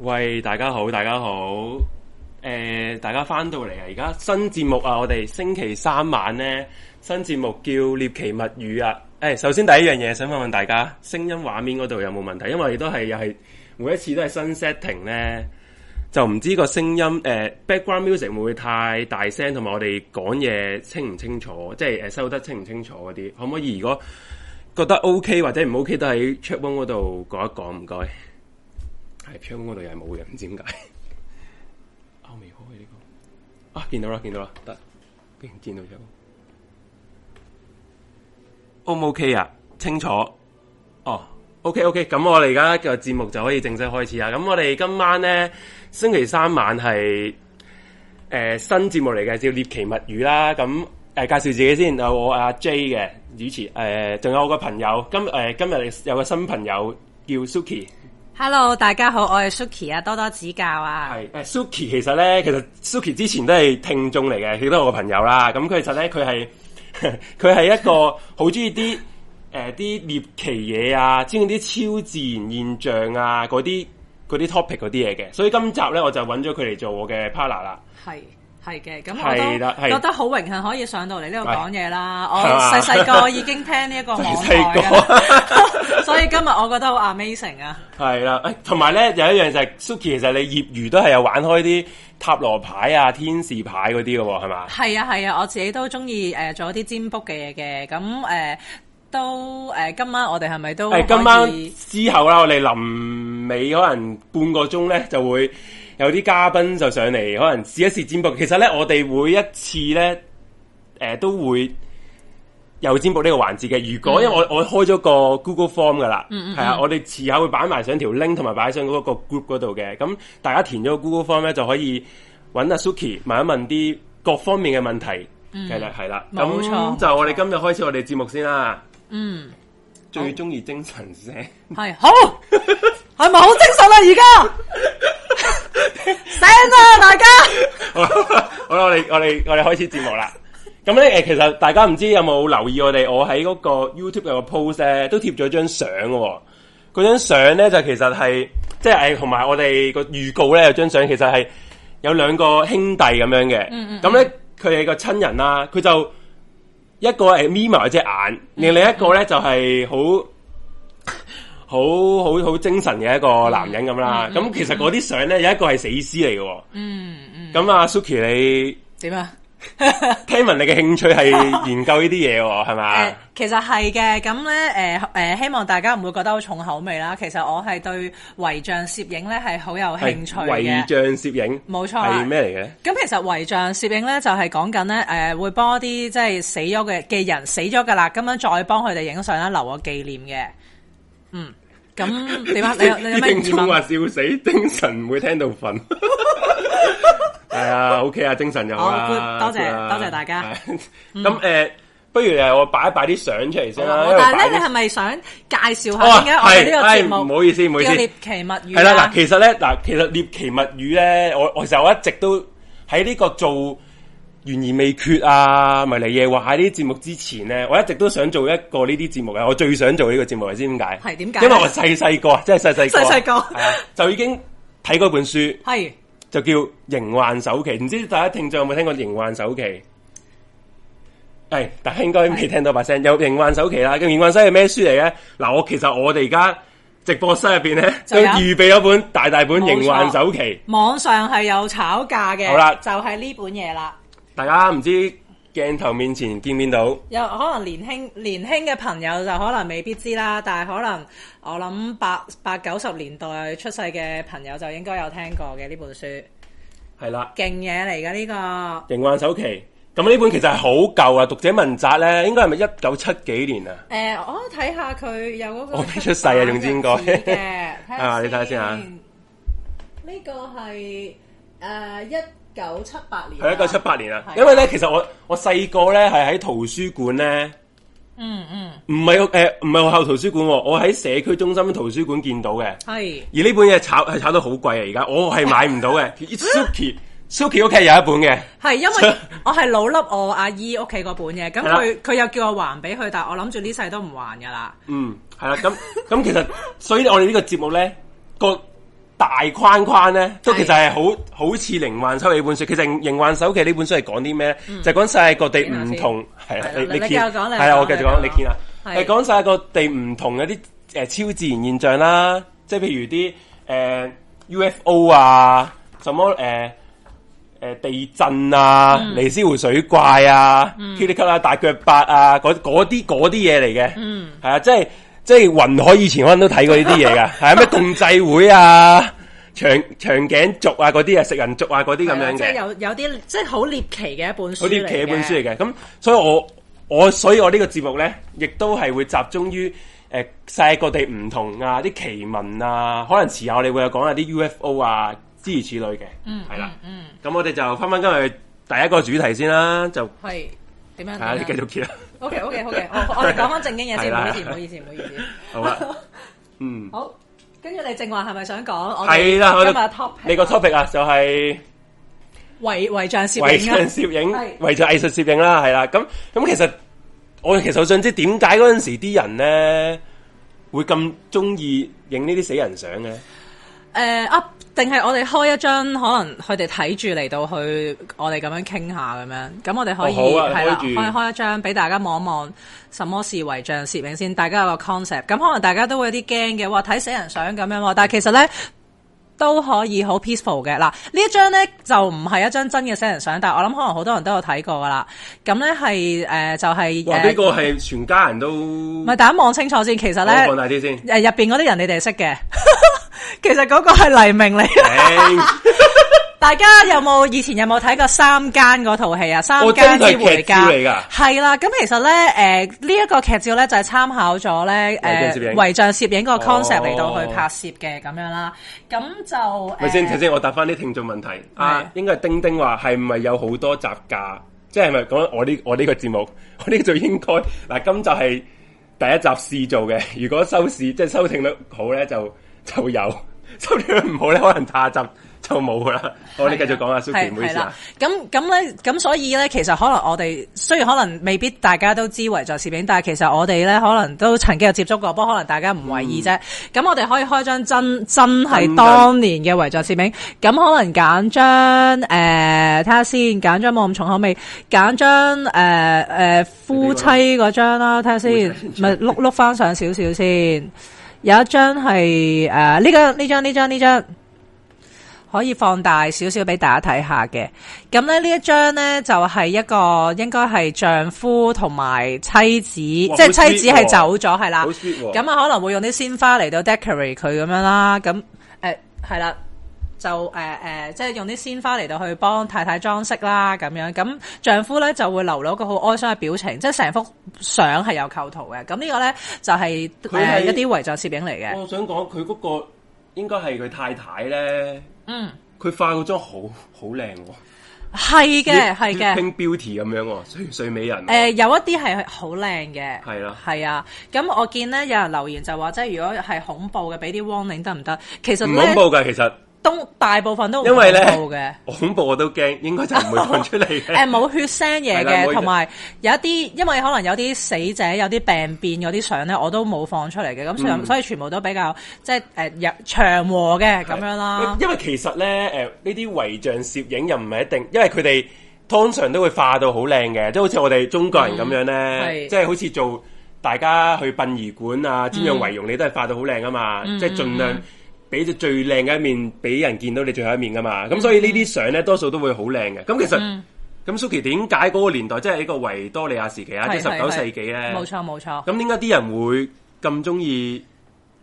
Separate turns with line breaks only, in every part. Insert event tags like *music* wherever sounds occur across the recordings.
喂，大家好，大家好。诶、大家翻到嚟啊！而家新節目啊，我哋星期三晚咧，新節目叫《獵奇物語》啊。诶、首先第一樣嘢想問問大家，聲音畫面嗰度有冇問題？因為都係又係每一次都係新 setting 咧，就唔知個聲音诶、background music 會唔會太大聲，同埋我哋講嘢清唔清楚，即係诶、誒收得清唔清楚嗰啲，可唔可以？如果覺得 OK 或者唔 OK 都喺 chat room 嗰度講一講，唔該。係 chat room 嗰度又係冇嘅，唔知 *laughs* 點解。啊，我未開呢、個。啊，見到啦，見到啦，得，竟然見到有。O 唔 OK 啊？清楚。哦，OK OK，咁我哋而家嘅節目就可以正式開始啦。咁我哋今晚咧，星期三晚係誒、呃新節目嚟嘅，叫《獵奇物語》啦。咁誒、呃介紹自己先，有我阿 J 嘅主持，誒、仲有我個朋友，今誒、呃今日有個新朋友叫 Suki，
Hello，大家好，我係 Suki 啊，多多指教啊。
係誒、呃 Suki 其實咧，其實 Suki 之前都係聽眾嚟嘅，亦都係我個朋友啦。咁佢其實咧，佢係 *laughs* 佢係一個好中意啲誒啲獵奇嘢啊，中意啲超自然現象啊嗰啲嗰啲 topic 嗰啲嘢嘅。所以今集咧，我就揾咗佢嚟做我嘅 partner 啦。
係係嘅，咁
係啦
我
係
都覺得好榮幸可以上到嚟呢度講嘢啦。我
係嘛
細細個已經聽呢
*laughs*
一個網台㗎
細
啦，所以今日我覺得好 amazing 啊。
係啦，誒同埋咧有一樣就係 Suki，其實你業餘都係有玩開啲塔羅牌啊、天使牌嗰啲嘅喎，係嘛？
係啊係啊，我自己都中意誒做一啲占卜嘅嘢嘅，咁誒、呃都誒、呃今晚我哋係咪都
係哎今
可以
晚之後啦，我哋臨尾可能半個鐘咧就會有啲嘉賓就上嚟，可能試一試占卜。其實咧，我哋每一次咧，誒、都會有占卜呢個環節嘅。如
嗯
果因為我我開咗個 Google Form 噶啦，係、啊，我哋遲下會擺埋上條 link 同埋擺上嗰個 group 嗰度嘅。咁大家填咗個 Google Form 咧，就可以揾阿 Suki 問一問啲各方面嘅問題。係啦，係啦。
嗯冇錯
咁
冇
就我哋今日開始我哋節目先啦。
嗯
最中意精神聲。
係好係咪好精
*laughs*
神啦？而家醒啦，大家
*laughs* 好啦，好啦，我哋我哋我哋開始節目啦。咁咧誒，其實大家唔知有冇留意我哋，我喺嗰個 YouTube 有個 post 咧，都貼咗張相喎。嗰張相咧就其實係即係誒同埋我哋個預告咧有張相，其實係有兩個兄弟咁樣嘅。咁咧佢哋個親人啦，佢就一個係眯埋隻眼，另另一個咧就係好。好好好精神嘅一個男人咁啦，咁、其實嗰啲相咧有一個係死屍嚟嘅喎，
嗯嗯
咁啊，Suki，你
點啊？
聽聞你嘅興趣係研究呢啲嘢喎，
*laughs*
係
誒、
嘛？
呃其實係嘅，咁咧誒誒，希望大家唔會覺得好重口味啦。其實我係對遺像攝影咧係好有興趣
係遺
嘅，
像攝影
冇錯啦
係咩嚟嘅咧？
咁其實遺像攝影咧就係講緊咧誒，會幫一啲即係死咗嘅嘅人死咗噶啦，咁樣再幫佢哋影相啦，留個紀念嘅。嗯，咁
*laughs*
點啊？你有你有咩
聽
疑
眾話笑
問？
死，精神唔會聽到瞓。 *laughs* 係啊，OK 啊，精神有啦。
好，good，多謝
good 啊
多謝大家。嗯
係咁誒，不如誒，我擺一擺啲相出嚟先啦。因為
啊哦但係咧，
擺
你
啲
係咪想介紹
哦
下點解我哋呢個
係
節
係
目
唔好意思唔好意思
叫獵奇物語
係啦，
啊
嗱，其實咧，嗱，其實獵奇物語咧，我我其實我一直都喺呢個做懸而未決啊、迷離夜話喺呢啲節目之前咧，我一直都想做一個呢啲節目嘅，我最想做呢個節目，你知點解？
係點解
因為
咧
我細細個，真係細細個，
*laughs* 細細個
係啊就已經睇嗰本書，
係
就叫《凝幻首期》，唔知大家聽眾有冇聽過《凝幻首期》？哎係，但係應該未聽到把聲。有《凝幻首期》啦，咁《凝幻首期》係咩書嚟嘅？嗱，我其實我哋而家直播室入邊咧，
就
就
有
預備咗本大大本《
冇錯
凝幻首期》，
網上係有炒價嘅，
好啦
就係呢本嘢啦。
大家唔知鏡頭面前見唔見到？
有可能年輕年輕嘅朋友就可能未必知啦，但係可能我諗八八九十年代出世嘅朋友就應該有聽過嘅呢本書，
係啦，
勁嘢嚟㗎呢個。
《凝幻首期》。咁呢本其實係好舊啊，讀者文摘咧，應該係咪一九七幾年啊？
誒、我睇下佢有嗰個
我未出世啊總之應該
出版嘅紙嘅，
*laughs* 啊你睇下先啊
呢個係誒一九七八年啊，
係一九七八年啊
係。
因為咧，其實我我細個咧係喺圖書館咧。
嗯嗯
唔係誒，唔係學校圖書館喎，我喺社區中心圖書館見到嘅。
係
而呢本嘢炒係炒到好貴啊！而家我係買唔到嘅。Suki Suki 屋企有一本嘅，
係
*laughs*
因為我係老笠我阿姨屋企嗰本嘢，咁
係啦
佢佢又叫我還俾佢，但係我諗住呢世都唔還㗎啦。
*laughs* 嗯，係啦。咁咁其實，所以我哋呢個節目咧個大框框咧，都
係
其實係好好似《靈幻手記》呢本書。其實《靈幻手記》呢本書係講啲咩咧？就係講世界各地唔同係啦
係啦，
你
嗯你
你
繼
見
續講你
係啦，
講
我繼續講，
你
你
講
見啊，
係
係講世界各地唔同嘅啲誒超自然現象啦，即係譬如啲誒、呃 UFO 啊，什麼誒。呃誒、地震啊，尼斯湖水怪啊，霹靂級啊，大腳八啊，嗰嗰啲嗰啲嘢嚟嘅，嗯，係啊，即係即係雲海以前可能都睇過呢啲嘢噶，係啊，咩共濟會啊，長長頸族啊，嗰啲啊，食人族啊，嗰啲咁
係啦
樣
即係
嘅，
有有啲即係好獵奇嘅一本書
好
嚟
啲
嘅，
劇本書嚟嘅，咁所以我我所以我呢個節目咧，亦都係會集中於誒世界各地唔同啊，啲奇聞啊，可能遲下我哋會有講下啲 UFO 啊，諸如此類嘅，嗯，係啦，嗯，咁我哋就翻翻今日第一個主題先啦，就。
係點樣？
係啊，你繼
點樣
續揭啦。
OK OK OK，我我哋講翻正經嘢先，
係
唔
啦
好意思，唔好意思，唔好意思。
*laughs* 好啦，嗯，
好，跟住你正話係咪想講我哋
係啦，我
今日
哋
topic
你個 topic 啊，就係
遺遺像攝
遺
影
像
啊？
攝影
係、
遺像藝術攝影啦，係啦。咁咁其實我其實我想知點解嗰陣時啲人咧會咁中意影呢啲死人相嘅？
誒啊，定係我哋開一張，可能佢哋睇住嚟到去，我哋咁樣傾下咁樣。咁我哋可以
哦好啊
係啦，
開住
開開一張俾大家望一望，什麼是遺像攝影先，大家有個 concept。咁可能大家都會有啲驚嘅，哇睇死人相咁樣喎。但係其實咧。都可以好 peaceful 嘅嗱，呢一張咧就唔係一張真嘅死人相，但係我諗可能好多人都有睇過噶啦。咁咧係誒就係、
哇！
誒
哦呢個係全家人都，
唔
我
係大家望清楚先，其實咧
放大啲
*laughs*
先。
誒入邊嗰啲人你哋係識嘅， *laughs* 其實嗰個係黎明嚟。
頂
大家有冇以前有冇睇過《三間》嗰套戲啊？《三
哦
間
真係
之回
劇
家
照》嚟㗎
係啦。咁其實咧，誒呢一個劇照咧就係參考咗咧
像攝
誒
影
遺像攝影個 concept 嚟到去
哦
拍攝嘅咁樣啦。咁就
咪先，
誒
頭先我答翻啲聽眾問題
係
啊，應該係丁丁話係唔係有好多集㗎？即係咪講我呢我呢個節目？ *laughs* 我呢個就應該嗱，今集係第一集試做嘅。 *laughs* 如果收視即係收聽率好咧，就就有； *laughs* 收聽率唔好咧，可能下集就冇㗎啦。我哋繼續講啊，Suki，
係
唔好意
係
思
啦
啊。，
咁咁咧，咁所以咧，其實可能我哋雖然可能未必大家都知遺像攝影，但係其實我哋咧可能都曾經有接觸過，不過可能大家唔為
嗯
意啫。咁、我哋可以開張真真係當年嘅遺像攝影，咁可能揀張誒呃睇下先，揀張冇咁重口味，揀張誒誒夫妻嗰張啦，睇下先，咪碌碌翻上少少先。有一張係誒呢個呢張呢張呢張可以放大少少俾大家睇下嘅。咁咧呢一張咧就係、一個應該係丈夫同埋妻子，即
哇
係
好
妻子
sweet
係
喎
走咗係啦。
啊好 sweet 喎
咁啊可能會用啲鮮花嚟到 decorate 佢咁樣啦。咁誒係啦。就誒誒、呃即係用啲鮮花嚟到去幫太太裝飾啦，咁樣咁丈夫咧就會流露一個好哀傷嘅表情，即係成幅相係有構圖嘅。咁呢個咧就係、
佢哦
呃
係
一啲遺像攝影嚟嘅。
我想講佢嗰個應該係佢太太咧，
嗯，
佢化個妝好好靚喎，
係嘅，係嘅。
，Pink Beauty 咁樣喎，睡睡美人喎。啊
誒、有一啲係好靚嘅，
係啦
係啊。咁我見咧有人留言就話，即係如果係恐怖嘅，俾啲 warning 得唔得？其實
唔恐，
咧
怖㗎，其實。
都大部分都唔
因
恐
為咧
怖嘅。
我恐怖我都驚，應該就唔會放出嚟 *laughs* 嘅。
誒冇血腥嘢
係啦
嘅，
冇
同埋有一啲，因為可能有啲死者有啲病變嗰啲相咧，我都冇放出嚟嘅，咁所以、
嗯
所以全部都比較即係誒入祥和嘅 *laughs* 咁樣啦
因。因為其實咧，誒呢啲遺像攝影又唔係一定，因為佢哋通常都會化到好靚嘅，即係好似我哋中國人咁樣咧，
嗯係嗯
即係好似做大家去殯儀館啊、瞻仰遺容，你都係化到好靚啊嘛，即係盡量俾咗最靚嘅一面俾人見到你最後一面噶嘛。咁所以呢啲相咧，多數都會好靚嘅。咁其實。
嗯
咁 Suki 點解嗰個年代即係呢個維多利亞時期啊，即係十九世紀咧？
冇錯冇錯。
咁點解啲人會咁中意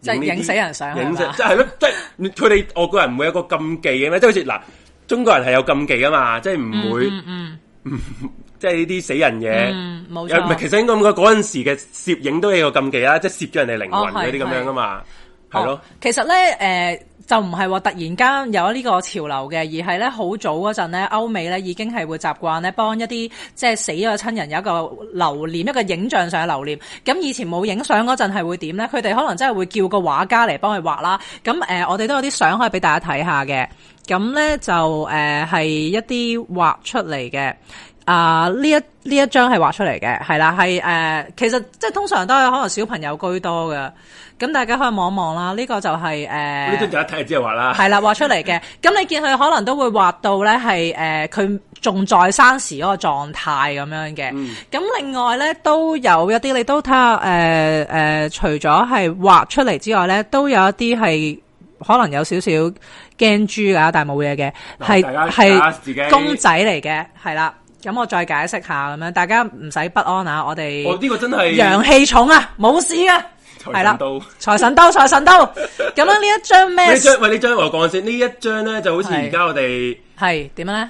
即係影死人相
影
係
相
*laughs* 嘛
即係咯，即係佢哋外國人唔會有個禁忌嘅咩？即係好似嗱，中國人係有禁忌噶嘛，即係唔會，
嗯嗯
即係呢啲死人嘢。
嗯，冇
有唔係，
錯。
其實應該咁講，嗰陣時嘅攝影都有個禁忌啦，即係攝咗人哋靈
哦
魂嗰
係
啲咁樣噶嘛，係
哦
咯，，
其實咧，誒、就唔係話突然間有呢個潮流嘅，而係咧好早嗰陣咧，歐美咧已經係會習慣咧幫一啲即係死咗嘅親人有一個留念，一個影像上嘅留念。咁以前冇影相嗰陣係會點咧？佢哋可能真係會叫個畫家嚟幫佢畫啦。咁誒、呃我哋都有啲相可以俾大家睇下嘅。咁咧就誒係、一啲畫出嚟嘅。啊呢一呢一張係畫出嚟嘅，係啦，係誒、呃其實即係通常都係可能小朋友居多嘅，咁大家可以望一望啦。呢、個就係、呃
呢張就一睇就知係畫啦。
係啦，畫出嚟嘅。咁你見佢可能都會畫到咧係誒，佢、仲在生時嗰個狀態咁樣嘅。
嗯
咁、另外咧都有一啲，你都睇下誒誒，除咗係畫出嚟之外咧，都有一啲係可能有少少驚豬噶，但係冇嘢嘅，
嗱哦大家
係係
大家自己
公仔嚟嘅，係啦。咁我再解釋下咁樣，大家唔使不安啊！我哋
我呢個真係
陽氣重啊，冇事啊，
財神
係啦
到，
財神兜，財神兜。咁樣呢一張咩？
呢張喂呢張我講先，呢一張咧就好似而家我哋
係點樣咧？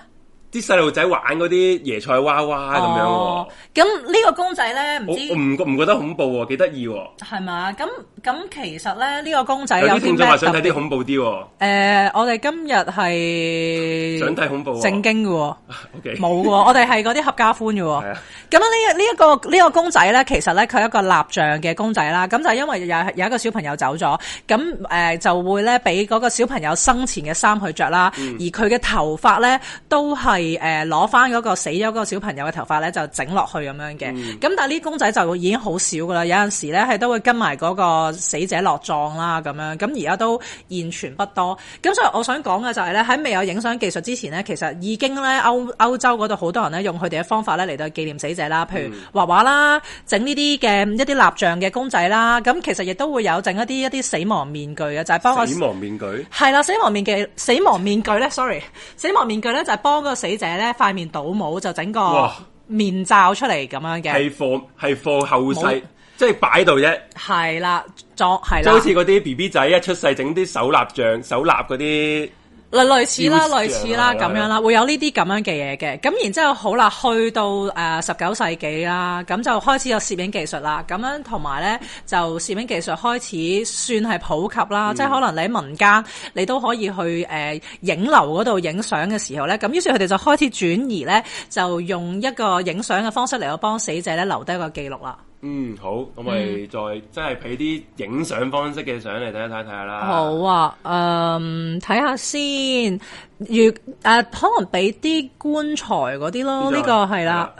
啲細路仔玩嗰啲椰菜娃娃咁樣喎。
哦咁呢個公仔咧，唔
我
知
我唔覺唔覺得恐怖喎，幾得意喎。
係嘛？咁咁其實咧，呢、個公仔
有
有
啲
啲
聽
咩
眾話想
特
睇啲
別？
恐怖啲喎。
誒、我哋今日係
想睇恐怖喎
嗯正經嘅喎，
O K，
冇嘅喎，我哋係嗰啲合家歡嘅喎
係啊。
咁呢呢一個呢、個公仔咧，其實咧佢係一個蠟像嘅公仔啦。咁就因為有有一個小朋友走咗，咁誒、就會咧俾嗰個小朋友生前嘅衫去着啦，
嗯
而佢嘅頭髮咧都係誒攞翻嗰個死咗嗰個小朋友嘅頭髮咧就整落去咁樣嘅。
嗯
咁、但係呢公仔就已經好少噶啦，有陣時咧係都會跟埋嗰個死者落葬啦咁樣。咁而家都現存不多。咁所以我想講嘅就係咧喺未有影相技術之前咧，其實已經咧歐歐洲嗰度好多人咧用佢哋嘅方法咧嚟到紀念死者啦，譬
嗯
如畫畫啦，整呢啲嘅一啲蠟像嘅公仔啦。咁其實亦都會有整一啲一啲死亡面具嘅，就係、幫我。
死亡面具，
係啦，死亡面具，死亡面具咧，sorry，死亡面具咧就係幫個死者咧塊面倒模，就整個
哇
面罩出嚟咁樣嘅，
係放係放後世
啊冇，
即係擺喺度啫，
係啦，作係
就
啦，
好似嗰啲 B B 仔一出世整啲手蠟像、手蠟嗰啲。
類類似
雕
啦，
像啊
類似啦，
係
咁
啦
樣啦，會有呢啲咁樣嘅嘢嘅。咁然之後好啦，去到呃誒十九世紀啦，咁就開始有攝影技術啦。咁樣同埋咧，就攝影技術開始算係普及啦，即係可能你喺民間你都可以去誒影樓嗰度影相嘅時候咧，咁於是佢哋就開始轉移咧，就用一個影相嘅方式嚟到幫死者咧留低一個記錄啦。
嗯，好，咁我哋再真係俾啲影相方式嘅相嚟睇一睇睇下啦。
好啊，嗯，睇下先，如誒、可能俾啲棺材嗰啲咯，呢、
張
個係啦。，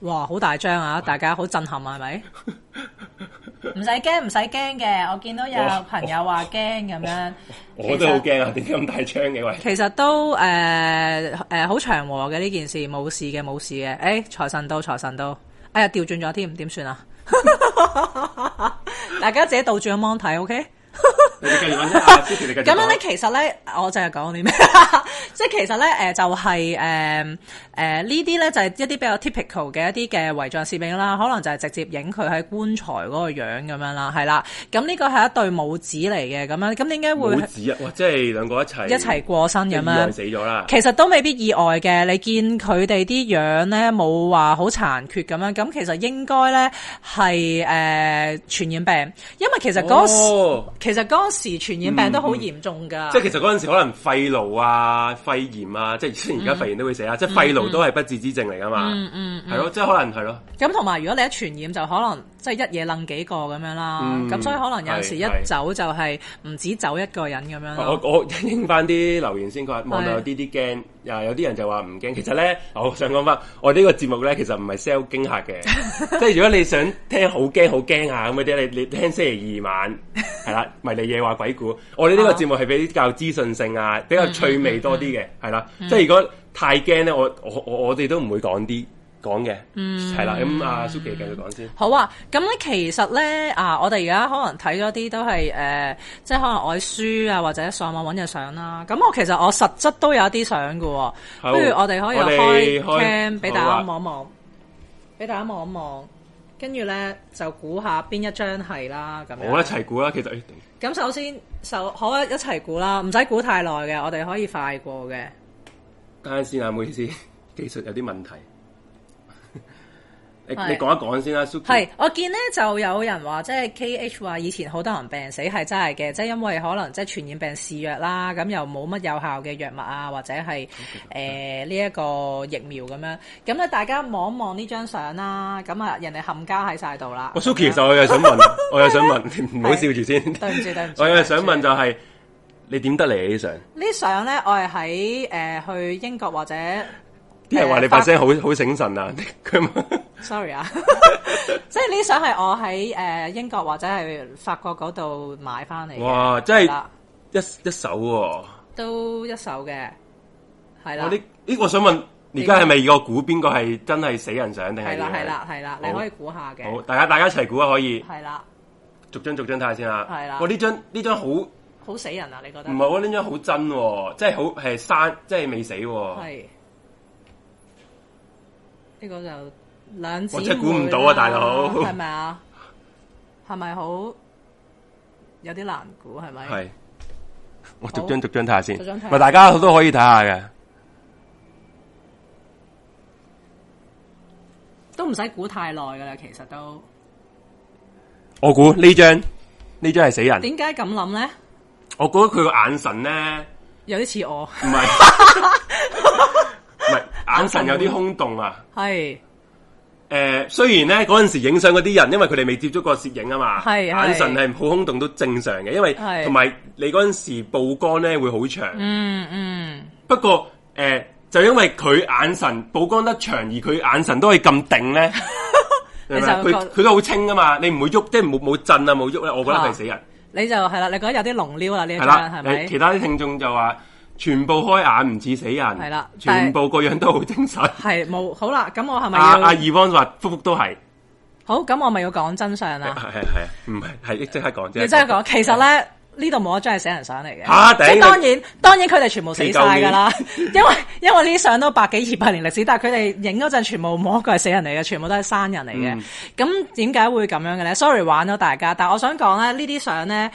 哇，好大張啊！大家好震撼啊，係
*laughs*
咪？唔使驚，唔使驚嘅。我見到有
哇
朋友話驚咁樣，
*laughs* 我都好驚啊！點解咁大張嘅
*laughs*
喂？
其實都誒誒好祥和嘅呢件事，冇事嘅，冇事嘅。誒、財神到，財神到。哎呀，調轉咗添，點算啊？ *laughs* 大家自己倒轉個 mon 睇，OK？
你繼續揾下，之前你繼續
咁樣咧，
講，
其實咧，我就係講啲咩， *laughs* 即係其實咧，誒、就係誒誒呢啲咧，就係一啲比較 typical 嘅一啲嘅遺像攝影啦，可能就係直接影佢喺棺材嗰個樣咁樣啦，係啦。咁呢個係一對母子嚟嘅，咁樣咁點解會
冇紙啊！哇，即係兩個一啊齊
一齊過身咁
意外
樣？
死咗啦。
其實都未必意外嘅，你見佢哋啲樣咧冇話好殘缺咁樣，咁其實應該咧係誒傳染病，因為其實嗰、
哦嗯
其實嗰時傳染病都好嚴重㗎。
即係其實嗰陣時可能肺癆啊、肺炎啊，即係雖然而家肺炎都會死啦，啊即係肺癆都係不治之症嚟噶嘛。嗯嗯，係咯，即係可能係咯。
咁同埋如果你一傳染就可能即係一嘢楞幾個咁樣啦，
嗯
咁、所以可能有陣時
係
一
係
走就係唔止走一個人咁樣
我
咯。
我聽翻啲留言先，佢話望到有啲啲驚，又有啲人就話唔驚。其實咧， *laughs* 我想講翻，我呢個節目咧，其實唔係 sell 驚嚇嘅，即係如果你想聽好驚好驚啊咁嗰啲，你你聽星期二晚係啦，迷你夜話鬼故。我哋呢個節目係比較資訊性啊，比較趣味多啲嘅，係啦。即係如果太驚咧，我我我我哋都唔會講啲講嘅，係啦。咁阿 Suki 繼續講先。
好啊，咁咧其實咧啊，我哋而家可能睇咗啲都係誒、呃即係可能我喺書啊或者上網揾嘅相啦。咁我其實我實質都有一啲相嘅喎，
好
不如我哋可
我
以
哋
開
開
cam 俾大
好
家
啊
望一望，俾大家望一望，跟住咧就估下邊一張係啦咁樣。
啊我一齊估啦，其實哎誒
咁首先就可一齊估啦，唔使估太耐嘅，我哋可以快過嘅。
嗯等陣先啊，唔好意思， *laughs* 技術有啲問題。你
係
你講一講先啦，Suki。
係，我見咧就有人話，即係 K H 話以前好多人病死係真係嘅，即係因為可能即係傳染病肆虐啦，咁又冇乜有效嘅藥物啊，或者係誒
嗯
呢一個疫苗咁樣。咁咧大家望一望呢張相啦，咁啊人哋冚家喺晒度啦。
我哦 Suki，其實我又想
*laughs*
問，我又想問，唔好笑住先。
對唔住對唔住啊
我又想問就係你點得嚟呢啲相？啊
呢相咧，我係喺誒去英國或者
啲人話你
發
把聲好好醒神啊！ *laughs* 佢話
sorry 啊，即係呢相係我喺诶英國或者係法國嗰度買翻嚟嘅。
哇，真
係
係
啦
一一手喎！
都一手嘅，係啦
我，呢呢，我想問，而家係咪個估邊個係真係死人相定係
係啦，
點
係啦，係啦，你
好
可以估下
好，
嘅，
大家大家一齊估啊！可以
係啦，
逐張逐張睇下先啦。
係啦
哇！呢張呢張好唔
好死人啊！你覺得？
係喎，呢張好真喎，即係好係生，即係未死喎。
係呢個就兩姊
我
妹
真係估唔到啊
啦
大佬
係咪啊？係咪好有啲難估？係咪？
係，我逐張逐張睇下先。
逐張睇
咪大家都可以睇下嘅。
都唔使估太耐噶啦，其實都
我估呢張呢張係死人。
點解咁諗咧？
我覺得佢個眼神咧。
有啲似我，
唔
*laughs*
係唔係眼神有啲空洞啊！
係
诶、雖然咧嗰陣時影相嗰啲人，因為佢哋未接觸過攝影啊嘛，
係係
眼神係好空洞都正常嘅，因為
係
同埋你嗰陣時曝光咧會好長。
嗯嗯，
不過诶、誒就因為佢眼神曝光得長，而佢眼神都係咁定
*laughs*
咧，你明唔明
你就
佢佢都好清啊嘛，你唔會喐，即係冇冇震啊冇喐咧，我覺得佢係死人。
你就係啦，你覺得有啲龍撩啦呢一
係
張
啦
係，
誒
咪
其？他啲聽眾就話全部開眼唔似死人，係
啦但係
全部個樣都好精神。啊
係冇好啦，咁我係咪啊
阿
要
阿二汪話：福福都係，
好？咁我咪要講真相
係
啦？
係係，唔係係 *laughs* 即刻講
要
啫。
啊真係講，其實咧呢度冇一張係死人相嚟嘅。
嚇
即係
頂
當然，當然佢哋全部死
你
晒
救命
㗎啦， *laughs* 因為因為呢啲相都百幾二百年歷史，但係佢哋影嗰陣全部冇一個係死人嚟嘅，全部都係生人嚟嘅。咁點解會咁樣嘅咧？Sorry 玩咗大家，但係我想講咧，呢啲相咧。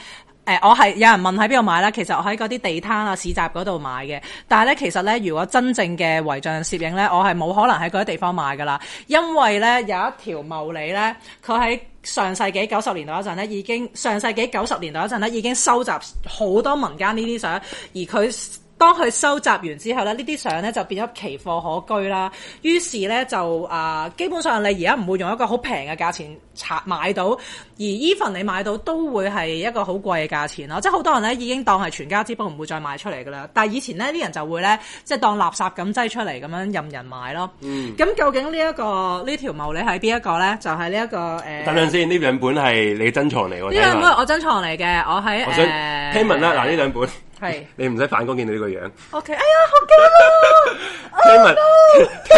誒、我係有人問喺邊度買啦，其實我喺嗰啲地攤啊、市集嗰度買嘅。但係咧，其實咧，如果真正嘅遺像攝影咧，我係冇可能喺嗰啲地方買噶啦，因為咧有一條茂利咧，佢喺上世紀九十年代嗰陣咧，已經上世紀九十年代嗰陣咧，已經收集好多民間呢啲相，而佢。當佢收集完之後咧，呢啲相咧就變咗奇貨可居啦。於是咧就啊、基本上你而家唔會用一個好平嘅價錢拆買到，而 even 你買到都會係一個好貴嘅價錢咯。即係好多人咧已經當係全家之寶，唔會再賣出嚟噶啦。但係以前咧啲人就會咧即係當垃圾咁擠出嚟咁樣任人買咯。咁、
嗯
究竟呢、一個呢條毛利係邊一個咧？就係呢一個誒。呃
等陣先，呢兩本係你珍藏嚟喎。
呢兩
聽
本
聞
我珍藏嚟嘅，我喺呃
我想
誒
聽聞啦，嗱呢兩本
係
*laughs* 你唔使反光見到呢個樣。
OK，哎呀，好驚啊！
*laughs* 聽聞聽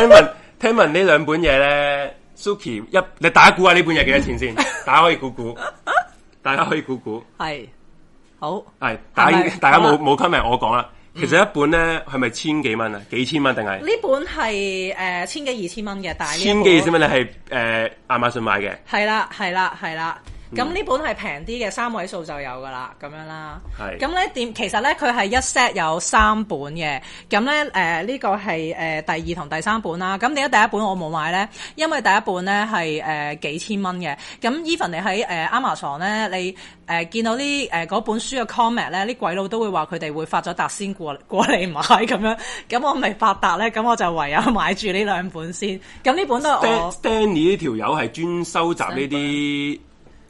聞聽聞呢兩本嘢咧，Suki 一你大家估下呢本嘢幾多
*laughs*
錢先？大家可以估估，大家可以估估。
係好。
係大
係咪
家大家
好
冇
啊嗯
冇 comment 我講啦。其實一本咧係咪千幾蚊啊？幾千蚊定係
呢本係誒、呃千幾二千蚊嘅，但係呢
千幾二千蚊？你係誒亞馬遜買嘅？
係啦，係啦，係啦。咁呢本係平啲嘅，三位數就有噶啦，咁樣啦。
係
咁咧點？其實咧佢係一 set 有三本嘅。咁咧誒呢、個係誒、呃第二同第三本啦。咁點解第一本我冇買咧？因為第一本咧係誒幾千蚊嘅。咁 even 你喺誒、呃 Amazon 咧，你誒、呃、見到啲誒嗰本書嘅 comment 咧，啲鬼佬都會話佢哋會發咗達先過 *laughs* 過嚟買咁樣。咁我未發達咧，咁我就唯有買住呢兩本先。咁呢本都係
Stan-
我。
Stanley 呢條友係專收集呢啲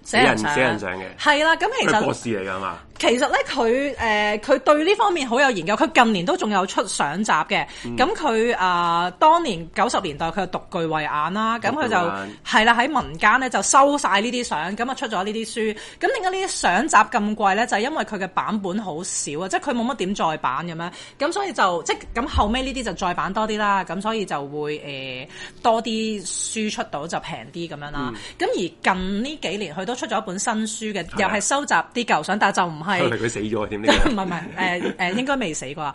死
人
相，
死人相嘅
係啦。咁其
佢係博
實
士嚟㗎嘛？
其實咧，佢誒佢對呢方面好有研究。佢近年都仲有出相集嘅。
嗯
咁佢啊，當年九十年代佢就獨具慧眼啦。咁佢就
獨具慧眼
係啦，喺民間咧就收晒呢啲相，咁啊出咗呢啲書。咁點解呢啲相集咁貴咧？就係、因為佢嘅版本好少啊，即係佢冇乜點再版咁樣。咁所以就即係咁後尾呢啲就再版多啲啦。咁所以就會誒、呃多啲書出到就平啲咁樣
嗯
啦。咁、而近呢幾年佢都出咗一本新書嘅，
係
又
啊
係收集啲舊相，但係就唔係
係。咪佢死咗添
*laughs* 唔係
*laughs* 呢個？
唔係，誒誒應該未死啩。咁啊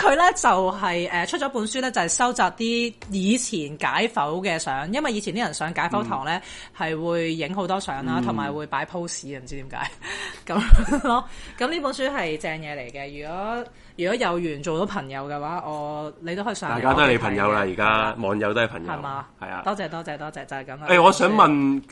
佢咧就係、誒、出咗本書咧，就係、收集啲以前解剖嘅相，因為以前啲人上解剖堂咧
嗯
係、會影好多相啦，同埋、會擺 pose 啊，唔知點解咁咯。咁呢本書係正嘢嚟嘅，如果如果有緣做到朋友嘅話，我你都可以上嚟
大家
我屋企睇嘅。
都係你朋友啦，而家網友都係朋友，
係嘛？
係啊。
多謝多謝多謝，啊就係咁啦。
誒，我想問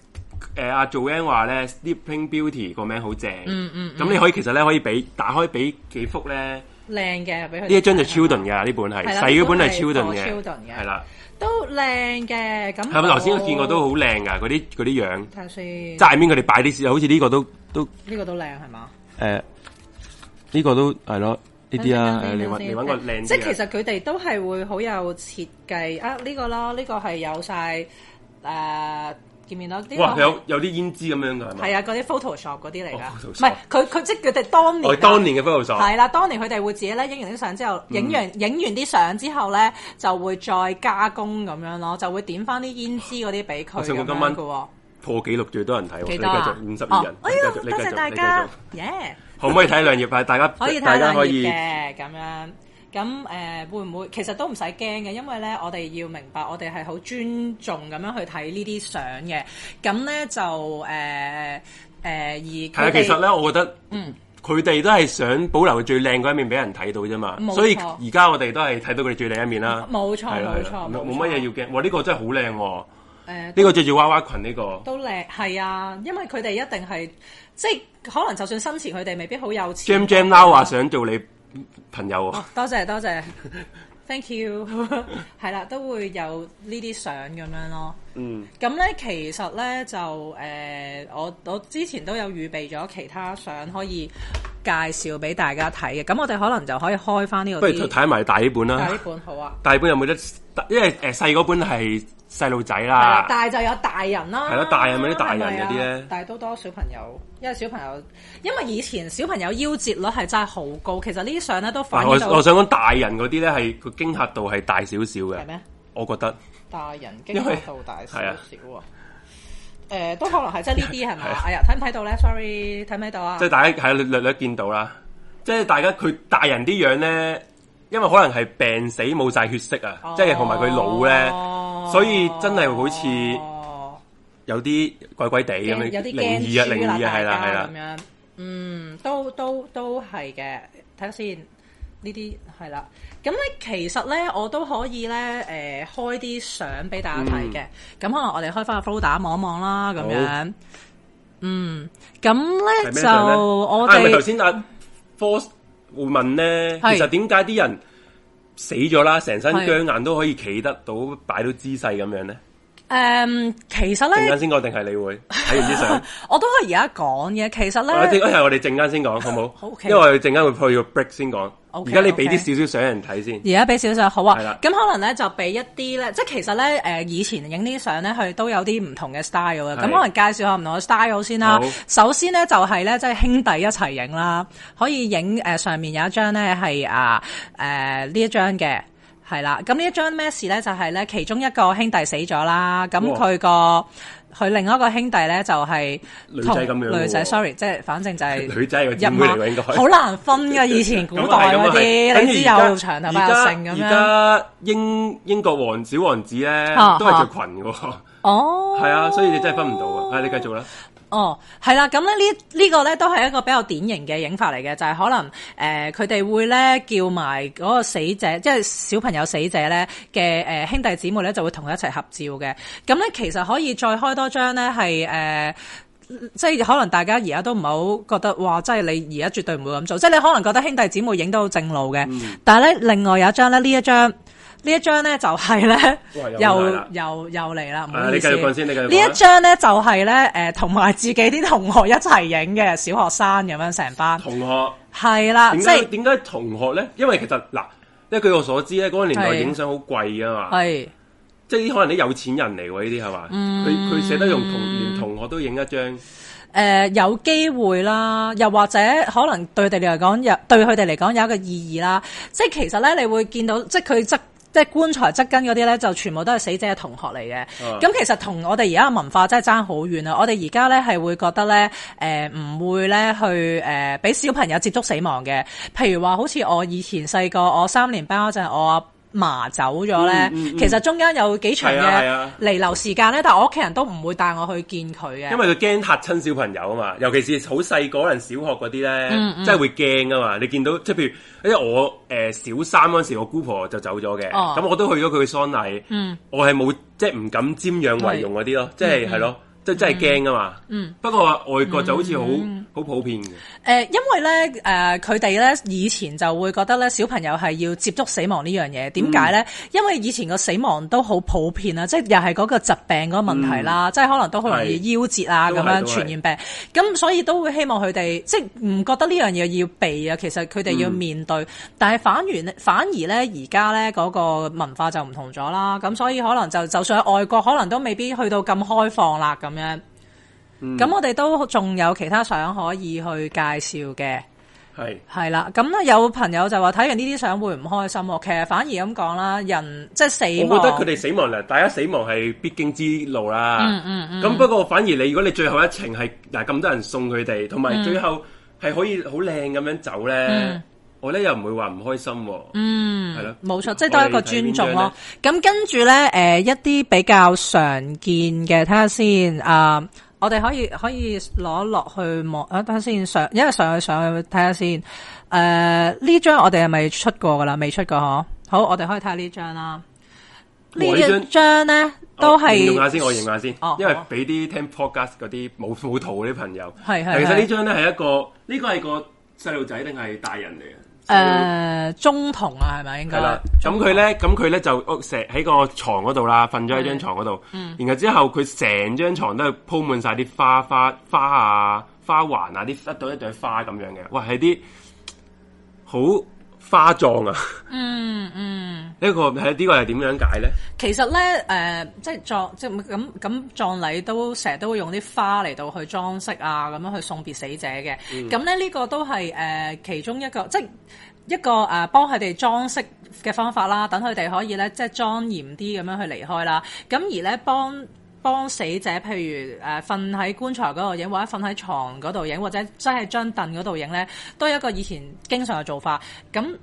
誒阿 Joanne 話咧，Sleeping Beauty 個名好正，嗯嗯，咁你可以其實咧可以俾打開俾幾幅咧，呢
靚嘅，俾佢
一張就 Children 嘅呢本係
嗯係
細
啦
嗰本係
呢本係
Children 嘅
for，children 嘅哦
係啦，
都靚嘅。咁
係咪頭先
我
我見過都好靚噶嗰啲嗰啲樣，
睇下先，
即係面佢哋擺啲好似呢個都都
呢個都靚係嘛？
誒呢個都係咯，呢啲啊，誒
等陣先
你
等
揾
陣先
你揾個靚啲嘅。
即係其實佢哋都係會好有設計啊！呢個啦，呢個係有晒誒見面咯。呢個
哇，
係
有有啲胭脂咁樣㗎係咪？
係啊，嗰啲 Photoshop 嗰啲嚟㗎
哦，
唔
，Photoshop
係佢佢即係佢哋當
我
年啊
哋當年嘅啊嗯 Photoshop
係啦，當年佢哋會自己咧影完啲相之後，影完影完啲相之後咧，就會再加工咁樣咯，就會點翻啲胭脂嗰啲俾佢
我
咁
想
樣
講今
嘅
晚
喎。
破紀錄最多人睇喎，
幾
你繼
多啊？
續五十二人
哦，哎
你
呀，
繼續，你
多
繼
謝
續，
大
你繼續
家。，耶！
可唔可以睇兩頁？係大家
可以睇
大家
兩
可
頁
以
嘅咁樣。咁誒、呃、會唔會其實都唔使驚嘅，因為咧我哋要明白，我哋係好尊重咁樣去睇呢啲相嘅。咁咧就誒誒、呃呃、而
係啊，
佢
其實
哋
咧，我覺得，嗯，佢哋都係想保留佢最靚嗰一面俾人睇到啫嘛
冇，錯
所以而家我哋都係睇到佢哋最靚一面啦。
冇錯
係啦
冇
係
錯
啦
冇
冇
錯
冇乜嘢要驚。哇，呢個真係好靚喎！
誒
呢個着住娃娃裙呢個，
都靚係啊，因為佢哋一定係即係可能就算生前佢哋未必好有
Jam
錢。
Jam Now 話想做你朋友喎，
多謝多謝，thank you，係 *laughs* 啦，都會有呢啲相咁樣咯。
嗯，
咁咧，其實咧就誒、呃我我之前都有預備咗其他相可以介紹俾大家睇嘅。咁我哋可能就可以開翻呢個
不如
啲
睇埋大本
但係
啦
呢。本好啊，
大本有冇得？因為誒細嗰本係細路仔
係啦
啦，，
但係就有大人啦，
啊係咯大人咪啲大人
係咪啊
嗰啲咧
但係都多小朋友，因為小朋友，因為以前小朋友夭折率係真係好高，其實呢啲相咧都
但
反
我
映到
我想講大人嗰啲咧係個驚嚇度係大少少
係
嘅，
咩？
我覺得
大人
因
經
為
過度大少
係
少
啊
喎。誒、都可能係即係呢啲係咪
係啊
哎呀，睇唔睇到咧？Sorry，睇唔睇到啊
即係？大家係略略略見到啦，即係大家佢大人啲樣咧，因為可能係病死冇晒血色啊，即係同埋佢老咧
哦
所以真係好似
哦
有啲鬼鬼地咁樣，
有啲
靈異啊靈
驚
異啊係啦係
咁
啦，
樣，嗯，都都都係嘅。睇下先，呢啲係啦。咁咧，其實咧，我都可以咧，誒、開啲相俾大家睇
嗯
嘅。咁、可能我哋開翻個 folder 望一望啦，咁樣。嗯，咁
係
咧
咩
就
相咧？
我
啊係咪頭
哋
先阿 Force 會問咧，
係
其實點解啲人死咗啦，成身
係
僵硬都可以企得到，擺到姿勢咁
*laughs*
樣咧？
誒，嗯其實
陣
咧
間，先講定係你
*laughs*
會睇完啲相？
我都係而家講嘅。其實
我哋
咧，
係我哋陣間先講，好冇？
好，OK
因為我哋陣間會去個 break 先講。
OK，
而家你俾
OK
啲少少相人睇先。
而家俾少少好啊
係啦，
咁可能咧就俾一啲咧，即係其實咧誒、呃以前影呢啲相咧，佢都有啲唔同嘅 style 嘅，
係
咁可能介紹下唔同嘅 style 先啦
好。
首先咧就係咧即係兄弟一齊影啦，可以影誒、呃上面有一張咧係啊誒呢一張嘅。係啦，咁呢一張咩事咧？就係、咧，其中一個兄弟死咗啦，咁
哇
佢個佢另一個兄弟咧就係、
女
同
仔咁樣
女仔
喎
，sorry，即係反正就
*laughs*
係
女仔係個姊妹嚟
入
喎應該
啊好難分噶，以前古
咁啊
代
係咁
嗰
啊係
啲，你知
跟住而家
有長頭髮又剩咁
而
樣。
家英英國王小王子咧
啊
都係着裙嘅喎， *laughs*
哦，
係啊，所以你真係分唔到啊！啊，你繼續啦，
哦，係啦，咁咧呢呢個咧都係一個比較典型嘅影法嚟嘅，就係、可能誒佢哋會咧叫埋嗰個死者，即係小朋友死者咧嘅誒兄弟姊妹咧就會同佢一齊合照嘅。咁咧其實可以再開多張咧係誒。呃即係可能大家而家都唔係好覺得，哇！即係你而家絕對唔會咁做，即係你可能覺得兄弟姊妹影到好正路嘅，
嗯
但係咧另外有一張咧，呢一張呢一張咧就係咧
*laughs* 哇又
又
嚟啦
又又嚟啦，唔
啊
好
你
意
繼
思。
續講先你繼續講
呢
啊
一張咧就係咧誒同埋自己啲同學一齊影嘅小學生咁樣成班，
同學。
係啦，
點
啊即
解啊
係
點解同學咧？因為其實嗱，因為據我所知咧，嗰個年代
係
影相好貴啊嘛，
係
即係可能啲有錢人嚟喎，呢啲係嘛？
嗯
佢佢捨得用同連同學都影一張，
誒呃有機會啦，又或者可能對佢哋嚟講有對佢哋嚟講有一個意義啦。即係其實咧，你會見到即係佢側即係棺材側跟嗰啲咧，就全部都係死者嘅同學嚟嘅。
啊
咁、其實同我哋而家嘅文化真係爭好遠啊！我哋而家咧係會覺得咧誒唔會咧去誒俾、小朋友接觸死亡嘅。譬如話，好似我以前細個，我三年班嗰陣，我阿嫲走咗咧，其實中間有幾長
嗯係啊係
嘅
啊
彌留時間咧，但係我屋企人都唔會帶我去見佢嘅
因。為佢驚嚇親小朋友啊嘛，尤其是好細個可能小學嗰啲咧，真係會驚啊嘛。你見到即係譬如，因為我誒、呃小三嗰時，我姑婆就走咗嘅，咁、
哦
嗯我都去咗佢嘅喪禮，我係冇即係唔敢瞻仰遺容嗰啲咯，即係係咯，即真係驚噶嘛。嗯。不過外國就好似好好普遍嘅，
诶、呃因為咧，诶、佢哋咧以前就會覺得咧，小朋友係要接觸死亡呢樣嘢。點解咧？因為以前個死亡都好普遍啊，即係又係嗰個疾病嗰個問題啦，即係可能都好容易夭折啊，
係
咁樣
都係
傳染病。咁所以都會希望佢哋即係唔覺得呢樣嘢要避啊，其實佢哋要
嗯
面對。但係反而反而咧，而家咧嗰個文化就唔同咗啦。咁所以可能就就算喺外國，可能都未必去到咁開放啦，咁樣。
嗯
咁、我哋都仲有其他相可以去介紹嘅，
係
係啦。咁咧有朋友就話睇完呢啲相會唔開心喎，其實反而咁講啦，人即係死
我
亡，
覺得佢哋死亡咧，大家死亡係必經之路啦。嗯嗯咁不過反而你如果你最後一程係嗱咁多人送佢哋，同
嗯
埋最後係可以好靚咁樣走咧，我咧又唔會話唔開心喎。嗯，係咯，
冇錯，即係多一個
我哋睇邊
尊
張
重
呢
咯。。咁跟住咧，誒、一啲比較常見嘅，睇下先啊。我哋可以可以攞落去望啊，睇下先上，因為上去上去睇下先。誒、呢張我哋係咪出過噶啦？未出過嗬。好，我哋可以睇下呢張啦。呢
哇呢張
一張咧都
我哦形容下
係
先，我形容下先
哦，
因為
好啊
俾啲聽 podcast 嗰啲冇 *laughs* 冇圖嗰啲朋友，
係係
其實
係
呢張咧係一個呢個係個細路仔定係大人嚟啊嘅？
誒、中童啊，係咪應該？
係啦，咁佢咧，咁佢咧就屋成喺個床嗰度啦，瞓
嗯
咗喺張床嗰度。然後之後佢成張床都係鋪滿晒啲花花花啊、花環啊，啲一朵一朵花咁樣嘅。哇，係啲好花葬啊！
嗯嗯。
呢個係呢個係點樣解咧？
其實咧，誒、即係葬，即係咁咁葬禮都成日都會用啲花嚟到去裝飾啊，咁樣去送別死者嘅。咁咧呢個都係誒、呃其中一個，即係一個誒、幫佢哋裝飾嘅方法啦，等佢哋可以咧即係莊嚴啲咁樣去離開啦。咁而咧幫。幫死者，譬如誒瞓喺棺材嗰度影，或者瞓喺床嗰度影，或者真係張凳嗰度影咧，都係一個以前經常嘅做法。咁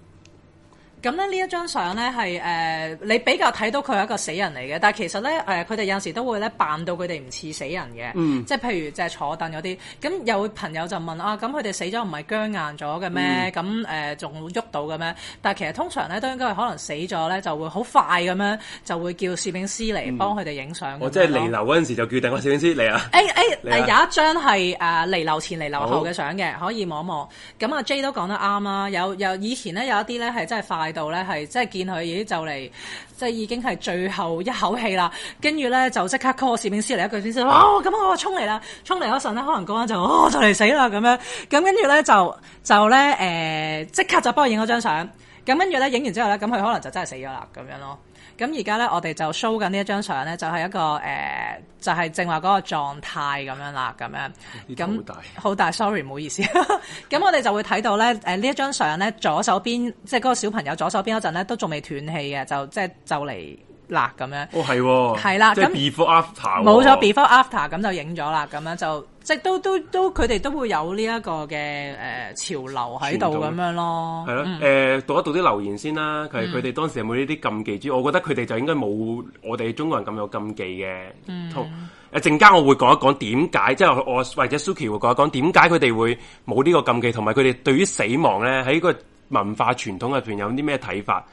咁咧呢一張相咧係誒你比較睇到佢係一個死人嚟嘅，但係其實咧誒佢哋有陣時都會咧扮到佢哋唔似死人嘅，
嗯
即係譬如就係坐凳嗰啲。咁有朋友就問啊，咁佢哋死咗唔係僵硬咗嘅
嗯
咩？咁誒仲喐到嘅咩？但係其實通常咧都應該係可能死咗咧就會好快咁樣就會叫攝影師嚟幫佢哋影相咁樣咯。
嗯哦我即係彌留嗰陣時就叫定個攝影師嚟啊！
誒誒
你
誒
啊
有一張係誒離流前離流後
好
嘅相嘅，可以望一望。咁阿 J 都講得啱啦，有有以前咧有一啲咧係真係快到咧係即係見佢已經就嚟，即係已經係最後一口氣啦，跟住咧就即刻 call 攝影師嚟一句先
嗯
先，哦咁我衝嚟啦，衝嚟嗰陣咧可能嗰陣就哦就嚟死啦咁樣，咁跟住咧就就咧誒即刻就幫我影咗張相，咁跟住咧影完之後咧咁佢可能就真係死咗啦咁樣咯。咁而家咧，我哋就 show 緊呢一張相咧，就係、一個誒、呃就係正話嗰個狀態咁樣啦，咁樣
呢
咁
張好大
好大，sorry，唔好意思。 *laughs* 咁我哋就會睇到咧，誒、呢一張相咧，左手邊即係嗰個小朋友左手邊嗰陣咧，都仲未斷氣嘅，就即係就嚟辣咁樣。
哦，係喎，
係啦
即係
咁
before after 喎
冇咗 before after 咁就影咗啦，咁樣就即係都都都佢哋都會有呢一個嘅誒、呃潮流喺度
傳統
咁樣咯
係。咯，誒、讀一讀啲留言先啦。佢佢哋當時有冇呢啲禁忌之？我覺得佢哋就應該冇我哋中國人咁有禁忌嘅。同誒陣間我會講一講點解，即係我或者 Suki 會講一講點解佢哋會冇呢個禁忌，同埋佢哋對於死亡咧喺個文化傳統入邊有啲咩睇法。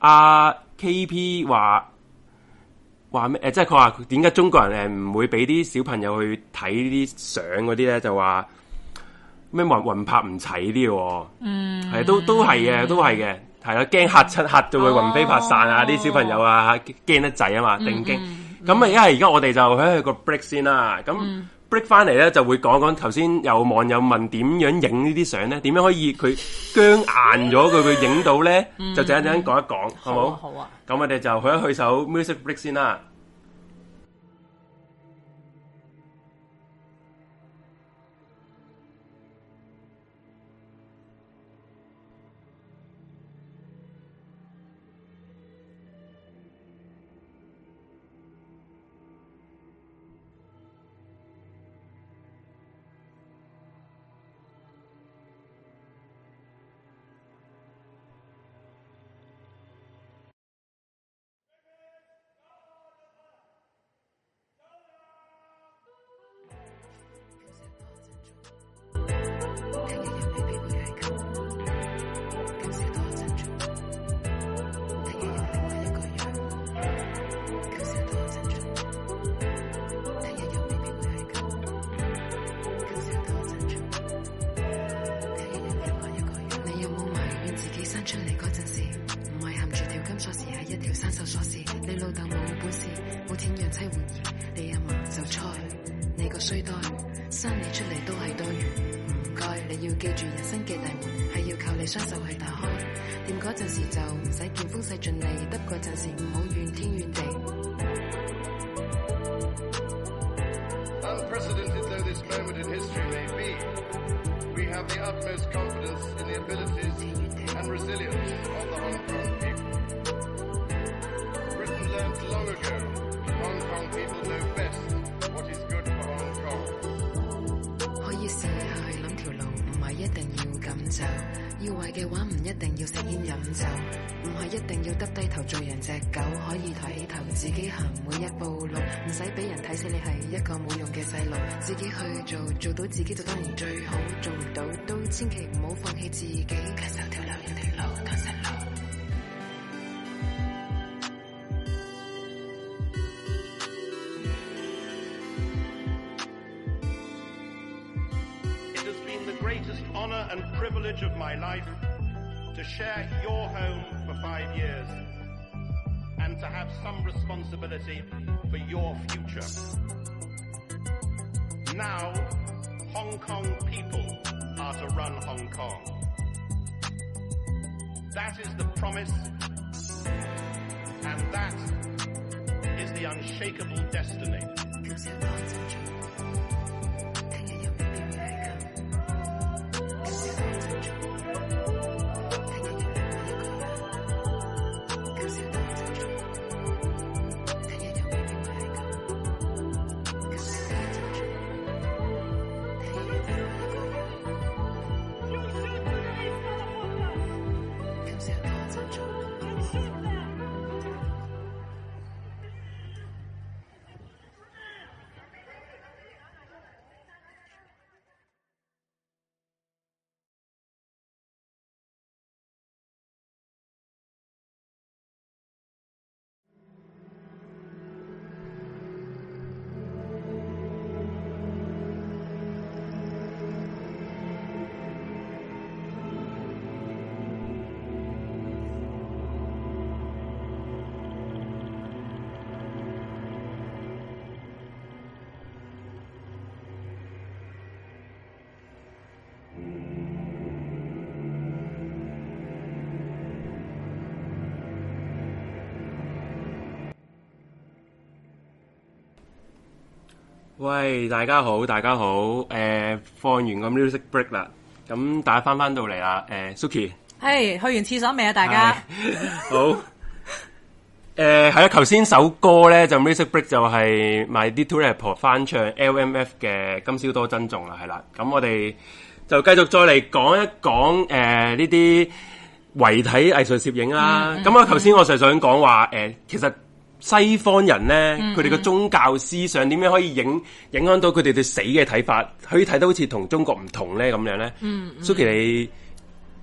阿、KP 話話咩？誒、即係佢話點解中國人誒唔會俾啲小朋友去睇呢啲相嗰啲咧？就話咩魂魂魄唔齊啲嘅喎。
嗯
系都都系嘅，都系嘅，啊系啦，惊吓七吓就會魂飛魄散啊！
哦
啲小朋友啊，驚得滯啊嘛，
嗯
定驚。咁啊，因為而家我哋就喺個 break 先啦，咁
嗯
break 翻嚟咧就會講講頭先有網友問點樣影呢啲相咧，點樣可以佢 *laughs* 僵硬咗佢佢影到咧，就陣陣講一講，好
嗯好啊
冇？
好啊。
咁我哋就去一去首 music break 先啦。
Thank you. 生手鎖匙，你老豆冇本事，冇錢養妻活兒，你阿嫲就菜，你個衰袋，生你出嚟都係多餘。唔該，你要記住人生嘅大門係要靠你雙手去打開，掂嗰陣時就唔使見風勢盡利，得嗰陣時唔好怨天怨地。
Unprecedented though this moment in history may be, we have the utmost confidence in the abilities and resilience of the Hong Kong people. Britain learnt long ago Hong Kong people know best what is good for Hong Kong.
可以試下去諗條路，唔係一定要咁走。要壞嘅話，唔一定要食煙飲酒，唔係一定要耷低頭做人隻狗，可以抬起頭自己行每一步路，唔使俾人睇死你係一個冇用嘅細路。自己去做，做到自己就當然最好，做唔到都千祈唔好放棄自己。堅守條路，有條路，堅實路。
It has been the greatest honor and privilege of my life to share your home for five years and to have some responsibility for your future. Now, Hong Kong people are to run Hong Kong. That is the promise and that is the unshakable destiny.
老少多珍重，聽日又未必會係咁。老少多珍重，聽日又未必一個人。老少多珍重，聽日又未必會係咁。老少多珍重，聽日又未必一個人。
啊
老少多珍重。
啊
喂，大家好，大家好，诶、放完個 music break 啦，咁大家翻翻到嚟啦，呃诶、s u k i
嘿，去完廁所未啊？大家
*laughs* 好。诶，系啦，頭先首歌咧就 music break 就係 My Little Apple 翻唱 LMF 嘅《今宵多珍重》啦，係啦。咁我哋就繼續再嚟講一講诶呢啲遺體藝術攝影啦。咁、我頭先我就想講話诶，呃其實西方人咧，佢哋嘅宗教思想點樣可以影影響到佢哋對死嘅睇法，可以睇到好似同中國唔同咧咁樣咧。嗯 s u k i 你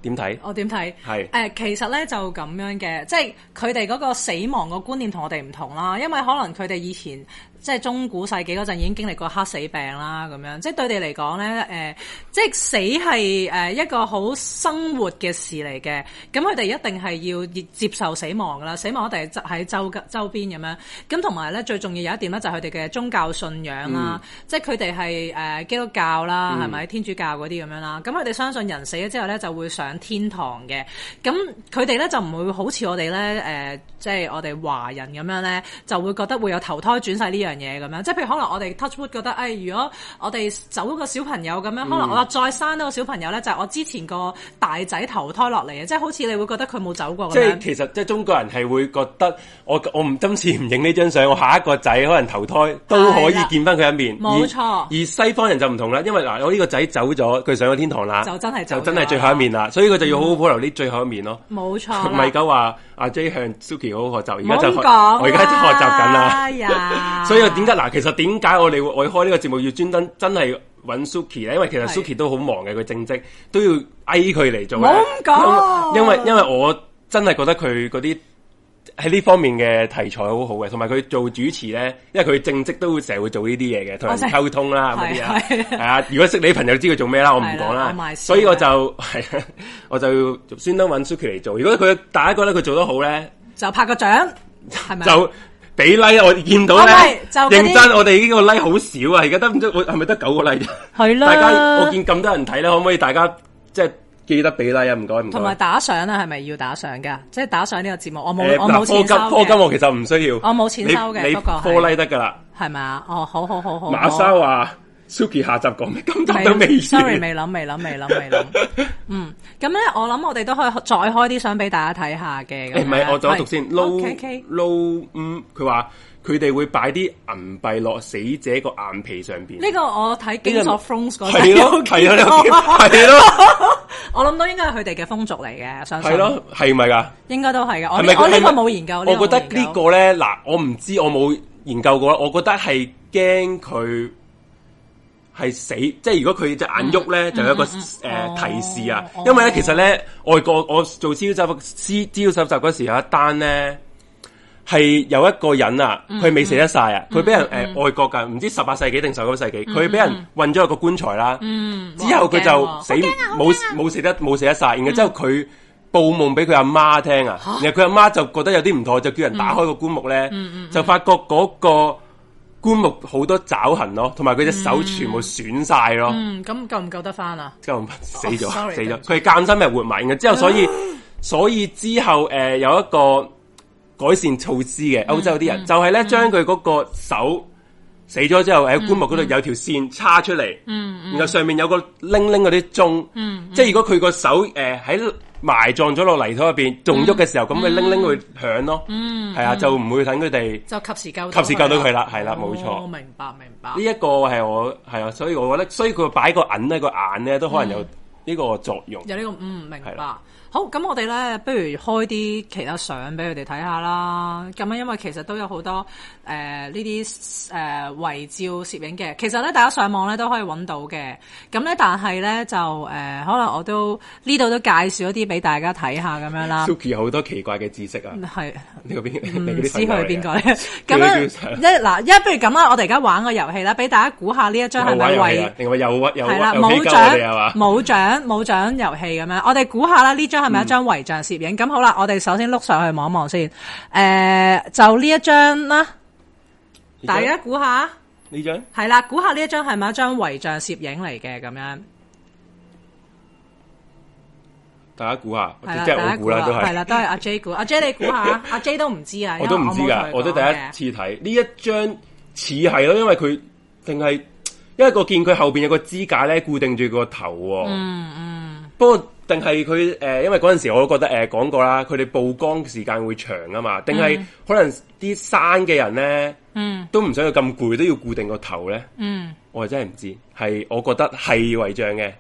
點睇？
我點睇？
係
誒、其實咧就咁樣嘅，即係佢哋嗰個死亡個觀念同我哋唔同啦，因為可能佢哋以前即係中古世紀嗰陣已經經歷過黑死病啦，咁樣即係對你嚟講咧，誒、即係死係誒一個好生活嘅事嚟嘅，咁佢哋一定係要接受死亡噶啦，死亡一定係喺周周邊咁樣，咁同埋咧最重要有一點咧就係佢哋嘅宗教信仰啊啦，即係佢哋係誒基督教啦，
嗯
係咪、天主教嗰啲咁樣啦，咁佢哋相信人死咗之後咧就會上天堂嘅，咁佢哋咧就唔會好似我哋咧誒，即係我哋華人咁樣咧，就會覺得會有投胎轉世呢樣嘢咁樣，即係譬如可能我哋 touch wood 覺得，誒、哎如果我哋走個小朋友咁樣，
嗯
可能我再生多個小朋友咧，就係、我之前個大仔投胎落嚟嘅，即係好似你會覺得佢冇走過咁
即係
樣。
其實即係中國人係會覺得我我唔今次唔影呢張相，我下一個仔可能投胎都可以見翻佢一面。
冇
而
錯
而西方人就唔同啦，因為嗱，我呢個仔走咗，佢上咗天堂啦，
就真係走
就
咗
真係最後一面啦，所以佢就要好好保留呢最後一面咯。
冇錯啦，
咪狗話阿 J 向 Suki 好好學習，而
嗯唔
家
好
就
咁啊
學
講
我而家就學習緊啦。
哎呀
所以我點解嗱？其實點解我哋會我開呢個節目要專登真係揾 Suki 咧？因為其實
係
Suki 都好忙嘅，佢正職都要嗌佢嚟做
唔
嘅。
好咁講
因為因為我真係覺得佢嗰啲喺呢方面嘅題材好好嘅，同埋佢做主持咧，因為佢正職都會成日會做呢啲嘢嘅，同人
我知
溝通啦咁
哦係
啲啊。
係
係啊，如果識你朋友知佢做咩啦，我唔講
係啦我賣啊
啦。
笑
所以我就 *laughs* 係啊，我就專登揾 Suki 嚟做。如果佢大家覺得佢做得好咧，
就拍個掌。係咪啊
就俾 like 我見到咧
啊咪，就嗰啲
認真我哋呢個 like 好少啊，而家得唔得？我係咪得九個 like 啫？
係啦
大家我見咁多人睇咧，可唔可以大家即係記得俾 like 啊？唔該唔該。
同埋打賞啊，係咪要打賞噶？即係打賞呢個節目，我冇
誒
我
嗱
冇錢收
課金課金
嘅，
我其實唔需要，
我冇錢收嘅
你你
不過係
課 like 得㗎啦。
係咪啊？哦，好好好好，
馬
好
莎話：Suki 下集講咩？今集
未
都未完
啊 sorry，未諗，未諗，未諗，未諗。
*laughs*
嗯，咁咧，我諗我哋都可以再開啲相俾大家睇下嘅。
誒，唔係，我再讀先。
K
Low
K，
Low，嗯，佢話佢哋會擺啲銀幣落死者個眼皮上邊。
呢個我睇《驚
呢
索
個
Thrones》嗰陣
係咯，係咯，
有見過
係咯，
我諗到應該係佢哋嘅風俗嚟嘅，相信
係咯，係咪㗎？
應該都係嘅。我
係咪？
我呢個
係咪
冇研究，
我
呢
覺
個
得
冇研
呢
究
個咧，嗱，我唔知，我冇研究過啦。我覺得係驚佢係死，即係如果佢隻眼喐
嗯
咧，就有一個誒、
哦
提示啊。
哦
因為咧，其實咧，外國我做資料搜集資料搜集嗰時有一單咧。係有一個人啊，
嗯
佢未死得晒啊，佢俾人誒、呃外國㗎，唔知十八世紀定十九世紀，佢俾人運咗入個棺材啦。
嗯
之後佢
哇
就
好
死
驚啊嗯喎
冇冇死得冇死得晒，然後之後佢報夢俾佢阿媽聽啊，然後佢阿媽就覺得有啲唔妥，就叫人打開個棺木
嗯
咧，就發覺嗰個棺木好多爪痕咯，同埋佢隻手全部損晒咯，
嗯，咁夠唔夠得翻啊？
就死咗
sorry，
死
對唔
咗。
住
佢係間身咪活埋，然後之後所以所以之後誒、呃有一個改善措施嘅歐洲啲人，就係咧將佢嗰個手。死咗之後喺棺木嗰度有條線叉出嚟，然後上面有個拎拎嗰啲鐘，即係如果佢個手誒喺、埋葬咗落泥土入邊仲喐嘅時候，咁佢拎拎會響咯，係、啊，就唔會等佢哋
就及時救，
及時救到佢啦係啦冇錯
我哦明白，明白
呢。一個係我係啊，所以我覺得，所以佢擺個銀呢個眼咧都可能有呢個作用。
有呢、個嗯明
係
白
啦。
好，咁我哋咧，不如開啲其他相俾佢哋睇下啦。咁啊，因為其實都有好多誒呢啲誒遺照攝影嘅，其實咧大家上網咧都可以揾到嘅。咁咧，但係咧就誒、呃可能我都呢度都介紹一啲俾大家睇下咁樣啦。
Suki 有好多奇怪嘅知識啊！
係。
呢個邊
嗯
*laughs*
唔
你嗰
知
啲朋
佢
友嚟啊嘅
係邊個咧？咁
佢
樣一嗱一，不如咁啦，我哋而家玩個遊戲啦，俾大家估下呢一張係
又玩
咪
遊戲
遺
啊？定話又屈又屈
係啦，
又
冇
起鳩我哋係
獎
嘛？
冇獎冇獎遊戲咁樣，我哋估下啦，呢張係咪一張遺像攝影？咁、好啦，我哋首先碌上去望一望先。誒、就呢一張啦，大家估下，
呢張
係啦，估下呢一張係咪一張遺像攝影嚟嘅咁樣？
大家估下，
係啦，
即係
大
我
家
估啦，都
係
係
啦，都係阿 J 估，阿 J 你估下，阿 J 都唔知啊，
我都唔知
因為
㗎，
冇同佢
我都第
講嘅
一次睇呢一張似係咯，因為佢定係因為我見佢後邊有個支架咧固定住個頭喎。嗯嗯。不過定係佢呃誒，因為嗰陣時我都覺得誒講過啦，佢哋曝光時間會長啊嘛，定係可能啲生嘅人咧，嗯，都唔想佢咁攰，都要固定個頭咧。
嗯，
我真係唔知，係我覺得係遺像嘅，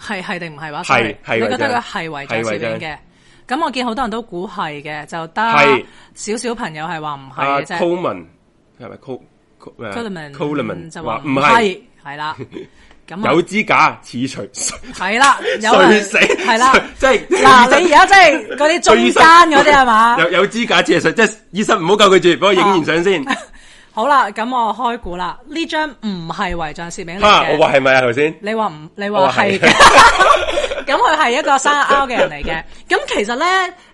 係係定唔係話？
係係
你覺得
遺像
佢係遺像攝
係
影
遺
嘅？咁我見好多人都估係嘅，就得
係
少少朋友係話唔
阿
係嘅啫。
Coleman 係咪 Col
Coleman
Coleman
就
話
話
唔係 *laughs*
係啦，咁啊
有支架似除。
係啦，
*laughs*
有
碎
人
死，
係啦。
*laughs* 即係
嗱，你而家即係
*laughs*
嗰啲中間嗰啲係嘛？
有有支架借水，即係醫生唔好救佢住，俾我影完相
*laughs*
先。
好啦，咁我開估啦，呢張唔係遺像攝影嚟
吓，我
嘅。
話係咪啊？頭先
你話唔？你
我
話
話係
係
*laughs*
嘅。 *laughs* 咁佢係一個生日 out 嘅人嚟嘅。咁其實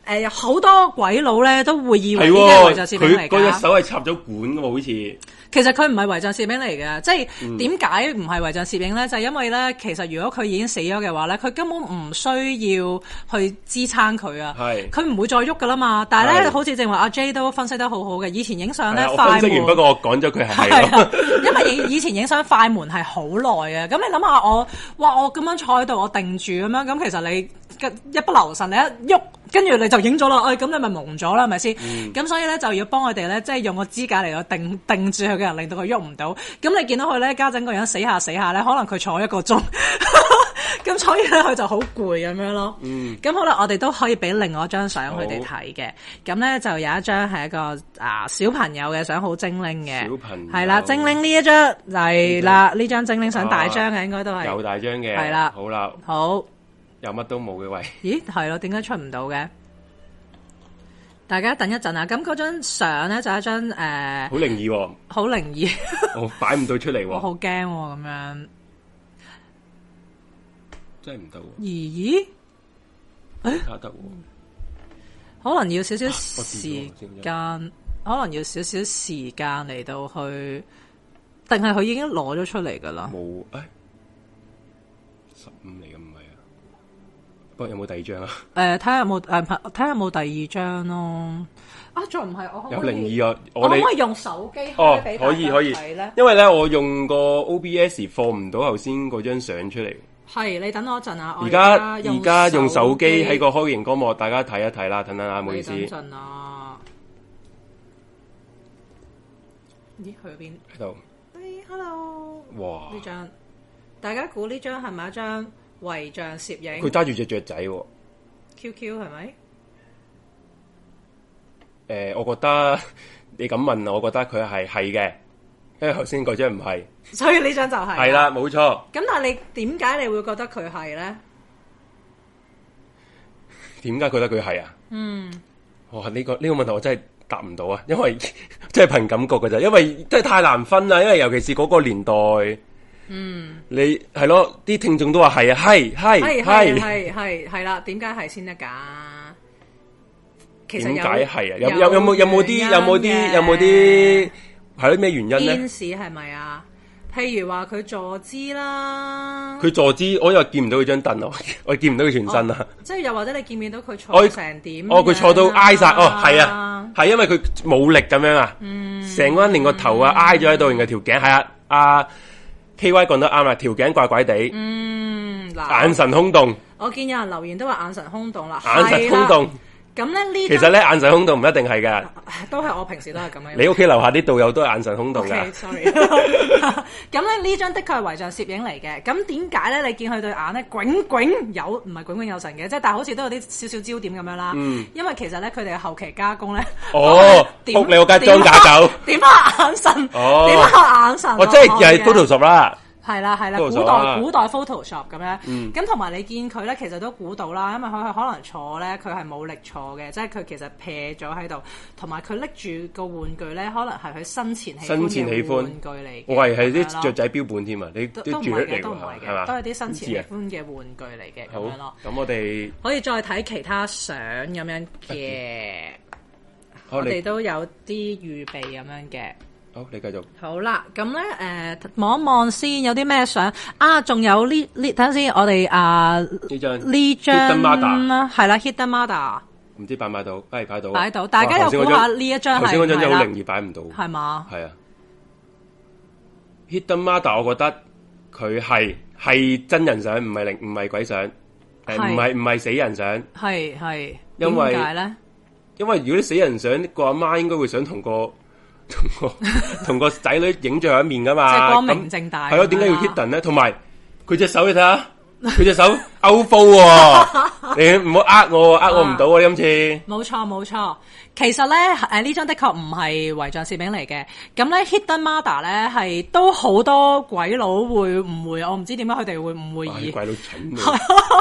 咧，誒好多鬼佬咧都會以為
係
呢啲係遺像攝影
佢
嚟
嗰隻
㗎。
手係插咗管㗎嘛，好似
其實佢唔係遺像攝影嚟嘅，即
嗯
係點解唔係遺像攝影咧？就係因為咧，其實如果佢已經死咗嘅話咧，佢根本唔需要去支撐佢啊。
係
佢唔會再喐噶啦嘛。但係咧，
係
好似正話阿 J 都分析得好好嘅，以前影相
係
咧
啊我
快
分析
門
完，。不過我講咗佢係
係
係
啊
*laughs* 咯，
因為以以前影相快門係好耐嘅，咁你諗下我，哇！我咁樣坐喺度，我定住咁樣，咁其實你一不留神，你一喐，跟住你就影咗啦，哎，咁你咪蒙咗啦，係咪先？咁、所以咧就要幫佢哋咧，即係用個支架嚟到定定住佢嘅人，令到佢喐唔到。咁你見到佢咧家陣個樣死下死下咧，可能佢坐一個鐘。 *laughs* 咁所以咧，佢就好攰咁樣咯。嗯，咁好啦，我哋都可以俾另外一張相佢哋睇嘅。咁咧就有一張係一個啊小朋友嘅相，好精靈嘅。
小朋友
係啦，精靈呢一張嚟啦，呢張精靈相大張嘅應該都
有
係。
大張嘅，
係啦
好啦，
好，
又乜都冇嘅喂，
咦係咯，點解出唔到嘅？大家等一陣啊！咁嗰張相咧就係一張誒
好靈異喎，
好靈異，
我擺唔到出嚟
我
喎，
好驚喎咁樣。
真係唔得喎，
咦咦？
睇下得喎，
可能要少少
啊我自己都
時
唔知點
間。可能要少少時間嚟到去，定係佢已經攞咗出嚟噶啦？
冇诶，十五嚟嘅唔係啊，不過有冇第二張啊？
誒、睇下有冇誒，睇下有冇第二張咯。啊，再唔係我可
有
唔可以
零二啊，
我
我
可
哋
唔可以用手機
哦
開俾
可以可以
大家睇咧，？
因為咧我用個 OBS 放唔到頭先嗰張相出嚟，
係你等我一陣啊！我
而家而
而
家
家
用手機喺個
個
開型光幕，大家睇一睇啦，等等啊，唔好意思，
你
喺
等陣啊！咦，去邊？
度，
喂，hello，
哇
呢，張大家估呢張係咪一張遺像攝
佢
影
揸住只雀仔喎。
？QQ 係咪？ *laughs*
诶、我覺得你咁問，我覺得佢係係嘅，因為頭先嗰張唔係，
所以呢張就係
係啦，。冇錯。
咁但係你點解你會覺得佢係咧？
點解覺得佢係啊？嗯，哇！呢、個呢、個問題我真係答唔到啊，因為 *laughs* 真係憑感覺嘅咋，因為 *laughs* 真係太難分啦。因為尤其是嗰個年代，嗯，你係咯，啲聽眾都話係啊，係係
係係
係，
係係係啦，點解係先得㗎？其實
點
有
解係啊？有有有冇有冇啲
原因
有冇啲有冇
嘅
啲係咯咩原因咧
天？使係咪啊？譬如話佢坐姿啦，
佢坐姿，我又見唔到佢張凳啊，我我見唔到佢全身啊。
即係又或者你見唔見到佢
我
坐成點樣啊？
哦，佢坐到挨晒，哦，係啊，係因為佢冇力咁樣啊，
嗯
成個人連個頭啊挨咗喺度，然後條頸係啊，阿 K Y 講得啱啦，啊條頸怪怪地，
嗯，嗱，
眼神空洞，
我見有人留言都話眼神空洞啦，
眼神空洞
係啦。啊咁咧呢
其
張
實咧眼神空洞唔一定係
*laughs*
㗎，
都係我平時都係咁樣。
你屋企樓下啲導遊都係眼神空洞
o
㗎。
k
*laughs*
sorry。咁咧呢張的確係遺像攝影嚟嘅。咁點解咧？你見佢對眼咧炯炯有，唔係炯炯有神嘅，即係但係好似都有啲少少焦點咁樣啦。因為其實咧佢哋後期加工咧，
哦
都係點
仆你個街裝假狗
點下眼神，
哦
點下眼神啊，
哦，即係又係
我嘅
Photoshop 啦，
係啦係啦，古
Photoshop 啊嗯
代古代 Photoshop 咁樣，咁同埋你見佢咧，其實都估到啦，因為佢佢可能坐咧，佢係冇力坐嘅，即係佢其實撇咗喺度，同埋佢拎住個玩具咧，可能係佢生前喜歡
生前喜
嘅
歡
玩具嚟嘅。
喂係
咁樣
啲
咯
雀仔標本添啊，你
都
啲
都唔
雀
係
嚟
嘅，
㗎
都唔係
係
嘅，
嘛？
都係啲生
知
前
啊
喜歡嘅玩具嚟嘅咁
好
樣咯。，
咁我哋
可以再睇其他相咁樣嘅，
好
我哋
你
都有啲預備咁樣嘅。
好你繼續，
好啦，咁咧誒望一望先，有啲咩相啊？仲有呢呢等陣先，我哋啊
呢張
呢
Hidden
張
Mother
啦，係啦，Hidden Mother
唔知擺唔擺到？係擺到啊，
擺到大家又
哇頭先嗰
估下
張
呢一張係
頭先嗰張就
唔
好
係啦
靈異，擺唔到。
係嘛？
系啊，Hidden Mother，我覺得佢係係真人相，唔係靈，唔係鬼相，诶，
係
唔係唔係死人相。
係係，
因為
點解咧？
因為如果啲死人相，個阿媽應該會想同個 *laughs* 同
*laughs*
個同個仔女影最後一面噶嘛。
即係光明
咁
正大
係咯，點解要
咁樣啦
Hidden 咧？同埋佢隻手你睇
*laughs*
下，佢隻手勾煲喎，你唔好呃我喎，呃我唔到啊！你今次
冇錯冇錯，其實咧誒呢呃張的確唔係遺像攝影嚟嘅，咁咧 Hidden Mother 咧係都好多鬼佬會誤會，我唔知點解佢哋會誤會
哇
以
啲鬼佬蠢喎，
*laughs*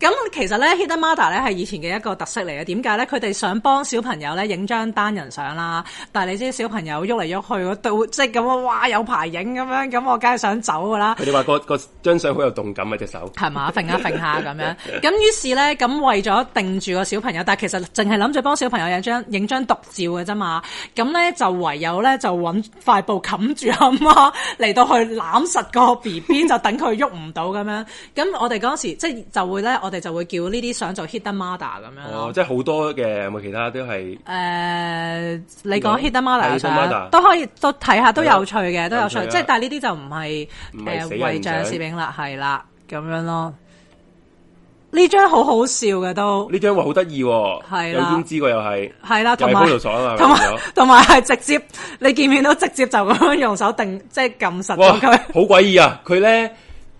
咁其實咧，Hidden Mother 咧係以前嘅一個特色嚟嘅。點解咧？佢哋想幫小朋友咧影張單人相啦，但係你知小朋友喐嚟喐去嗰度，即係咁啊，哇有排影咁樣，咁我梗係想走
*laughs*
噶啦。
佢哋話個個張相好有動感啊，隻手。
係嘛，揈下揈下咁樣， *laughs* 咁於是咧，咁為咗定住個小朋友，但係其實淨係諗住幫小朋友影張影張獨照嘅啫嘛，咁咧就唯有咧就揾塊布冚住阿媽 *laughs* 嚟到去攬實個 B B，就等佢喐唔到咁樣。咁我哋嗰時即係就會咧，我哋就會叫呢啲相做 hidden mother 咁樣咯。
哦，即係好多嘅，有冇其他都係
誒、呃你講 Hidden Mother 啊嘅
啊 Hidden Mother
相都可以都睇下，都有趣嘅，都有趣
有。趣啊
即係但係呢啲就唔係
唔係
誒
死人
遺像
相
攝影啦，係啦，咁樣咯。呢張好好笑嘅都
呢張話好得意喎，
係
有
啦
胭脂個又係，
係啦，
又
同
係
埋
Photoshop 啊嘛，
同
變
埋
咗
同埋係直接你見面都直接就咁樣用手定，即係撳實
哇，
咗佢。
好詭異啊！佢咧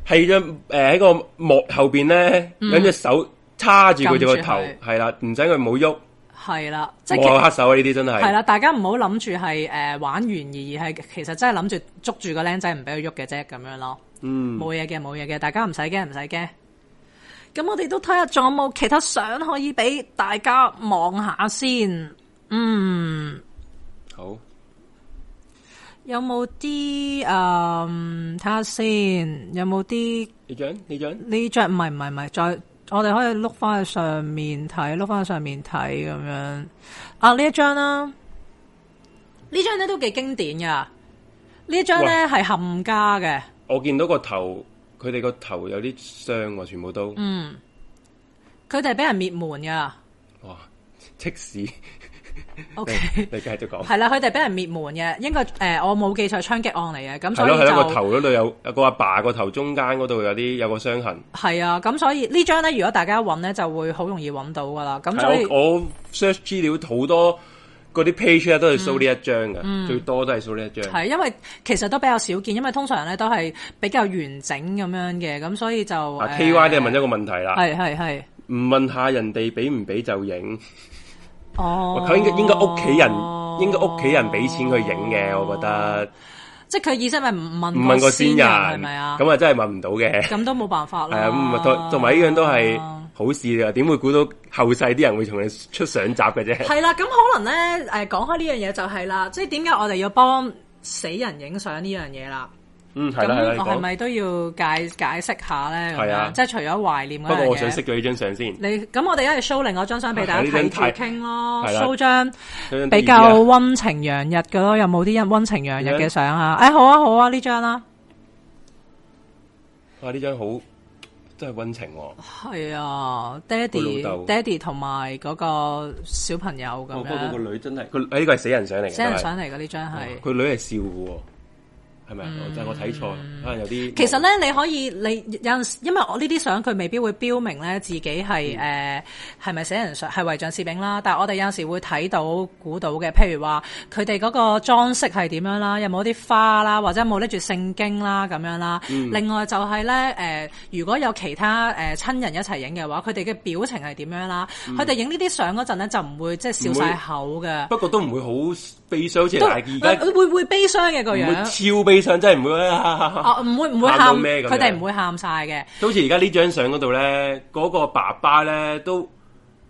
係張誒喺個幕後邊咧，有隻手叉住佢隻個頭
嗯撳，住
係啦，唔使佢冇喐，
係啦，即係
我
其
黑手啊！呢啲真
係
係，
啦，大家唔好諗住係誒玩懸疑，而係其實真係諗住捉住個僆仔唔俾佢喐嘅啫，咁樣咯。
嗯，
冇嘢嘅，冇嘢嘅，大家唔使驚，唔使驚。咁我哋都睇下仲有冇其他相可以俾大家望下先。嗯，
好，
有冇啲誒？睇下先，有冇啲
呢張呢張
呢張唔係唔係唔係，再我哋可以碌翻去上面睇，碌翻去上面睇咁樣。啊，呢一張啦，呢張咧都幾經典噶，呢張咧係冚家嘅，
我見到個頭，佢哋個頭有啲傷喎，全部都，
嗯，佢哋係俾人滅門噶
哇，即屎！
，OK。
你你繼續講，
係啦，佢哋俾人滅門嘅，應該誒、呃我冇記錯係槍擊案嚟嘅，咁
係
所
咯
以
係咯，個
就
頭嗰度有有個阿爸個頭中間嗰度有啲有個傷痕，
係啊，咁所以呢張咧，如果大家揾咧，就會好容易揾到噶啦，咁所以
係我我 search 資料好多嗰啲 page 咧都係 show 呢一張嘅，最多都係 show 呢一張。
嗯係因為其實都比較少見，因為通常咧都係比較完整咁樣嘅，咁所以就呃
啊
誒
K Y 你又問一個問題啦，
係係係，
唔問下人哋俾唔俾就影，
哦，
佢應該應該屋企人應該屋企人俾錢佢影嘅，我覺得
即係佢意思係咪唔問
唔問
個
個先人
係咪啊？哦
咁啊真係問唔到嘅。
咁都冇辦法
系
啦。哦
啊，咁啊同同埋呢樣都係好事嚟㗎，點會估到後世啲人會同你出上集嘅啫？
係啦，咁可能咧，誒講開呢樣嘢就係啦，即係點解我哋要幫死人影相呢樣嘢啦？
嗯，係啦，係啦，
咁
你
我係
講。
咪都要解解釋下咧？咁
係啊
樣即係除咗懷念嗰
不
樣
過我想
嘢
熄。咗呢張相先，
你咁我哋一係 show 另外一張相俾大家
係啊
睇
呢
住
張太
傾咯
係啦
，show 張
張
比
DV 啊
較温情洋溢嘅咯，有冇啲温情洋溢嘅相啊？誒好啊好啊，呢張啦，
哇呢張好真係温情喎。
係啊，爹
佢老豆
哋爹哋同埋嗰個小朋友咁
哦不過個
樣，
女真係，佢呢個係死人相嚟嘅，
死人
真係
相嚟嘅呢張係。嗯
佢女係笑嘅喎，係咪啊？我真係我睇錯，可能有啲。
其實，咧，你可以你有陣時，因為我呢啲相佢未必會標明咧自己
嗯
係誒係咪死人相係遺像攝影啦，但係我哋有陣時會睇到估到嘅，譬如話佢哋嗰個裝飾係點樣啦，有冇啲花啦，或者有冇拎住聖經啦咁樣啦。
嗯
另外就係咧誒，如果有其他誒、呃、親人一齊影嘅話，佢哋嘅表情係點樣啦？佢哋影呢啲相嗰陣咧就唔會即係笑晒口嘅，
嗯哦不過都唔會好悲傷，好似
都
大而家
會會悲傷嘅個
唔會
樣。
超悲傷，真係唔會啊哈哈哈。
哦，唔會唔會
喊到
喊，
咩咁
佢哋
樣
唔會喊晒嘅。
好似而家呢張相嗰度咧，嗰、個爸爸咧都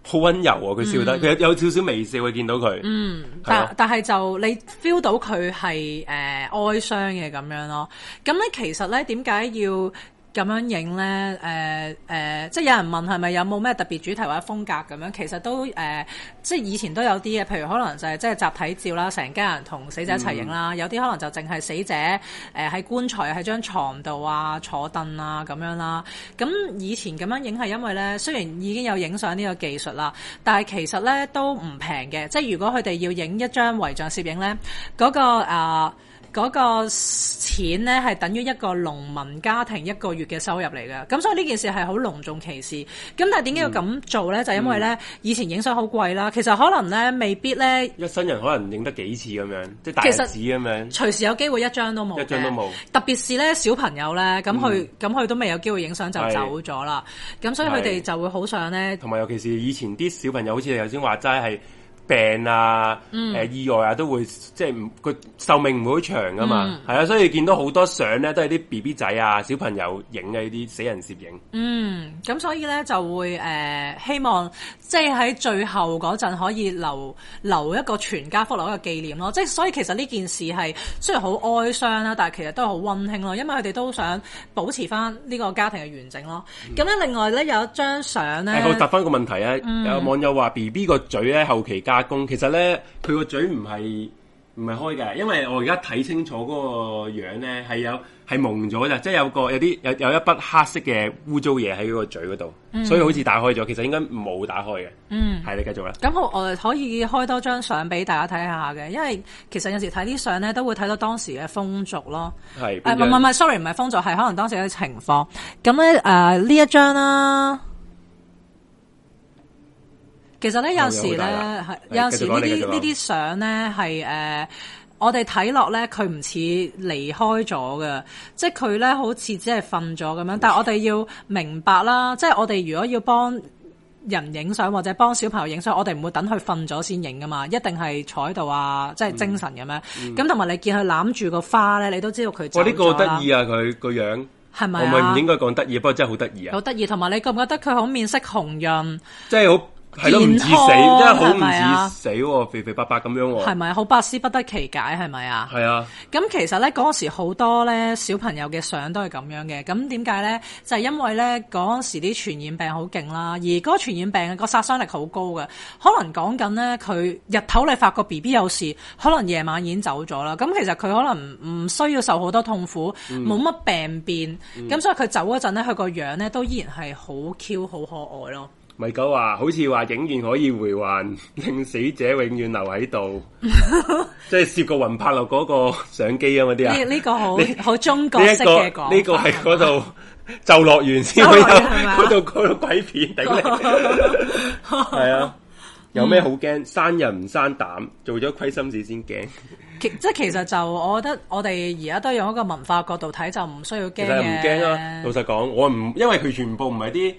好温柔喎、佢笑得，佢、有有少少微笑，會見到佢。嗯，係
嗯但
咯，
但係就你 feel 到佢係誒呃哀傷嘅咁樣咯。咁咧其實咧點解要咁樣影咧？誒、誒、即係有人問係咪有冇咩特別主題或者風格咁樣？其實都誒、即係以前都有啲嘅，譬如可能就係即係集體照啦，成家人同死者一齊影
嗯
啦。有啲可能就淨係死者呃誒喺、棺材喺張床度啊，坐凳啊咁樣啦。咁以前咁樣影係因為咧，雖然已經有影相呢個技術啦，但係其實咧都唔平嘅。即係如果佢哋要影一張遺像攝影咧，嗰、個啊嗰、個錢咧係等於一個農民家庭一個月嘅收入嚟嘅。咁所以呢件事係好隆重其事。咁但係點解要咁做咧？就因為咧
嗯
以前影相好貴啦，其實可能咧未必咧
一生人可能影得幾次咁樣，即係大
其
日
實
子咁樣。
隨時有機會一張都冇嘅，
一張都冇嗯
特別是咧小朋友咧，咁佢咁佢都未有機會影相就走咗啦。咁所以佢
係
哋就會好想咧，
同埋尤其是以前啲小朋友，好似你頭先話齋係病啊、呃意外啊，都會即係唔個壽命唔會好長噶嘛。係、啊，所以見到好多相咧，都係啲 B B 仔啊、小朋友影嘅呢啲死人攝影。
嗯，咁所以咧就會誒、呃希望即係喺最後嗰陣可以留留一個全家福，留一個紀念咯。即係所以其實呢件事係雖然好哀傷啦，但係其實都係好温馨咯，因為佢哋都想保持翻呢個家庭嘅完整咯。咁咧、另外咧有一張相咧
誒，，我答翻個問題啊！
嗯
有網友話 B B 個嘴咧後期加工，其實咧佢個嘴唔係唔係開嘅，因為我而家睇清楚嗰個樣咧係有係蒙咗咋，即係有個有啲有有一筆黑色嘅污糟嘢喺嗰個嘴嗰度，
嗯
所以好似打開咗，其實應該冇打開嘅。嗯，係你繼續啦。
咁好，我哋可以開多張相俾大家睇下嘅，因為其實有時睇啲相咧，都會睇到當時嘅風俗咯。
係
誒，
邊
呃唔係唔係
張
唔係，sorry，唔係風俗，係可能當時嘅情況。咁咧誒呢一張啦，其實咧有時
有好
咧
大啦
係
係
有
繼續
時呢
講你繼
啲
續講
呢啲相咧係誒。我哋睇落咧，佢唔似離開咗嘅，即係佢咧好似只係瞓咗咁樣。但係我哋要明白啦，即係我哋如果要幫人影相或者幫小朋友影相，我哋唔會等佢瞓咗先影噶嘛，一定係坐喺度啊，
嗯
即係精神咁樣。咁同埋你見佢攬住個花咧，你都知道佢走
哇！呢個
咗
得
啦，
意啊，佢個樣，
係
我
咪
咪唔
啊
應？該講得意，不過真係好得意啊
好，得意，同埋你覺唔覺得佢好面色紅潤？
即係好系咯，唔似死，真系
健康
好
係咪啊
唔似死喎，肥肥白白咁样
系
喎，
咪啊？好百思不得其解，係咪啊？
系啊，
咁其實咧嗰時好多咧小朋友嘅相都係咁樣嘅，咁點解咧？就係、因為咧嗰時啲傳染病好勁啦，而嗰個傳染病個殺傷力好高嘅，可能講緊咧佢日頭你發覺 B B 有事，可能夜晚已經走咗啦。咁其實佢可能唔需要受好多痛苦，
嗯
冇乜病變，咁、所以佢走嗰陣咧，佢個樣咧都依然係好 Q 好可愛咯。
米狗话好似话影院可以回环，令死者永远留喺
*laughs*
度，即系摄个云拍落嗰个相机啊嗰啲啊，
呢呢、個好
呢
好中國
呢一
式
個
嘅講法
呢個係
係
嗰
嘛 *laughs*
度就樂園先會有
就樂園係嘛
*laughs* 嗰度嗰度鬼片頂你，
*laughs*
係啊！有咩好驚？生人唔生膽，做咗虧心事先驚。
其即係其實就我覺得我哋而家都用一個文化角度睇，就唔需要
其
驚
實
嘅。嗯
唔驚啊！老實講，我唔因為佢全部唔係啲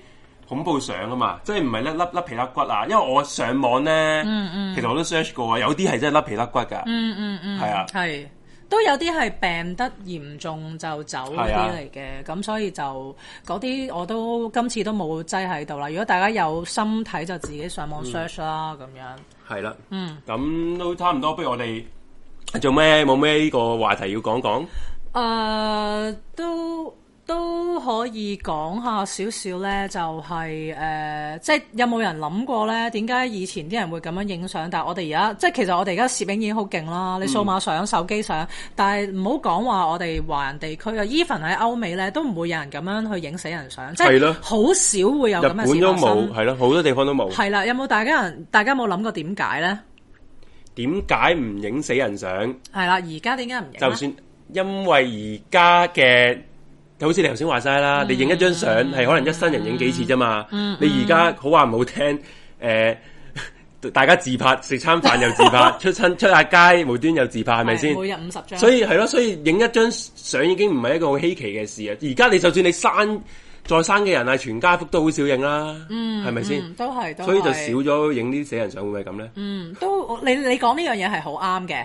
恐怖相啊嘛，即係唔係甩甩甩皮甩骨啊！因為我上網咧，
嗯
其實我都 search 過啊，有啲係真係甩皮甩骨㗎。嗯嗯嗯，係啊，
係都有啲係病得嚴重就走嗰
係
啲
啊
嚟嘅，咁所以就嗰啲我都今次都冇擠喺度啦。如果大家有心睇，就自己上
嗯
網 search 啦，咁、樣。
係啦。嗯，咁都差唔多，不如我哋做咩？冇咩呢個話題要講講？
誒、呃都都可以講下少少咧，就係、呃即係有冇人諗過咧？點解以前啲人會咁樣影相？但係我哋而家即係其實我哋而家攝影已經好勁啦，
嗯
你數碼相、手機相，但係唔好講話我哋華人地區啊，even 喺歐美咧都唔會有人咁樣去影死人相，即
係
係
咯
好少會有
日
咁嘅
本
事
都
發生
冇，。係咯，好多地方都冇。
係啦，有冇大家人？大家有冇諗過點解咧？
點解唔影死人相？
係啦，而家點解唔影呢？
就算因為而家嘅，就好似你頭先話齋
嗯
啦，你影一張相係可能一生人影幾次啫嘛。你而家好話唔好聽，誒、大家自拍食餐飯又自拍，
*laughs*
出親出下街無端又自拍，係咪先？
每日五十張。
所以係咯，所以影一張相已經唔係一個好稀奇嘅事啊！而家你就算你生再生嘅人啊，全家福都好少影啦，係咪先？
嗯都係，都
所以就
係
少咗影啲死人相，會唔會係咁咧？
嗯，都你你講呢樣嘢係好啱嘅。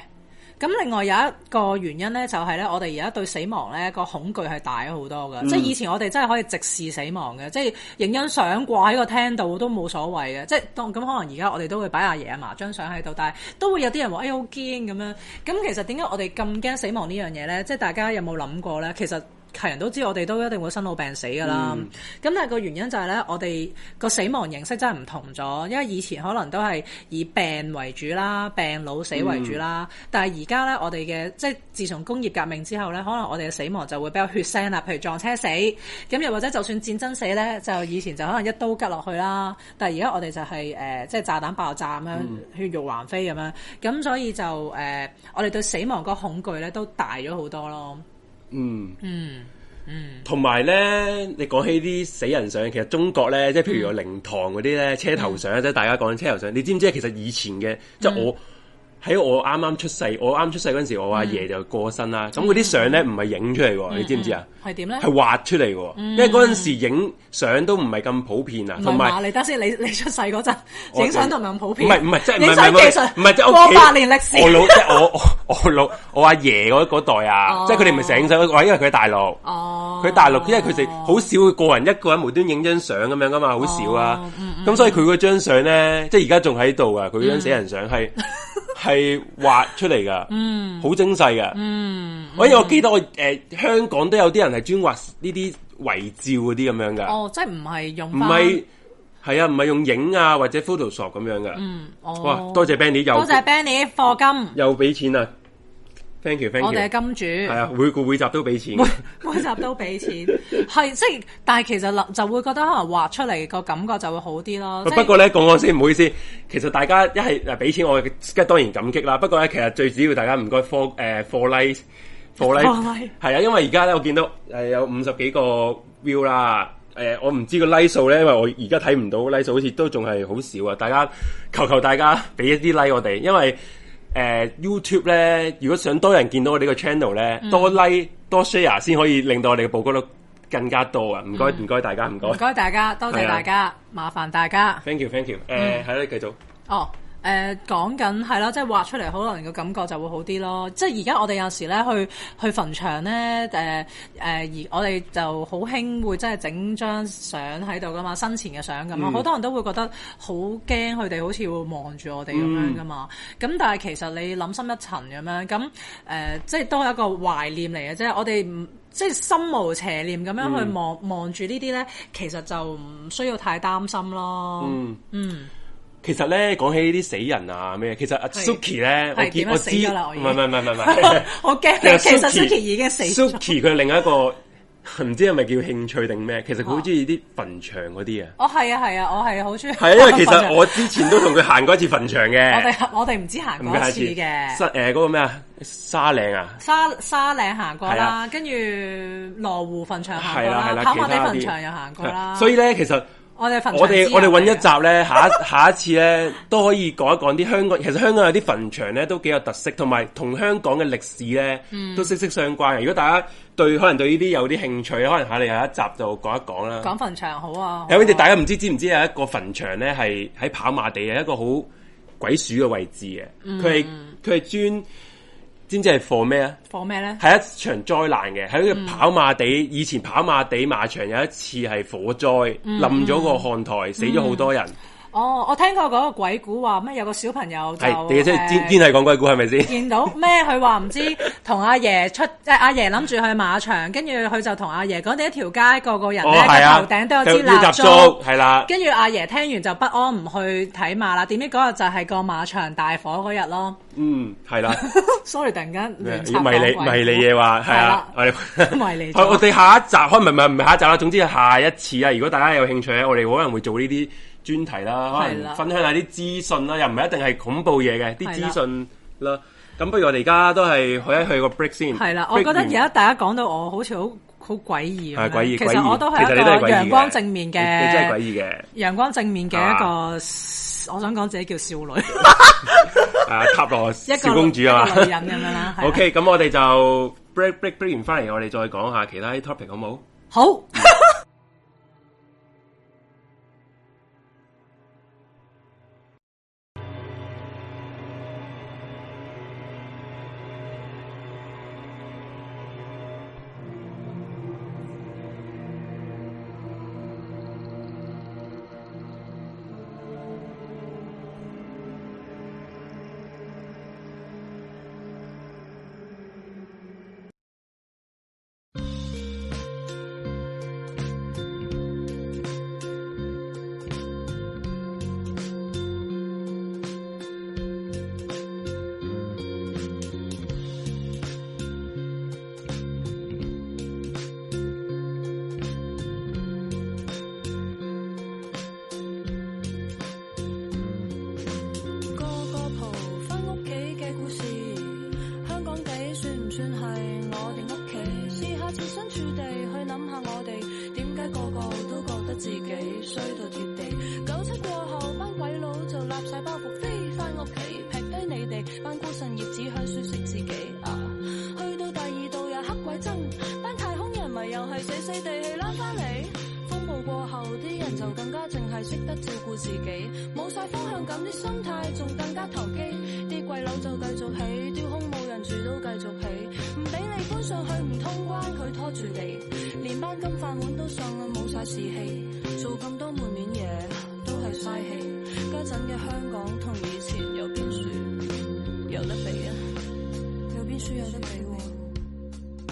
咁另外有一個原因咧，就係咧，我哋而家對死亡咧個恐懼係大咗好多嘅。即係以前我哋真係可以直視死亡嘅，即係影張相掛喺個廳度都冇所謂嘅。即係當咁可能而家我哋都會擺阿爺阿嫲張相喺度，但係都會有啲人話：哎呀好驚咁樣。咁其實點解我哋咁驚死亡呢樣嘢咧？即係大家有冇諗過咧？其實係人都知我哋都一定會生老病死㗎啦。咁、但係個原因就係咧，我哋個死亡形式真係唔同咗，因為以前可能都係以病為主啦，病老死為主啦。但係而家咧，我哋嘅即係自從工業革命之後咧，可能我哋嘅死亡就會比較血腥啊啦，譬如撞車死，咁又或者就算戰爭死咧，就以前就可能一刀吉落去啦，但係而家我哋就係、呃即係炸彈爆炸咁樣，血肉橫飛咁樣，咁所以就誒、呃我哋對死亡個恐懼咧都大咗好多咯。
嗯。
嗯。
同埋咧，你講起啲死人相，其實中國咧，即係譬如有靈堂嗰啲
嗯
咧，車頭相，即係大家講緊車頭相。你知唔知其實以前嘅，即
嗯
係我喺我啱啱出世，我啱出世嗰陣時，我阿爺就過身
嗯
啦。咁嗰啲相咧唔係影出嚟喎，你知唔知啊？
係點咧？
係畫出嚟喎，因為嗰陣時影相都唔係咁普遍啊，
嗯唔
同
係嘛？
埋。
你等先，你 *laughs* 你出世嗰陣
我
影相同埋咁普
唔
遍，
係唔係，即係唔
影
係
相
唔
技
係
術，
唔係即係屋
過
企
百年歷史。
我老即係我我我老我阿爺嗰嗰代啊，
哦
即係佢哋唔係影相嗰個，因為佢喺大陸。
哦，
佢大陸，因為佢哋好少會個人一個人無端影張相咁樣噶
哦
嘛，好少啊。
嗯
咁、所以佢嗰張相咧，即係而家仲喺度啊。佢張死
嗯
人相係係畫出嚟
*laughs*
噶，嗯，好精細噶，嗯。我因為我記得我誒、呃香港都有啲人係專畫呢啲遺照嗰啲咁樣噶，
哦，即係唔係用
唔
返
係係啊，唔係用影啊或者 Photoshop 咁樣噶。
嗯哦，
哇，多謝 Benny 又
多謝 Benny 課金，
又俾錢啊，thank you thank
我
you，
哋係金主
係。啊，每個每集都俾錢㗎。
*laughs* 每每集都俾錢，係即係，但係其實諗就會覺得可能畫出嚟個感覺就會好啲咯。即
*laughs*
係
不過咧，講講先，唔好意思。其實大家一係誒俾錢我，梗當然感激啦。不過咧，其實最主要大家唔該科誒課 like 課 like
like
係啊，因為而家咧我見到誒、有五十幾個 view 啦。誒、我唔知個 like 數咧，因為我而家睇唔到 like 數，好似都仲係好少啊！大家求求大家俾一啲 like 我哋，因為誒、YouTube 咧，如果想多人見到我哋個 channel 咧，多 like 多 share 先可以令到我哋嘅曝光率更加多啊！唔該唔該，大家唔該
唔該大家，多謝
係啊
大家，麻煩大家。
嗯，thank you thank you，誒係啦，繼續。
哦，誒講緊係啦，即係畫出嚟，可能個感覺就會好啲咯。即係而家我哋有時咧去去墳場咧，誒、呃、誒、呃，而我哋就好興會真係整張相喺度噶嘛，生前嘅相咁啊，好、多人都會覺得好驚，佢哋好似會望住我哋咁樣噶嘛。咁、但係其實你諗深一層咁樣，咁誒、呃即係都係一個懷念嚟嘅啫。我哋唔即係心無邪念咁樣去望望住呢啲咧，其實就唔需要太擔心咯。嗯
其實咧，講起呢啲死人啊咩，其實阿
係
Suki 咧，我
係點
見
啊
我
死
知，
咗啦我已
唔係
經
唔係唔係唔
*laughs*
係。
我驚
其實
其實 Suki 已經死咗。
Suki 佢另一個唔知係咪叫興趣定咩？其實佢好中意啲墳場嗰啲啊。
哦，係啊，係啊，我係好中意。
係啊，
*laughs*
因為其實我之前都同佢行過一次墳場
我
嘅，
哋我哋唔止行
唔
過一
係
次
一次
嘅
沙誒嗰個咩啊沙嶺啊，
沙沙嶺行過
係
啦，
啊
跟住羅湖墳場行過
係啦係啦，
啦，跑
其
馬地
他
墳
啲
場又行過
係
啦。
所以咧，其實。
我哋墳場
我哋
之啊
我哋揾
友嚟
一
嘅
集咧，下一 *laughs* 下一次咧都可以講一講啲香港。其實香港有啲墳場咧都幾有特色，同埋同香港嘅歷史咧
嗯
都息息相關嘅。如果大家對可能對呢啲有啲興趣，可能下嚟有一集就講一講啦。
講墳場好啊。
有啲
好啊
大家唔知知唔知有一個墳場咧，係喺跑馬地嘅一個好鬼鼠嘅位置
嗯
嘅。佢係佢係專知唔知係 for 咩啊？
放咩咧？
係一場災難嘅，喺
嗯
個跑馬地、以前跑馬地馬場有一次係火災，
嗯
冧咗、個看台，死咗好多人。
哦，我聽過嗰個鬼故話咩？有個小朋友就
係，你即係
誒
堅堅係講鬼故係咪先？
見到咩？佢話唔知同阿爺出，即係阿爺諗住去馬場，跟住佢就同阿爺講：你一條街個個人
哦，
咧
係
個
啊，
頭頂都有支
就要
蠟
集
燭。
係啦，
跟住阿爺聽完就不安唔去睇馬啦，點知嗰日就係個馬場大火嗰日咯。
嗯，係啦，
sorry，突然間
迷
亂
你
插講鬼故
迷你嘢話係啊，我哋
*laughs* 迷你咗
*laughs* 我我哋下一集，可能唔係唔係下一集啦，總之係下一次啊。如果大家有興趣咧，我哋可能會做呢啲專題啦，可
係啦
能分享下啲資訊啦，又唔係一定係恐怖嘢嘅啲
係啦
資訊啦。咁不如我哋而家都係去一去個 break 先。
係啦，我覺得
break 完
而家大家講到我好似好好詭異
係詭異，
咁樣啊其
詭
實
異
我都係
其實
一
你都係
個
詭異嘅
陽光正面嘅，
你你真係詭異嘅。
陽光正面嘅
啊
一個，我想講自己叫少
*laughs*
女， *laughs*
啊，塔羅
一個
小公主啊
一
嘛
個女。人咁樣啦。係
*laughs*
啊
OK，咁我哋就 break break break 完翻嚟，我哋再講下其他啲 topic 好冇？
好。
個個蒲返屋企嘅故事，香港地算唔算係我哋屋企？試下設身處地去諗下我哋點解個個都覺得自己衰到貼地？九七過後班鬼佬就立晒包袱飛返屋企，劈低你哋班孤臣葉子向説食自己啊！去到第二度又黑鬼憎，班太空人咪又係死死地氣攬返嚟。風暴過後，啲人就更加淨係識得照顧自己，冇晒方向感，啲心態仲更加投機。啲貴樓就繼續起，啲空冇人住都繼續起，唔俾你搬上去唔通關，佢拖住你，連班金飯碗都上啦，冇晒士氣，做咁多門面嘢都係嘥氣。家陣嘅香港同以前有邊處有得比啊？有邊處有得比喎、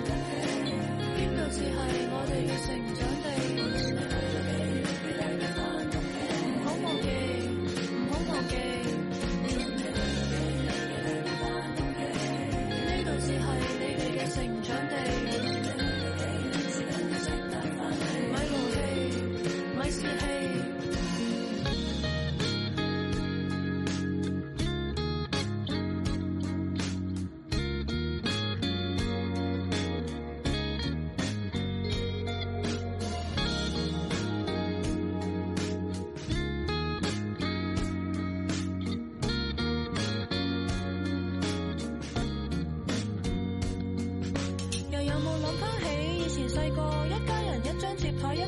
邊個至係我哋嘅成長地？唔好忘記，唔好忘記，呢度至係你哋嘅成長地。唔咪勞氣，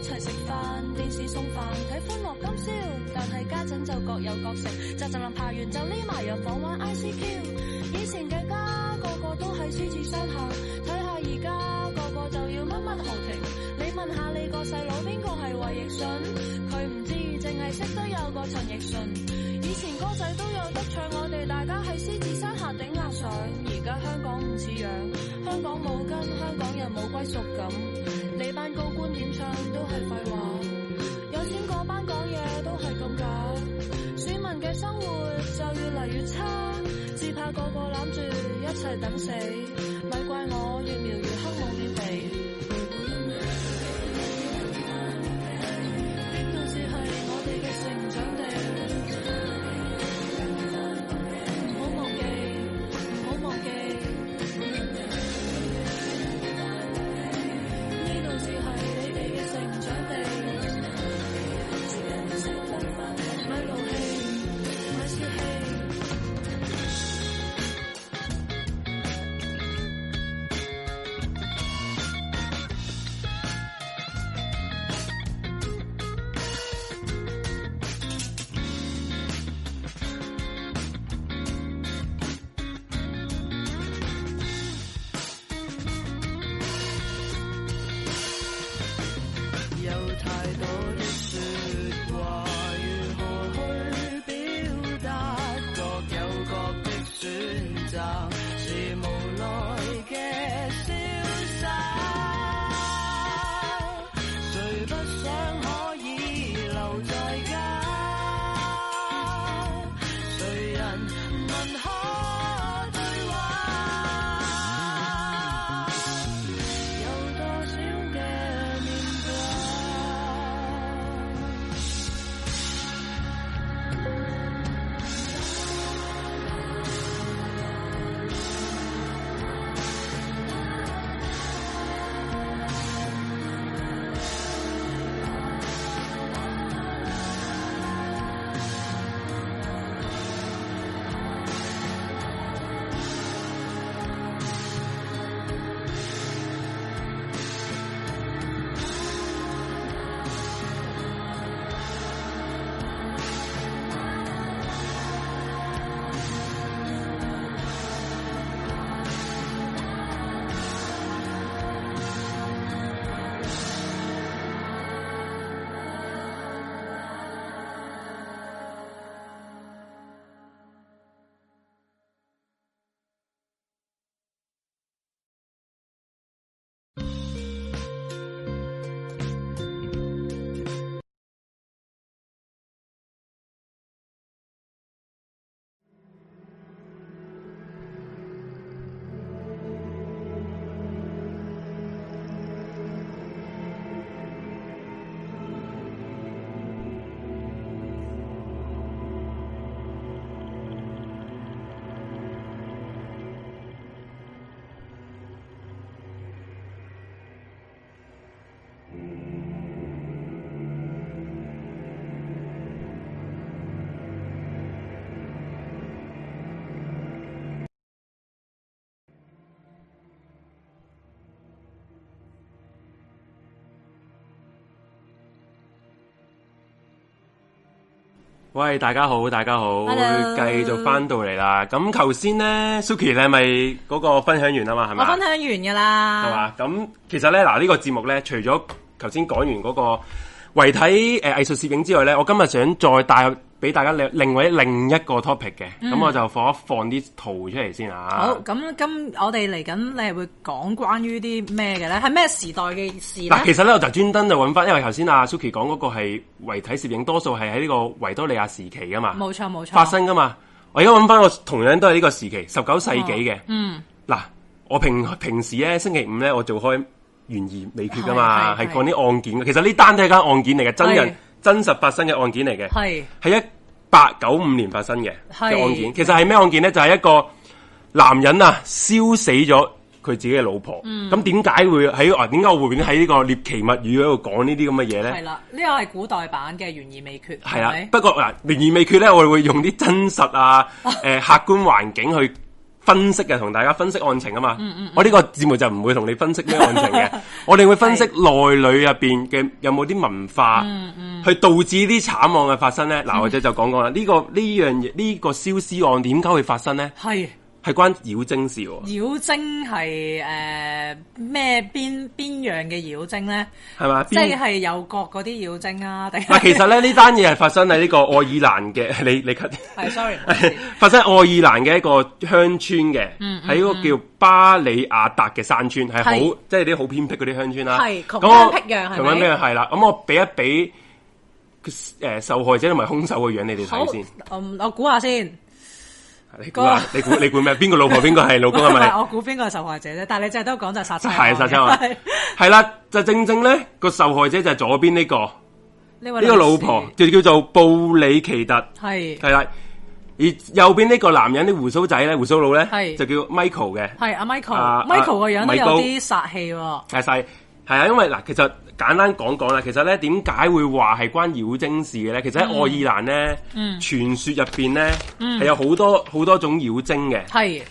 齊食飯，電視送飯，睇歡樂今宵。但係家陣就各有各食，就就臨爬完就匿埋入房玩 ICQ。以前嘅家個個都係獅子山下，睇下而家個個就要乜乜豪庭。你問下你個細佬邊個係衛奕迅？佢唔知，淨係識得有個陳奕迅。以前歌仔都有得唱，我哋大家喺獅子山下頂壓上。而家香港唔似樣，香港冇根，香港人冇歸屬感。你班高官點唱都係廢話，有錢嗰班講嘢都係咁假。選民嘅生活就越嚟越差，只怕個個攬住一齊等死。咪怪我越描越黑冇面皮。邊度先係我哋嘅成長地？唔好忘記，唔好忘記，呢度至係你哋嘅成長地。咪勞氣，咪泄氣。
有太多的說話，如何去表達？各有各的選擇，是無奈嘅瀟灑。誰不想可以留在家？誰人問可對話？有多少嘅念掛？
喂，大家好，大家好，繼
Hello
續翻到嚟啦。咁頭先咧，Suki 你係咪嗰個分享完啊嘛，係咪
我
啊？
分享完噶啦，
係嘛？咁其實咧，嗱、呢個節目咧，除咗頭先講完嗰個遺體誒藝術攝影之外咧，我今日想再帶俾大家另另外另一個 topic 嘅，咁、我就放一放啲圖出嚟先啊。
嗯好，咁今我哋嚟緊，你係會講關於啲咩嘅咧？係咩時代嘅事
嗱，其
咧？
實咧我就專登就揾翻，因為頭先阿 Suki 講嗰個係遺體攝影，多數係喺呢個維多利亞時期噶嘛，
冇錯冇錯，
發生噶嘛。我而家揾翻個同樣都係呢個時期，十九世紀嘅。嗯，嗱，我平平時咧星期五咧，我做開懸疑未決噶嘛，
係
係
係
講啲案件嘅。其實呢單都係間案件嚟嘅，真
係
人真實發生嘅案件嚟嘅，
係
係一八九五年發生嘅
係
嘅案件。其實係咩案件咧？就係、一個男人啊，燒死咗佢自己嘅老婆。咁點解會喺啊？點解我會喺呢個獵奇物語嗰度講呢啲咁嘅嘢咧？
係啦，呢個係古代版嘅懸疑未決，
系
係
啦啊
咪，哦
*laughs* 呃不過嗱，懸而未決咧，我哋會用啲真實啊，诶、客觀環境去分析嘅，同大家分析案情啊嘛。
嗯
我呢個節目就唔會同你分析咩案情
*laughs*
嘅，我哋會分析內裏入邊嘅有冇啲文化，
嗯
去導致啲慘案嘅發生咧。嗱，或者就講講啦，呢、個呢樣嘢呢個消屍案點解會發生咧？
係
係關妖精事喎，
妖精係誒咩邊邊樣嘅妖精咧？
係嘛？
即
邊
係有角嗰啲妖精啊？定
嗱，
係
其實咧呢單嘢係發生喺呢個愛爾蘭嘅，你你 cut
*laughs* 係
*laughs*
sorry，唔好意思
發生喺愛爾蘭嘅一個鄉村嘅，
嗯
喺嗰個叫巴里亞達嘅山村，係好
係
即係啲好偏僻嗰啲鄉村啦。
係窮
咁我
鄉僻壤係咪
窮鄉僻壤係啦。咁我俾一俾誒受害者同埋兇手嘅樣你哋
好
睇先。，
嗯我估下先。
你估啊？你估你估咩？邊個老婆邊個係老公係
唔
咪？
*laughs* 係我估邊個係受害者啫，但係你淨係都講就係殺妻
係殺手啊
係！
係啦，就正正咧個受害者就係左邊呢個呢
*laughs* 呢位
個
女士
老婆，就叫做布里奇特。
係
系啦，而右邊呢個男人啲胡鬚仔咧，胡鬚佬咧，
係
就叫 Michael 嘅，
係阿
啊
Michael，Michael 個樣都有
Michael
啲殺氣喎。
係晒係啊，因為嗱，其實簡單講講啦，其實咧點解會話係關妖精事嘅咧？其實喺愛爾蘭咧，傳說入邊咧係有好多好多種妖精嘅。
係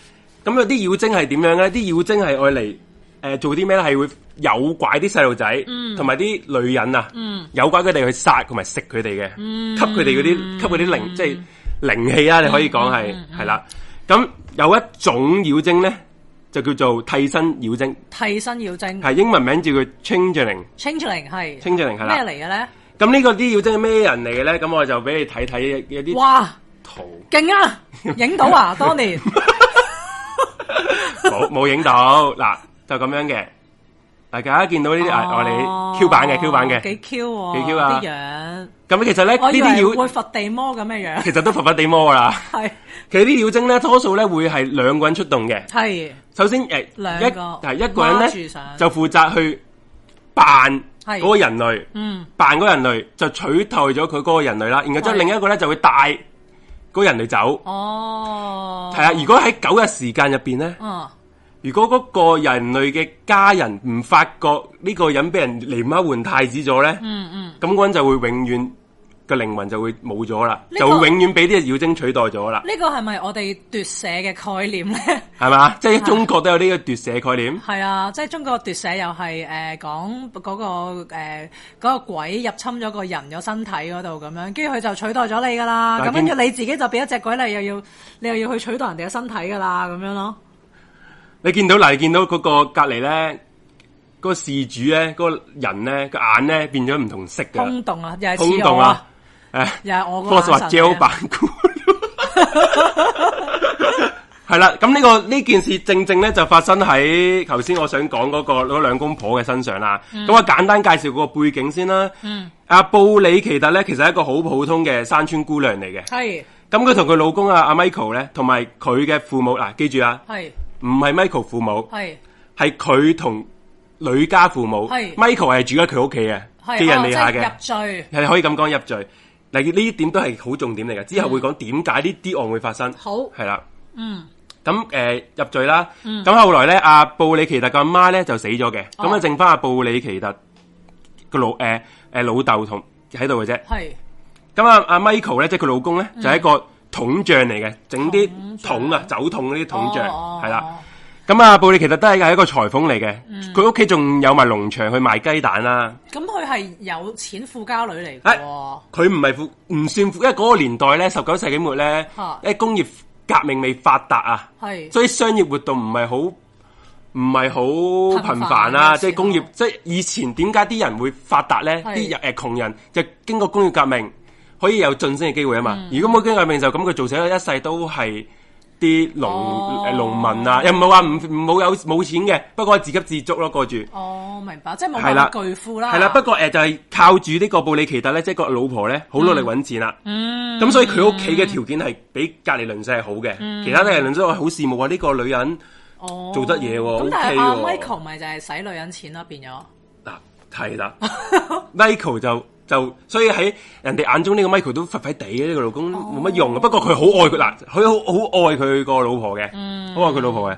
咁有啲妖精係點樣咧？啲妖精係愛嚟誒做啲咩咧？係會誘拐啲細路仔，同埋啲女人啊，誘拐佢哋去殺同埋食佢哋嘅，吸佢哋嗰啲吸佢啲靈，即係靈氣啊！你可以講係係啦。咁有一種妖精咧，就叫做替身妖精，
替身妖精
係英文名叫佢 Changeling，Changeling
，Changeling 係
係啦
咩嚟。嘅咧？
咁呢個啲妖精係咩人嚟嘅咧？咁我就俾你睇睇有啲
哇，
圖，
勁
*laughs*
啊！影到啊，當年
冇冇影到嗱，就咁樣嘅。大家見到呢啲係我哋 Q 版嘅 Q 版嘅，
哦幾 Q 喎，
幾 Q 啊
啲樣，
咁其實咧
我以
呢
為
啲
會
妖
佛地魔咁嘅
*laughs*
樣，
其實都佛佛地魔㗎啦。
係
其實啲妖精咧，多數咧會係兩個人出動嘅。
係
首先誒，
兩
一
個
係一個人
孖住
咧
上
就負責去扮
係
嗰個人類，
嗯
扮嗰個人類就取代咗佢嗰個人類啦。然後之後
係
另一個咧就會帶嗰個人類走。
哦，
係啊，如果喺九日時間入邊咧，
嗯
如果嗰個人類嘅家人唔發覺呢個人俾人狸貓換太子咗咧，
嗯嗯，
咁嗰人就會永遠個靈魂就會冇咗啦，
呢個
就會永遠俾啲妖精取代咗啦，
呢個係咪我哋奪舍嘅概念咧？
係嘛？即係中國都有呢個奪舍概念，
係啊，即係中國奪舍又係誒講嗰個誒嗰、個鬼入侵咗個人個身體嗰度咁樣，跟住佢就取代咗你噶啦，
但係
咁跟住
見
你自己就變一隻鬼啦，又要你又要去取代人哋嘅身體噶啦，咁樣咯。
你見到嗱，你見到嗰個隔離咧，嗰、個事主咧，嗰、個人咧個眼咧變咗唔同色嘅啦，
空洞啊，又係
空
似我
洞啊
啊，，
誒
又係我個
Force 話
眼神
gel
嚟
版
啊
股。係啦，咁呢、個呢件事正正咧就發生喺頭先我想講嗰、個嗰兩公婆嘅身上啦。咁、我簡單介紹個背景先啦。嗯，阿布里奇特咧其實係一個好普通嘅山村姑娘嚟嘅。
係
咁佢同佢老公啊阿 Michael 咧，同埋佢嘅父母嗱、記住啊，
係
唔係 Michael 父母，
係
係佢同女家父母。
係
Michael 係住喺佢屋企嘅，
係，
寄人籬下
哦即
嘅
係入。罪，
係可以咁講入罪。嗱，呢啲點都係好重點嚟嘅，之後會講點解呢啲案會發生。
好
係啦。
嗯，
咁誒、呃入罪啦。咁、後來咧，阿布里奇特個阿媽咧就死咗嘅，咁啊、
哦
剩翻阿布里奇特個老誒誒、呃老豆同喺度嘅啫。
係
咁啊阿 Michael 咧，即係佢老公咧，
嗯
就係一個桶匠嚟嘅，整啲桶啊酒桶嗰啲桶匠
哦
係啦。咁啊布里奇特都係係一個裁縫嚟嘅，
嗯
佢屋企仲有埋農場去賣雞蛋啦、
咁佢係有錢富家女嚟嘅
哎
喎，
佢唔係富，唔算富，因為嗰個年代咧，十九世紀末咧
嚇，
誒工業革命未發達啊，
係
所以商業活動唔係好唔係好頻繁啊，
頻繁嘅時候
即係工業，即係以前點解啲人會發達咧？
係
啲人誒窮人就經過工業革命可以有晉升嘅機會啊
嗯
嘛。如果冇工業革命就咁，佢做死咗一世都係。啲農
哦
誒農民啊，又唔係話唔唔冇有冇錢嘅，不過自給自足咯，過住。
哦，明白，即係冇
係啦
咁巨富啦，
係啦，不過誒、呃就係、靠住呢個布里奇特咧，即係個老婆咧，好努力揾錢啦。嗯，咁所以佢屋企嘅條件係比隔離鄰舍係好嘅，
嗯
其他啲鄰舍話好羨慕啊！呢、個女人
哦
做得嘢喎
咁
OK
但係阿
喎
Michael 咪就係使女人錢咯，變咗。
嗱係啦 *laughs* ，Michael 就就所以喺人哋眼中呢個 Michael 都廢廢地嘅，呢、個老公
哦
冇乜用嘅。不過佢好愛佢嗱，佢好好愛佢個老婆嘅，好、
嗯
愛佢老婆嘅。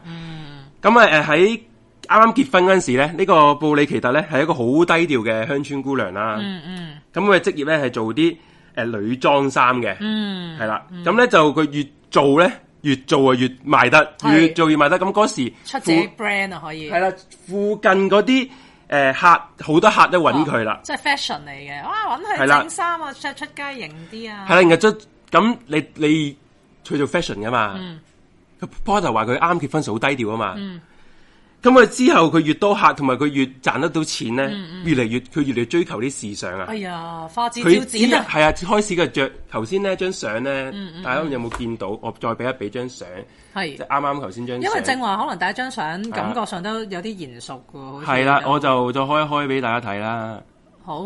咁啊誒喺啱啱結婚嗰陣時咧，呢、個布里奇特咧係一個好低調嘅鄉村姑娘啦。
嗯嗯
咁佢嘅職業咧係做啲誒、呃女裝衫嘅，
嗯，
係啦。咁咧就佢越做咧越做啊越賣得，
係
越做越賣得。咁嗰時
出自己 brand 啊，可以
係啦，附近嗰啲誒客好多客都揾佢啦
哦，即係 fashion 嚟嘅，哇，揾
係
佢
啦
整衫啊，着出街型啲啊，
係啦，然後卒咁你你佢做 fashion 噶嘛，
嗯
佢 Porter 話佢啱結婚時好低調啊嘛，咁佢之後佢越多客同埋佢越賺得到錢咧，
嗯
越嚟越佢越嚟越追求啲時尚啊
哎。呀，花枝
佢
招
知
展啊！嗯
係啊，開始嘅着頭先呢張相咧，大家有冇見到？我再俾一俾張相，
係
即係啱啱頭先張相。
因為正話可能第一張相感覺上都有啲嚴肅嘅喎，好似
係啦，
就
我就再開一開俾大家睇啦。
好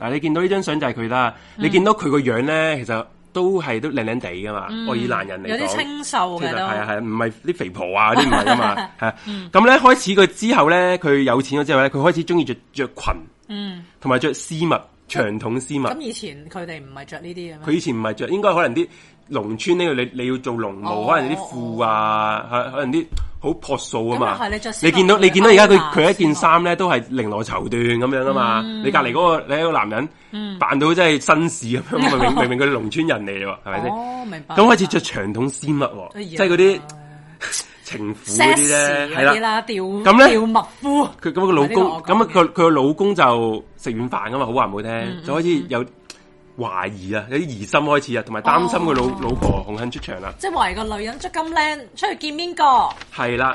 嗱，你見到呢張相就係佢啦。
嗯
你見到佢個樣咧，其實都係都靚靚地噶嘛，愛爾蘭人嚟
嗯有啲
講
清秀
其實
嘅
係啊係
都，
啊，唔係啲肥婆啊嗰啲唔係噶嘛，
*laughs*
係啊。咁咧開始佢之後咧，佢有錢咗之後咧，佢開始中意着着裙，
嗯，
同埋着絲襪長筒絲襪
咁。以前佢哋唔係着呢啲嘅
啊佢
咩？
以前唔係着，應該可能啲農村呢度，你你要做農務，
哦
可能啲褲啊，可可能啲好樸素啊
咁又
嘛
係你着絲。襪
你見到你見到而家佢
佢
佢一件衫咧，都係綾羅綢緞咁樣啊嘛。
嗯
你隔離嗰個你一個男人扮到真係紳士咁樣，
*laughs*
明明明明佢係農村人嚟嘅喎，係咪先？
哦，明白。
咁開始着長筒絲襪喎，
哎呀
即係嗰啲情婦嗰啲
sexy
咧，
嗰啲
係啦。
啦，吊
咁呢
吊麥夫，
佢咁個老
呢個我
公，咁啊
講嘅
佢佢個老公就食完飯噶嘛，好話唔好
嗯
聽，就開始有懷疑啊，有啲疑心開始啊，同埋
哦
擔心佢老老婆紅杏出牆啦，
即係為個女人着咁靚，出去見邊個？
係啦。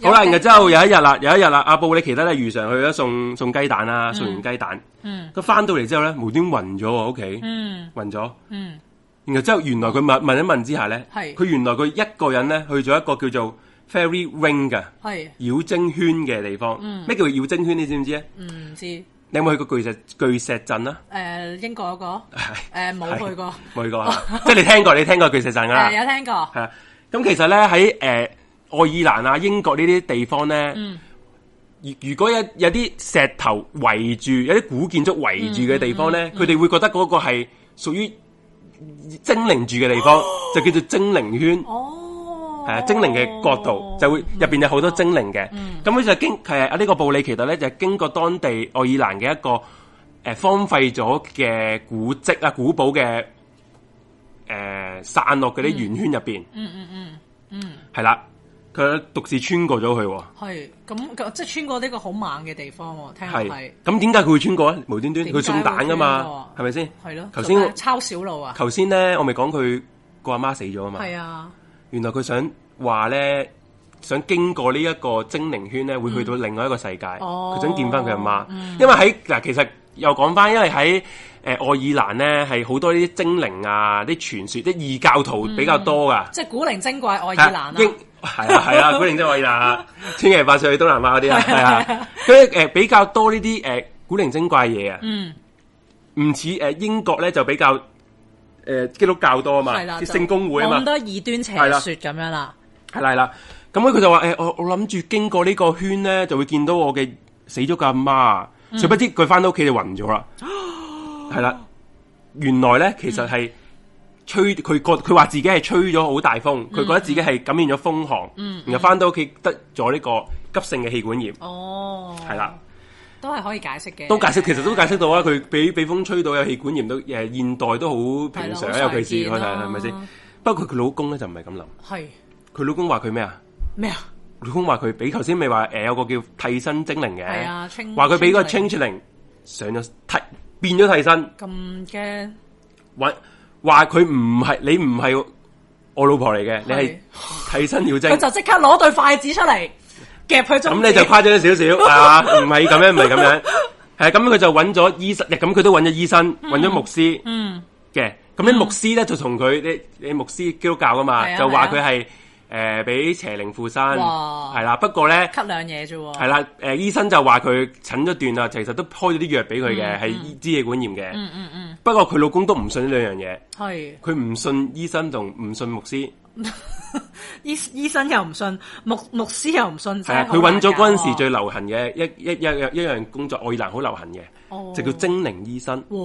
有
好啦，
啲
然後之後有一日啦，有一日啦，阿布里奇德咧如常去咗送送雞蛋啦，送完雞蛋，
嗯
佢翻到嚟之後咧，無端暈咗喎屋企，
嗯
暈咗。
嗯，
然後之後原來佢問問一問之下咧，
係
佢原來佢一個人咧去咗一個叫做 Fairy Ring 嘅
係
妖精圈嘅地方。
嗯
咩叫妖精圈？你知唔知啊咧？
唔知
你有冇去過巨石巨石鎮啊？
誒英國嗰個
*laughs* 係
誒冇去過，
冇去過啊，即係你聽過，你聽過巨石陣噶啦
*laughs* 誒，有聽過
係啊。咁其實咧喺呃誒愛爾蘭啊、英國呢啲地方咧，
嗯
如如果有有啲石頭圍住，有啲古建築圍住嘅地方
嗯
咧，佢哋會覺得嗰個係屬於精靈住嘅地
*gasps*
方，就叫做精靈圈。
哦，
係啊，精靈嘅角度就會入邊有好多精靈嘅。咁佢就經係啊呢個布里奇特咧，就經過當地愛爾蘭嘅一個誒、呃荒廢咗嘅古蹟啊、古堡嘅誒散落嗰啲圓圈入邊。嗯嗯嗯嗯，係啦，佢獨自穿過咗佢喎。
係咁，即係穿過呢個好猛嘅地方喎，聽落
係
係
咁點解佢會穿過啊咧？無端端
點解
佢送蛋噶嘛，係咪
會穿過
先？
係咯，
頭
做咩
先
抄小路啊，
頭先咧，我咪講佢個阿媽死咗啊嘛。
係啊，
原來佢想話咧，想經過呢一個精靈圈咧，會去到另外一個世界。佢、
嗯哦嗯
想見翻佢阿媽，因為喺嗱，其實又講翻，因為喺誒、呃、愛爾蘭咧，係好多呢啲精靈啊、啲傳說、啲異教徒
嗯
比較多噶。
即係古靈精怪愛爾
係
蘭啊，
英係啊係啊，古靈精怪
*laughs*
啦，千奇百趣東南亞嗰啲啊，係啊，佢誒、呃比較多呢啲誒古靈精怪嘢啊，
嗯，
唔似誒英國咧就比較誒、呃基督教多啊嘛，
係啦，
啲
就
聖公會啊嘛
冇咁。多異端邪
係啦
說咁樣啦，
係啦係啦，咁佢就話誒、欸我我諗住經過呢個圈咧，就會見到我嘅死咗嘅阿媽，
嗯
誰不知佢翻到屋企就暈
*gasps*
咗啦。係啦，原來咧其實
嗯
係吹佢覺佢話自己係吹咗好大風，
嗯
佢覺得自己係感染咗風寒，然後翻到屋企得咗呢個急性嘅氣管炎，
哦，
係啦，
都係可以解釋嘅，
都解釋其實都解釋到啦，佢俾俾風吹到有氣管炎都誒現代都好平
係
常啊，
啦好常
尤其是
見
佢
啦
係係咪先？不過佢老公咧就唔係咁諗，
係
佢老公話佢咩啊？
咩啊？
老公話佢俾頭先咪話誒有個叫替身精靈嘅
係啊，清
話佢俾個
清
changeling 上咗替變咗替身，
咁驚，
話話佢唔係你唔係我老婆嚟嘅，你係替身妖精
佢，就即刻攞對筷子出嚟夾佢中
咁
指
你就誇張少少啊，唔係咁樣，唔係咁樣，係咁佢就揾咗醫生，咁佢都揾咗醫生，揾咗牧師
嗯
嘅，咁啲牧師咧就同佢你你牧師基督教噶嘛
係，啊
就話佢
係
係誒俾邪靈附身，
哇
係啦，不過咧。
咳兩嘢啫喎，
係啦，誒、醫生就話佢診咗斷啦，其實都開咗啲藥俾佢嘅，係醫支氣管炎嘅。嗯嗯嗯。不過佢老公都唔信呢兩樣嘢，
係
佢唔信醫生同唔信牧師。
*laughs* 醫醫生又唔信，牧牧師又唔信，
係啊，佢揾咗嗰陣時最流行嘅一一一一一樣工作，愛爾蘭好流行嘅，
哦
就叫精靈醫生。
哇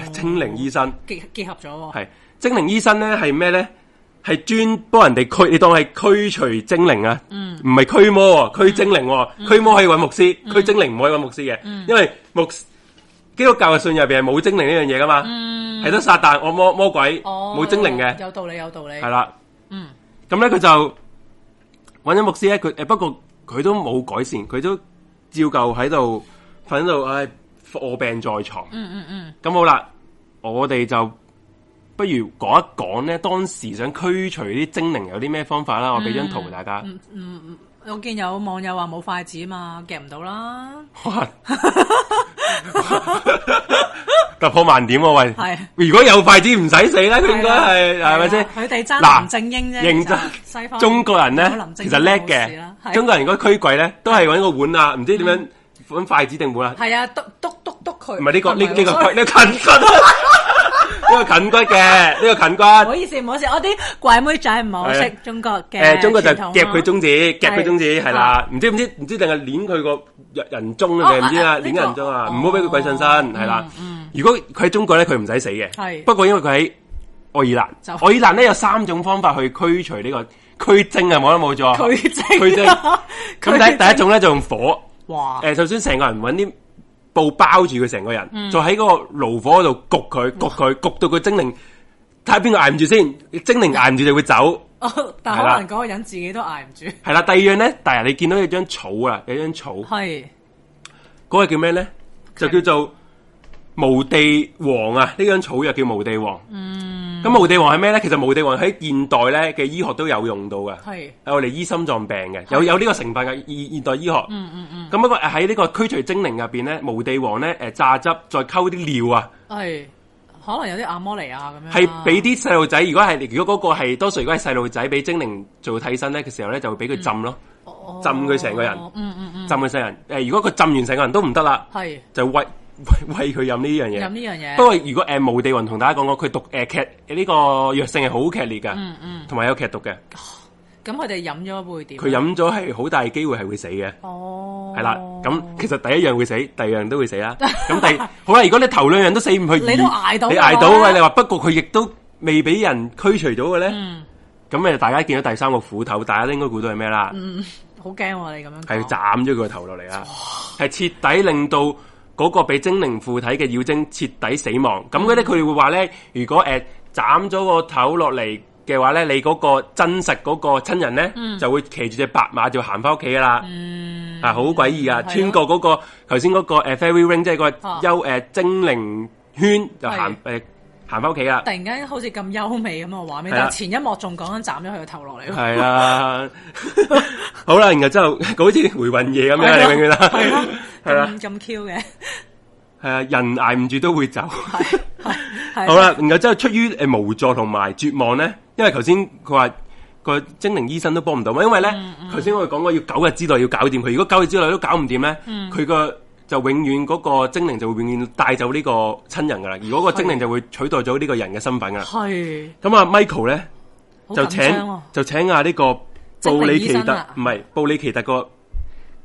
係精靈醫生，
結結合咗喎，
係精靈醫生咧係咩咧？係專幫人哋驅，你當係驅除精靈啊，唔係驅魔喎，驅精靈喎，驅魔可以揾牧師，驅精靈唔可以揾牧師嘅，因為牧師基督教嘅信入邊係冇精靈呢樣嘢噶嘛，係得撒旦、惡魔、魔鬼，
哦，
冇精靈嘅，
有道理有道理，
係啦。
嗯，
咁咧佢就揾咗牧師咧，佢誒不過佢都冇改善，佢都照舊喺度瞓喺度，唉卧病在床。
嗯嗯嗯，
咁好啦，我哋就不如講一講咧，當時想驅除啲精靈有啲咩方法
嗯
啦。我俾張圖大家，
我見有網友話冇筷子嘛，夾唔到啦，
哇 *laughs* 突破萬點喎、
係
喂！如果有筷子唔使死啦，佢應該係
係啦
係咪先？
佢哋爭
嗱
林正英啫，
認真
其實西方
中國人咧
有林，正
其
英
實叻
冇事啦
嘅。
係嗯
中國人嗰驅鬼咧，都係揾個碗啊，唔知點樣揾筷子定碗啊？
係啊，篤篤篤篤佢，
唔係呢個呢
係
呢個
喎
骨呢個近骨，啊呢個近骨嘅呢個近骨。
唔好意思，唔好意思，我啲鬼妹仔唔係好
係
識
啊
中國嘅傳統啊，
誒，中國就夾佢中指，夾佢中指
係啊
係啦，唔知唔知唔知定係捻佢個人中啊定係唔知
啊啊
啊，
呢個
捻人中啊，
哦嗯
唔好俾佢鬼上身係啦。如果佢喺中國咧，佢唔使死嘅。
係
不過因為佢喺愛爾蘭，
就
愛爾蘭咧有三種方法去驅除呢個驅精啊，冇得冇錯。
*laughs* 佢精，
佢
*laughs*
精咁第一第一種咧就用火。
哇
誒、，首先成個人揾啲布包住佢成個人，
嗯
再喺嗰個爐火嗰度焗佢，焗佢，焗到佢精靈，睇下邊個捱唔住先，精靈捱唔住就會走。
哦但可
係啦
能嗰個人自己都捱唔住，
係啦，第二樣咧，但係你見到有張草啊，有張草，嗰、
係
個叫咩咧？就叫做無地王啊！呢張草又叫無地王。嗯。咁無地王係咩咧？其實無地王喺現代咧嘅醫學都有用到嘅。
係
係我哋醫心臟病嘅，有有呢個成分嘅現現代醫學。嗯嗯嗯。咁不過喺呢個驅除精靈入邊咧，無地王咧誒榨汁再溝啲尿啊，
係，可能有啲阿摩尼亞咁樣啦，
係俾啲細路仔，如果係如果嗰個係多數如果係細路仔俾精靈做替身咧嘅時候咧，就會俾佢浸咯，
哦
浸佢成個人
嗯嗯嗯，
浸佢成人。誒、如果佢浸完成個人都唔得啦，
係
就喂 *laughs* 喂喂佢飲呢樣
飲呢
嘢。
樣嘢，
不過如果誒、呃、無地王同大家講過，佢毒誒劇呢個藥性係好劇烈㗎，
嗯嗯，
同埋有劇毒嘅。
咁佢哋飲咗會點？啊
佢飲咗係好大機會係會死嘅。
哦，
係啦，咁其實第一樣會死，第二樣都會死啦。 *laughs* 咁第好啦，如果你頭兩樣都死唔去，
你都捱到
你
嘅話
捱到嘅，你話不過佢亦都未俾人驅除咗嘅咧。
嗯
咁誒，大家見到第三個斧頭，大家都應該估到係咩啦？
好驚喎，你咁樣
係要
講
斬咗佢個頭落嚟啦，係徹底令到嗰個被精靈附體嘅妖精徹底死亡。咁嗰啲佢哋會話咧，如果誒斬咗個頭落嚟嘅話咧，你嗰個真實嗰個親人咧、
嗯
就會騎住隻白馬就行翻屋企噶啦。啊，好詭異噶！
嗯咯
穿過嗰、個頭先嗰個誒 fairy ring，即係個
啊
幽誒精靈圈就行誒行翻屋企
*laughs*
啦
突。然間好似咁優美咁嘅畫面，
係啊
但係前一幕仲講緊斬咗佢個頭落嚟喎，
係啊啦， *laughs* 好啦，然後之後好似回魂夜咁樣，啊你明唔明啦？啊
係
*laughs*
咯，
係啦
咁，咁 Q 嘅，
係啊，人捱唔住都會走。
係係
好，啦，然後之後出於誒無助同埋絕望咧，因為頭先佢話個精靈醫生都幫唔到嘛，因為咧
嗯
頭先我哋講過要九日之內要搞掂佢，如果九日之內都搞唔掂咧，
嗯
佢個、就永遠嗰個精靈就會永遠帶走呢個親人噶啦，而嗰個精靈就會取代咗呢個人嘅身份噶啦。
係
咁啊，Michael 咧
好
就
緊
請
張喎
就請啊呢個
精
布
靈
里
醫
奇
生
特
啊
唔係布里奇特個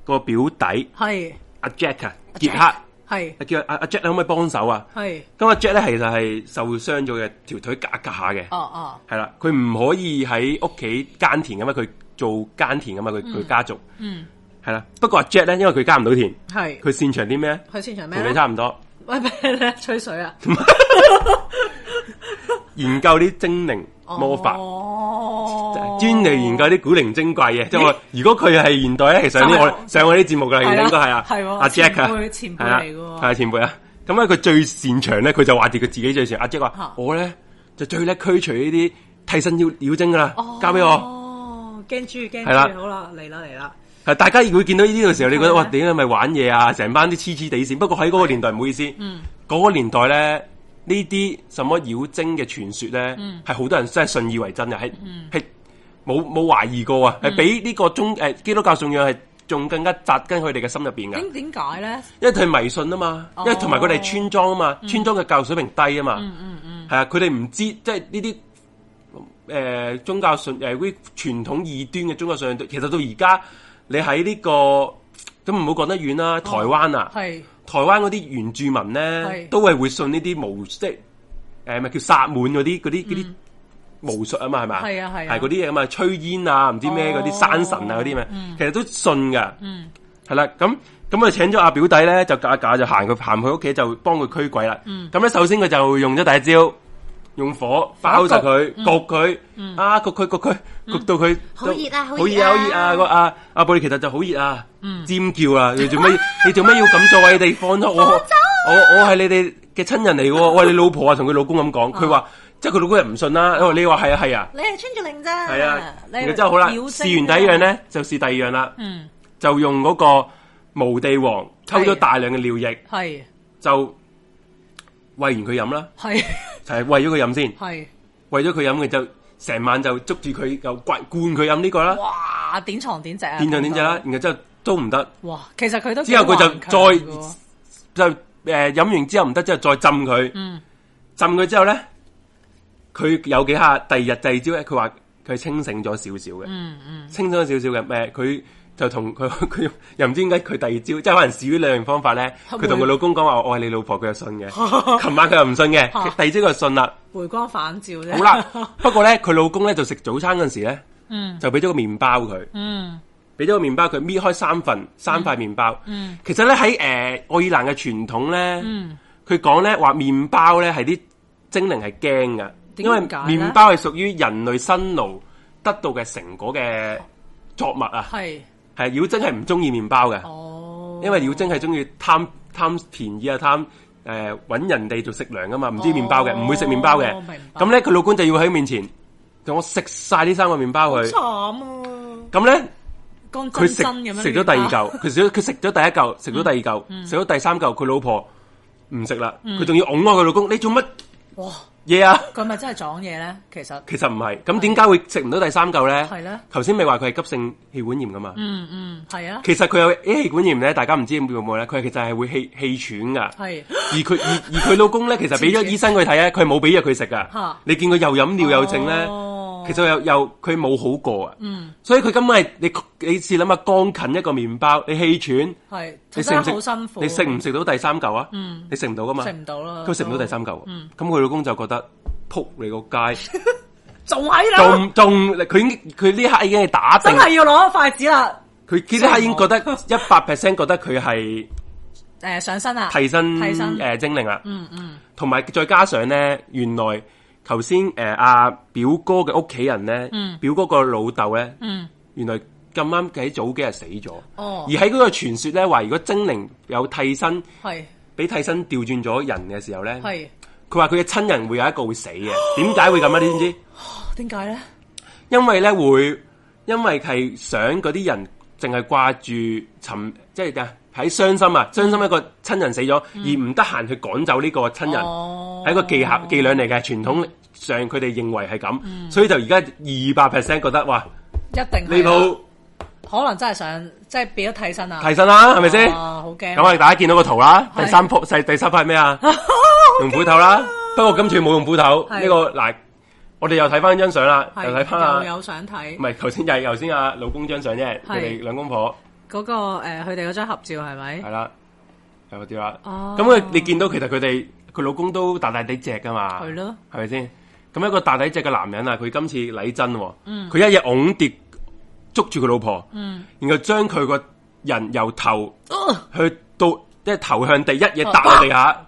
個表弟
係
阿 Jack 啊，傑克啊
係
叫阿阿 Jack 你可唔可以幫手啊？
係，
咁阿 Jack 咧，其實係受傷咗嘅，條腿夾夾下嘅，
哦哦，
係啦，佢唔可以喺屋企耕田噶嘛，佢做耕田噶嘛，佢佢、家族
嗯
係啦。不過阿 Jack 咧，因為佢耕唔到田，
係
佢擅長啲咩？
佢擅長咩啊
同
咧
你？差唔多，
喂咩咧？吹水啊？
研究啲精靈魔法，
哦，
專嚟研究啲古靈精怪嘅。即係我如果佢係現代咧，其實上啲
就係
我上我啲節目噶啦，其
係
實
啦
應該係啊，
係喎
阿 Jack 啊，
前輩前輩
係啦
嚟㗎喎
係前輩啊。咁咧佢最擅長咧，佢就話住佢自己最擅長。阿 Jack
嚇
話：我咧就最叻驅除呢啲替身妖妖精噶啦，交俾我。
哦，驚豬驚
係啦
豬，好啦，嚟啦嚟啦，
係大家會見到呢啲嘅時候，你覺
係啊
得哇，點解咪玩嘢啊？成班啲黐黐地線。不過喺嗰個年代唔好意思，嗰個年代咧，呢啲什麼妖精嘅傳說咧，係好多人真係信以為真嘅，係係冇冇懷疑過啊，係比呢個宗誒基督教信仰係仲更加扎根佢哋嘅心入邊嘅，
點點解咧？
因為佢係迷信啊嘛，
哦
因為同埋佢哋係村莊啊嘛，
嗯
村莊嘅教育水平低啊嘛，係啊，佢哋唔知即係呢啲。誒、宗教信誒嗰啲傳統異端嘅宗教信仰，其實到而家你喺呢、個都唔好講得遠啦，台灣啊，
哦係
台灣嗰啲原住民咧
係，
都係會信呢啲巫，即係誒咪叫薩滿嗰啲嗰啲嗰啲巫術啊嘛，係咪？
嗯係啊係啊
係嗰啲嘢啊嘛，吹煙啊，唔知咩嗰啲
哦
山神啊嗰啲咩，其實都信噶。係啦，咁咁佢請咗阿表弟咧，就架架就行佢行佢屋企就幫佢驅鬼啦。咁咧首先佢就用咗第一招，用嗯火包實佢，焗佢，啊焗佢焗佢，焗到佢
好熱啊
好
好
熱
熱
啊
啊
好熱啊！個阿阿布里奇特就好熱啊，尖叫啊！你做咩 *laughs* 你做咩要咁做啊？你哋放咗我，我我係你哋嘅親人嚟喎，喂你老婆啊，同佢老公咁講，佢話即係佢老公又唔信啦，因為你話係啊係啊。
你係穿住令咋？
系啊，
*laughs* 你
然後之後好啦，
妖精
試完第一樣咧，就試第二樣啦。嗯，就用嗰個無地王溝咗
係
大量嘅尿液，
啊，係
就餵完佢飲啦，
係
就係餵咗佢飲先，
係，
餵咗佢飲嘅就成晚就捉住佢又灌灌佢飲呢個啦，
哇！點床點席啊，
變咗點啫啦
講，
然後之後都唔得，
到。哇！其實佢都
之後佢就
幾頑強㗎喎
就誒飲完之後唔得，之後再浸佢，
嗯
浸佢之後咧，佢有幾下第二日第二朝咧，佢話佢清醒咗少少嘅。
嗯嗯，
清咗少少嘅，咩？佢就同佢 *laughs* 佢又唔知點解佢第二朝，即係可能試於兩樣方法咧。
會
佢同佢老公講話我愛你老婆，佢就信
*laughs*
嘅。琴晚佢又唔信嘅，
嚇
第二朝佢就信啦。
回光返照啫。
好啦，不過咧佢老公咧就食早餐嗰陣時咧，
嗯
就俾咗個麵包佢，
嗯
俾咗個麵包佢搣開三份三塊麵包。
嗯
其實咧喺誒呃愛爾蘭嘅傳統咧，
嗯，
佢講咧話麵包咧係啲精靈係驚噶，因為
點解咧
麵包係屬於人類辛勞得到嘅成果嘅作物啊。
*laughs* 係
係妖精係唔中意麵包嘅，
哦，
因為妖精係中意貪貪便宜啊，貪誒揾人哋做食糧噶嘛，唔知麵包嘅，
哦
唔、會食麵包嘅
明白。
咁咧佢老公就要喺佢面前同我食晒呢三個麵包佢。
慘啊，
咁咧
乾
佢
真
食
真咁樣
食咗第二
麵包
嚿，佢食咗佢食咗第一嚿，食咗第二嚿，食咗第三嚿，佢老婆唔食啦，佢仲要㧬開佢老公，你做乜
哇！
嘢啊？
佢咪真係撞嘢咧？其實
*laughs* 其實唔係，咁點解會食唔到第三嚿咧？
係咧
頭先咪話佢係急性氣管炎噶嘛？
嗯嗯係啊，
其實佢有 A 氣管炎咧，大家唔知有冇咧？佢其實係會氣氣喘噶，
係
而佢而而佢老公咧，其實俾咗醫生佢睇啊咧，佢係冇俾藥佢食噶
嚇。
你見佢又飲尿又剩咧，
哦嗯
其實又又佢冇好過啊。所以佢根本係你你試諗下，剛近一個麵包，你氣喘，
係
你
真
食唔
係好
食
辛苦，嗯
你食唔食到第三嚿啊？你食唔到噶嘛？
食唔到嗯啦？
佢食唔到第三嚿，咁佢老公就覺得撲你個
嗯
街，
仲喺啦，
仲仲佢已經佢呢刻已經係打定
真，係要攞筷子啦！
佢呢刻已經覺得一百 percent 覺得佢係。
誒上身啊，
替身
替身
誒、呃精靈啦，嗯嗯，同埋再加上咧，原來頭先誒阿表哥嘅屋企人咧，表哥個老豆咧，
嗯，
原來咁啱喺早幾日死咗，
哦
而喺嗰個傳說咧話，如果精靈有替身，
係
俾替身調轉咗人嘅時候咧，
係
佢話佢嘅親人會有一個會死嘅，點解會咁啊？你知唔知？
點解咧？
因為咧會，因為係想嗰啲人淨係掛住尋，即係啊喺傷心啊，傷心一個親人死咗，而唔得閒去趕走呢個親人，
嗯哦
係一個技巧伎倆嚟嘅，傳統上佢哋認為係咁，
嗯
所以就而家二百 percent 覺得哇
一定
呢
係啊
套
可能真係想即係變咗替身啊！
替身啦，係咪先？
啊好驚啊
咁我哋大家見到個圖啦，
係
第三
*laughs*
幅第第三塊係咩啊？用斧頭啦，不過今次冇用斧頭
係
呢個嗱，我哋又睇翻張相啦，又
係
睇翻啊
又。有想睇
唔係，頭先就係頭先阿老公張相啫，
係
佢哋兩公婆
嗰個誒佢哋嗰張合照係咪
係？啦，係嗰啲啦。
哦
咁佢你見到其實佢哋佢老公都大大地隻噶嘛，
係咯，
係咪先？咁一個大大隻嘅男人啊，佢今次禮真喎，
嗯
佢一日拱跌捉住佢老婆，然後將佢個人由頭
哦
去到即係頭向地一嘢搭落地下，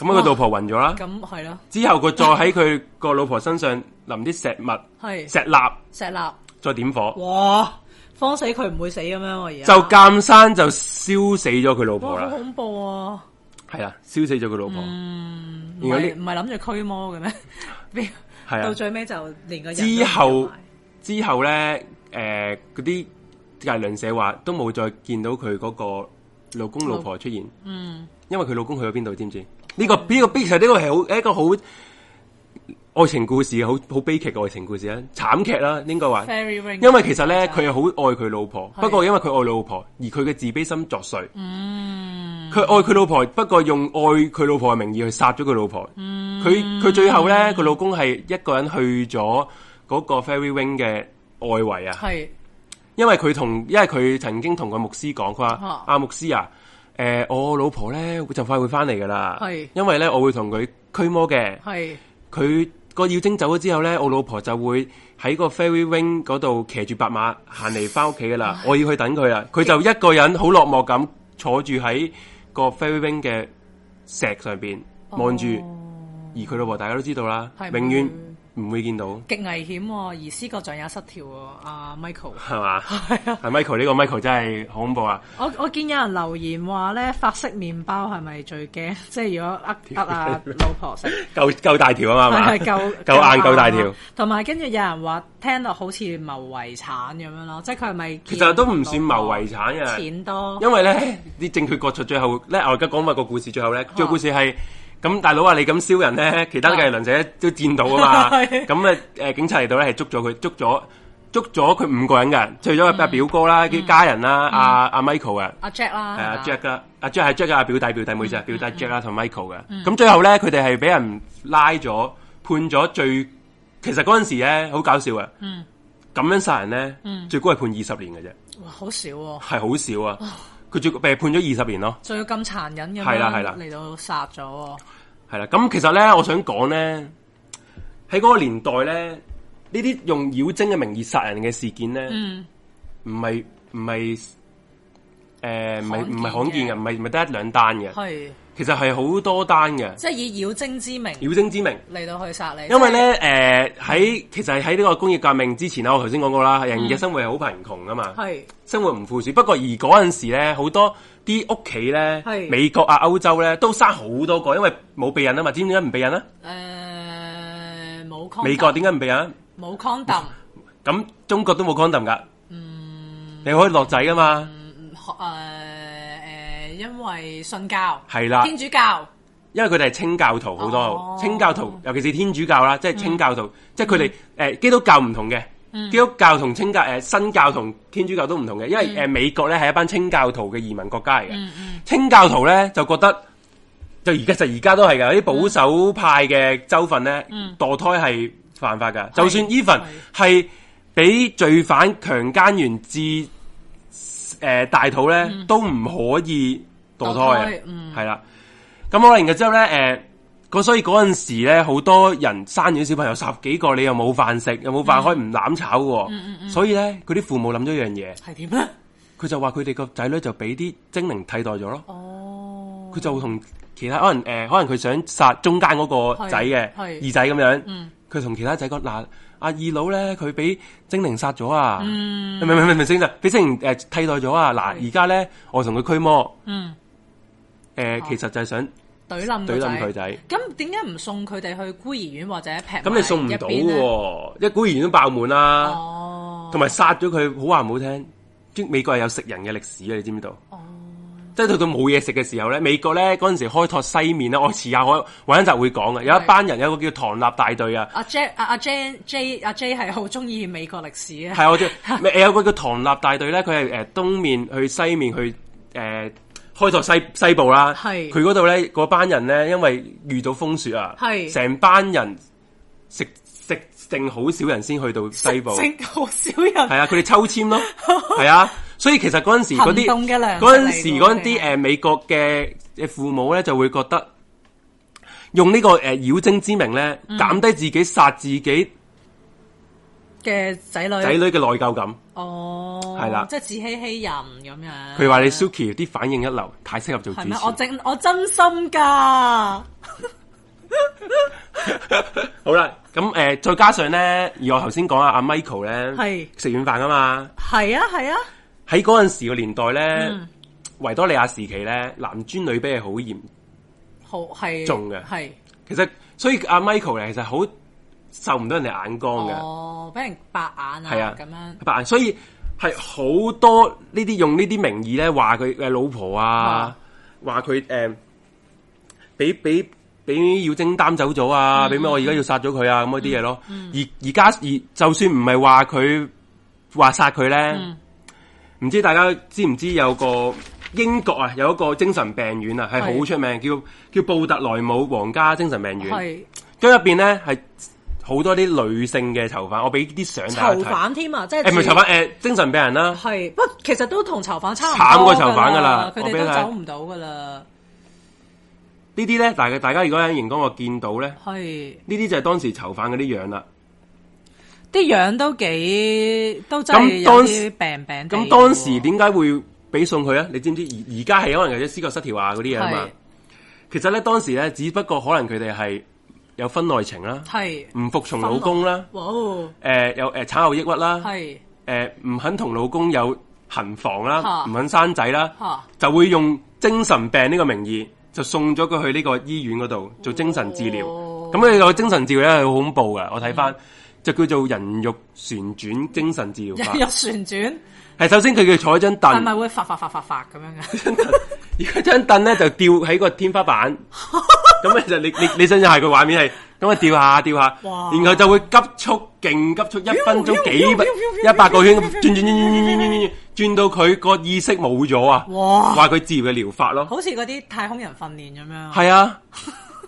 咁佢老婆暈咗啦。
咁係咯，
之後佢再喺佢個老婆身上淋啲石物、
係
石蠟，
石立。
再點火。
哇！慌死佢唔會死咁樣喎，而家
就鑑山就燒死咗佢老婆
哇，好
啦，
恐怖啊！
係啊，燒死咗佢老婆。
嗯，唔
然後
係
呢
唔係諗住驅魔嘅咩？ *laughs* 邊
係啊
到最尾就連個人都
之後
唔見埋
之後咧，誒嗰啲隔鄰社話都冇再見到佢嗰個老公老婆出現，
嗯
因為佢老公去咗邊度，知唔知？呢、個呢、個悲其實呢個係好一個好愛情故事，好好悲劇嘅愛情故事啦，慘劇啦，應該話。
，Fairy Ring，
因為其實咧，佢係好愛佢老婆，
係
不過因為佢愛老婆，而佢嘅自卑心作祟。
嗯
佢哦愛佢老婆，不過用愛佢老婆嘅名義去殺咗佢老婆。
嗯
佢佢最後咧，佢老公係一個人去咗嗰個 Fairy Wing 嘅外圍啊，
係
因為佢同因為佢曾經同個牧師講，佢話
啊
阿牧師啊，誒、我老婆咧就快會翻嚟噶啦
係，
因為咧我會同佢驅魔嘅，
係
佢個妖精走咗之後咧，我老婆就會喺個 ferry wing 嗰度騎住白馬行嚟翻屋企噶啦。我要去等佢啦，佢就一個人好落寞咁坐住喺個 ferry wing 嘅石上邊望住，而佢老婆大家都知道啦，
哦係
永遠唔會見到，
極危險喎、而思覺像也失調喎、阿 Michael。
係嘛？
係啊，
阿 Michael 呢個 Michael 真係好恐怖啊！
我我見有人留言話咧，法式麵包係咪最驚？即係如果
*laughs*
呃呃啊老婆食，
夠夠大條啊嘛，係 *laughs* 嘛
係夠
夠硬夠大條
啊。同埋跟住有人話聽落好似謀遺產咁樣咯，即係佢係咪
其實都唔算謀遺產啊，
錢多？
因為咧 *laughs* 啲政決國出最後咧，我而家講埋個故事最後
啊
咧，最後故事係咁大佬啊，你咁燒人咧，其他嘅鄰舍都見到啊嘛，
*laughs* 係
咁啊誒警察嚟到咧係捉咗佢，捉咗捉咗佢五個人㗎，除咗
嗯
阿表哥啦、啲家人啦、阿阿 Michael 啊。
阿 Jack 啦，
係
係
啊
嘛
，Jack 啦，阿 Jack 係 Jack 啊嘅阿表弟表弟妹啫，表
嗯
弟 Jack 啊啦同 Michael 嘅。咁最後咧，佢哋係俾人拉咗，判咗最，其實嗰陣時咧好搞笑啊。
嗯
咁樣殺人咧，最高係判二十年嘅啫，
哇，好少喎、
係好少啊。佢最被判咗二十年咯，
仲要咁殘忍咁
係啦
樣
係啦
嚟到殺咗喎，
係啦。咁其實咧，我想講咧，喺嗰個年代咧，呢啲用妖精嘅名義殺人嘅事件咧，
嗯，
唔係唔係誒唔係唔係
罕
罕
見
見
嘅
嘅，唔係唔係得一兩單嘅，
係
其實係好多單嘅。
即係以妖精之名
妖精之名，
嚟到去殺你，
因為咧，誒、喺其實喺呢個工業革命之前啊啦，我頭先講過啦，人
嗯
嘅生活係好貧窮噶嘛，
係
生活唔富庶。不過而嗰陣時咧，好多啲屋企咧
係，
美國啊、歐洲咧都生好多個，因為冇避孕啊嘛。知唔知點解唔避孕啊？
誒呃冇 condom，
美國點解唔避孕啊？
冇 condom，
咁中國都冇 condom 噶，你可以落仔噶嘛？
嗯學誒誒，呃因為信教
係啦
天主教
因為佢哋係清教徒好多，
哦
清教徒尤其是天主教啦，即係清教徒，即係佢哋誒基督教唔同嘅，基督教同清教誒、呃新教同天主教都唔同嘅，因為誒、呃美國咧係一班清教徒嘅移民國家嚟嘅，清教徒咧就覺得就而家就而家都係㗎，有啲保守派嘅州份咧、墮胎係犯法㗎，就算 even 嗯係俾罪犯強姦完至誒、呃大肚咧、都唔可以墮胎
嗯墮
啊
胎，嗯
係啦、咁好啦，然後之後咧，誒、嗰所以嗰陣時咧，好多人生咗小朋友十幾個，你又冇飯食，又冇飯
嗯
開，唔攬炒嘅喎。所以咧，佢啲父母諗咗一樣嘢，
係點咧？
佢就話佢哋個仔女就俾啲精靈替代咗咯。
哦，
佢就同其他可能誒、呃可能佢想殺中間嗰個仔嘅
係係嗯
二仔咁樣，佢同、其他仔講嗱，阿二佬咧佢俾精靈殺咗啊，
嗯
唔係唔係唔係精靈，俾精靈誒、呃替代咗啊，嗱而家咧我同佢驅魔，
嗯，哦
誒、其實就係想
懟冧個
懟冧佢仔。
咁點解唔送佢哋去孤兒院或者劈
咁你送唔到
埋一邊呢
喎，一孤兒院都爆滿啦，
哦，
同埋殺咗佢，好話唔好聽，即美國係有食人嘅歷史嘅，你知唔知道？
哦
即係到到冇嘢食嘅時候咧，美國咧嗰陣時開拓西面咧，我遲下我揾一集會講嘅，有一班人有一個叫唐納大隊啊，
阿 J 阿阿 J J 阿 J 係好中意美國歷史嘅，
係我
*laughs*
知咪有個叫唐納大隊咧，佢係誒東面去西面去誒、呃、開拓西西部啦，
係
佢嗰度咧嗰班人咧，因為遇到風雪啊，
係
成班人食食剩好少人先去到西
*laughs*
部。
正好少人
系啊，佢哋抽簽
*laughs*
咯，係啊，所以其實嗰阵时嗰啲
行動嘅糧食嚟㗎
嗰阵时嗰
我哋
啲
係
诶美國嘅嘅父母咧就會覺得用呢、個个呃妖精之名咧
嗯
減低自己殺自己
嘅仔女
仔女嘅內疚感。
哦，
係啦
即係自欺欺人咁樣。
佢話你 Suki 啲反應一流，太適合做主
係
持
咩？。我真我真心噶，
好啦，咁诶、呃再加上咧，而我頭先講啊，阿 Michael 咧
係
食軟飯啊嘛，
係啊係啊，
喺嗰阵时個年代咧，
嗯
維多利亞時期咧，男尊女卑係好嚴
好係
中嘅
係
其實所以阿 Michael 咧，其實好受唔到人哋眼光嘅，
哦，俾人白眼
係
啊
啊
咁樣，
白眼，所以係好多呢啲用呢啲名義咧話佢誒老婆啊，話佢誒俾俾俾妖精擔走咗
嗯
啊，俾咩、我而家要殺咗佢啊咁嗰啲嘢咯。而而家而就算唔係話佢話殺佢咧，
嗯
唔、知大家知唔知有個英國啊有一個精神病院啊係好
係哦
出名，叫叫布特萊姆皇家精神病院。
係啊
咁入邊咧係好多啲女性嘅囚犯，我俾啲相大家
囚
睇。
犯添啊，即係
誒唔係囚犯，誒、精神病人啦，
係不過其實都同囚犯差唔
慘
多
過
㗎
囚犯㗎啦
佢
我
哋
俾你
都
睇
走唔到噶啦。
呢啲咧，大家大家如果喺熒光我見到咧，
係
呢啲就係當時囚犯嗰啲樣啦。
啲樣都幾都真係
咁
有
當
啲病病地
咁當時
喎
點解會俾送佢啊？你知唔知而而家係可能有啲思覺失調啊嗰啲嘢啊嘛
係？
其實咧當時咧，只不過可能佢哋係有婚內情啦，
係
唔服從老公啦，
哇哦
誒、有誒產後抑鬱啦，誒
係
呃唔、肯同老公有行房啦，
嚇
唔肯生仔啦，
嚇
就會用精神病呢個名義就送咗佢去呢個醫院嗰度做精神治療。
哦
咁佢個精神治療咧係好恐怖嘅，我睇翻、就叫做人肉旋轉精神治療法。
又旋轉，
係首先佢叫坐喺張
係
凳。
咪會發發發發發咁樣嘅？
而家張凳咧就吊喺個天花板，咁咧就你你你想象下個畫面係咁啊吊下吊下，
哇
然後就會急速勁急速一分鐘幾百一百個圈咁轉轉轉轉轉轉轉轉，轉到佢個意識冇咗啊！
哇
話佢治療嘅療法咯，
好似嗰啲太空人訓練咁樣，
係啊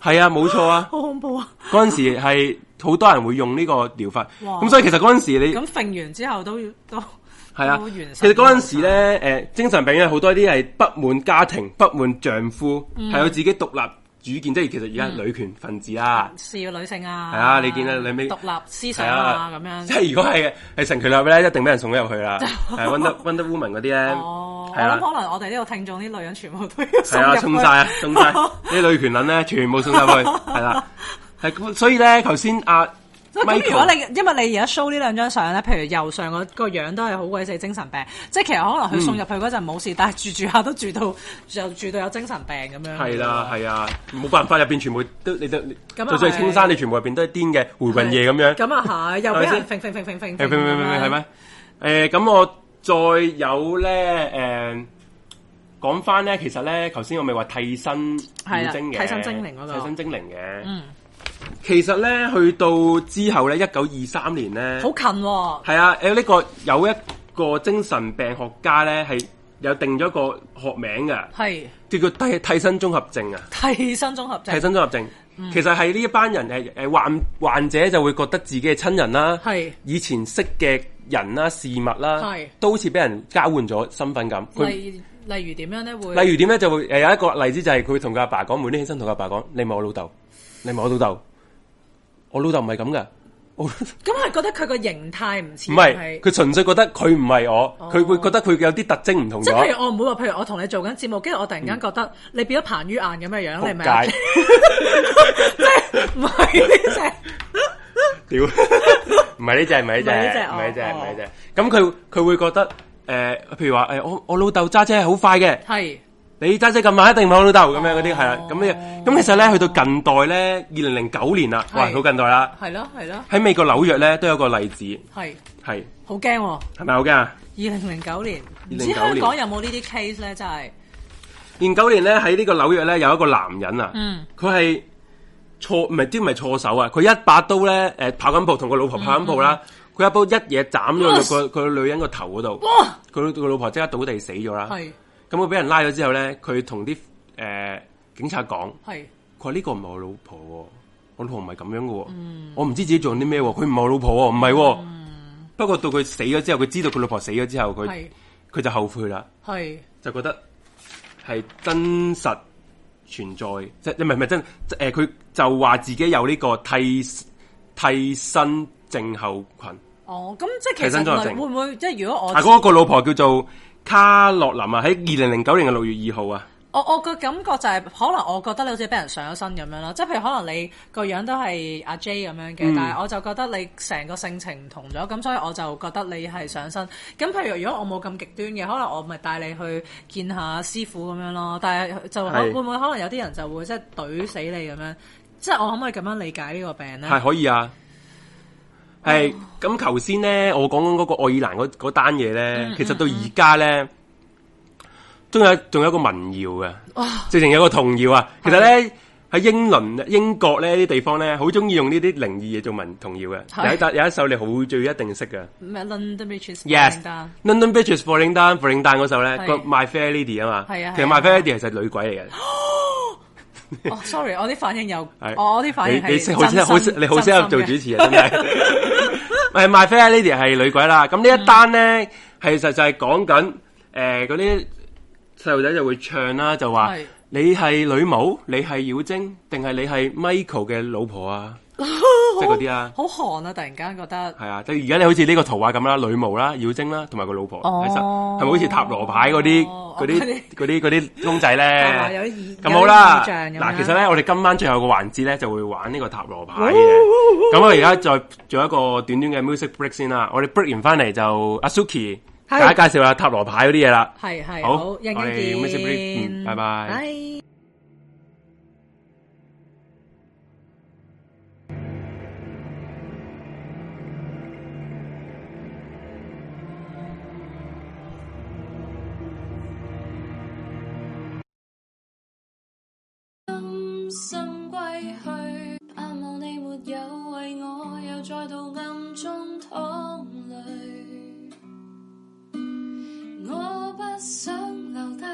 係啊冇錯啊！
好恐怖啊！
嗰陣時係好多人會用呢個療法，
哇
咁所以其實嗰陣時你
咁揈完之後都要都
係啊
都完，
其實嗰陣時咧，誒、精神病咧好多啲係不滿家庭、不滿丈夫，係、
嗯
有自己獨立主見，即係其實而家係女權分子啦，
是要女性啊，
係啊你見啦你咪
獨立思
係
想啊咁樣
即。係如果係係成權立咧，一定俾人送咗入去
*laughs*
啦，係 Wonder Wonder Woman 嗰啲咧，
哦，我
係
諗
啊。
可能我哋呢度聽眾啲女人全部都要
係啊，
送
送
入
晒啊
去，
送
*laughs*
晒啲女權撚咧，全部送晒入去，係啦，係咁所以咧，頭先阿
咁如果
Michael
你因為你而家 show 呢兩張相咧，譬如右上個個樣都係好鬼死精神病，即係其實可能佢送入去嗰陣冇事，但係住住下都住到就住到有精神病咁樣。
係啦，係啊，冇辦法，入邊全部都你都，你
咁啊
就算係青山，
係
你全部入邊都係癲嘅回魂夜咁樣。
咁啊係，又俾
係咪
人
先
揈揈揈揈揈
誒，
揈
明明明明係咩？誒，咁、我再有咧，誒、講翻咧，其實咧，頭先我咪話替身
係
妖
啊
精嘅，
替身精靈嗰個
替身精靈嘅。
嗯，
其實咧，去到之後咧，一九二三年咧，
好近喎，
係啊，誒、呢、個有一個精神病學家咧，係有定咗個學名嘅，
係
叫做替替身綜合症啊。
替身綜合
替
症，
身綜合症，
嗯
其實係呢一班人誒誒患患者就會覺得自己嘅親人啦，
係
以前識嘅人啦、事物啦
係，
都好似俾人交換咗身份咁。佢
例例如點樣咧會？
例如點咧，就會誒有一個例子就係佢同佢阿爸講，每天起身同佢阿爸講：你唔係我老豆，你唔係我老豆，我老豆唔係咁
*laughs*
噶。我
咁係覺得佢個形態唔似
唔係，佢純粹覺得佢唔係我，佢、會覺得佢有啲特徵唔同
哦即係
咗。
譬如我唔會話，譬如我同你做緊節目，跟住我突然間覺得你變咗彭于晏咁嘅樣，你咪啊
仆街
*laughs* 即係唔係呢 *laughs*
屌，唔係呢只，唔係呢只，
唔係呢隻
唔係呢只，
哦
唔係呢只。咁佢佢會覺得誒、呃譬如話誒、我我老豆揸車係好快嘅。
只？係
你揸車咁慢一定唔係我老豆咁樣嗰啲係啦，
哦
咁呢咁其實咧去到近代咧，二零零九年啦，
係
哇，好近代啦，
係咯係咯
喺美國紐約咧都有個例子，
係，
係
好驚喎！二
係咪好驚啊？
零零九年，唔知
2009
香港有冇呢啲 case 咧？真係
零九年咧喺呢個紐約咧有一個男人啊
嗯，
佢係錯唔係啲唔係錯手啊，佢一把刀咧誒跑緊步，同個老婆跑緊步
嗯
啦，佢一刀一嘢斬咗個個女人個頭嗰度，
哇，
佢個老婆即刻倒地死咗啦。
係
咁佢俾人拉咗之後咧，佢同啲誒警察講。
係
佢話呢個唔係我老婆喎、我老婆唔係咁樣嘅喎、
嗯
我唔知自己做緊啲咩喎，佢唔係我老婆喎、唔係喎。不過到佢死咗之後，佢知道佢老婆死咗之後，佢
係
佢就後悔啦，
係
就覺得係真實存在，即係唔係唔係真誒？呃佢、就話自己有呢個替替身症候群，
哦，咁即係
替
其實
身綜合
會
症
唔會即係如果我
啊，嗰、個老婆叫做卡洛琳啊，喺二零零九年嘅六月二號啊，
我我個感覺就係、可能我覺得你好似俾人上咗身咁樣啦，即係譬如可能你個樣都係阿 J 咁樣嘅，
嗯
但係我就覺得你成個性情唔同咗，咁所以我就覺得你係上身。咁譬如如果我冇咁極端嘅，可能我咪帶你去見下師傅咁樣咯。但係就可
係
會唔會可能有啲人就會即係懟死你咁樣？即係我可唔可以咁樣理解呢個病咧？
係可以啊。係咁，頭先咧，我講緊嗰個愛爾蘭嗰嗰單嘢咧，其實到而家咧，仲有仲有一個民謠嘅，直情有個童謠啊。其實咧喺英倫、英國咧啲地方咧，好中意用呢啲靈異嘢做民童謠嘅。有一單有一首你好最一定識嘅
咩 London Bridge is
，Yes
falling down，
London Bridge is falling down, falling down 嗰首咧，
係
個 My Fair Lady 啊嘛，
係啊係啊
其實 My Fair Lady 其實係女鬼嚟嘅。
哦，sorry，我啲反應又，
係
我啲反應
你你
係
識好識好識，你好適合做主持啊！真係， *laughs* 誒，My Fair Lady 係女鬼啦。咁呢一單咧，其實就係講緊誒嗰啲細路仔就會唱啦，就話
係
你你係女巫，你係妖精，定係你係 Michael 嘅老婆
*laughs*
啊？即係嗰啲啊，
好寒啊！突然間覺得，
係啊，即係而家你好似呢個圖畫咁啦，女巫啦、妖精啦，同埋個老婆，
哦
其實係咪好似塔羅牌嗰啲
哦
嗰啲
嗰啲
嗰啲嗰啲公仔
啊有
咧？
啲
咁好啦，
嗱
嗱，其實咧，我哋今晚最後個環節咧就會玩呢個塔羅牌嘅。咁我而家再做一個短短嘅 music break 先啦。我哋 break 完翻嚟就阿 Suki
係
大家介紹下塔羅牌嗰啲嘢啦。
係係
好
好，一陣
我哋
間
music break，
見，
嗯拜拜
拜。
甘心歸去，盼望你沒有為我又再度暗中淌淚。我不想留低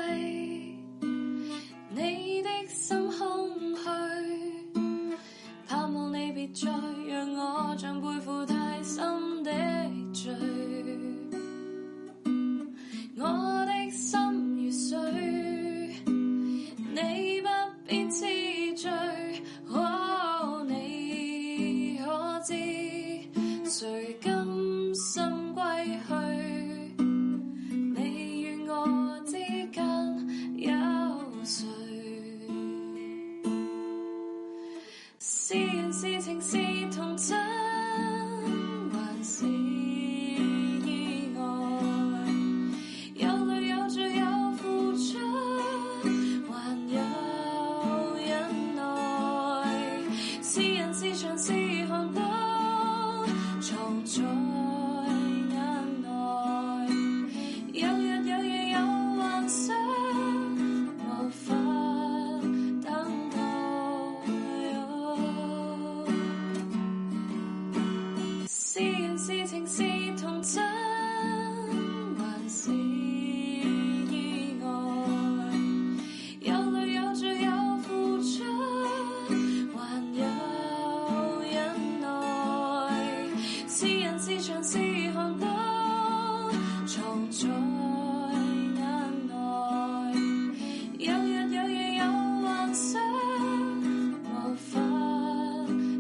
你的心空虛，盼望你別再讓我像背負太深的罪。我的心如水。你不必知罪，哦，你可知？誰甘心歸去？你與我之間有誰？是人是情是童真，還是意外？有淚有罪有付出，還有忍耐。是人是牆是寒冬，藏在眼內。有日有夜有幻想，無法等待。哎是人是情是童真，還是意外？有淚有罪有付出，還有忍耐。是人是牆是寒冬，藏在眼內。有日有夜有幻想，無法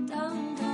等待。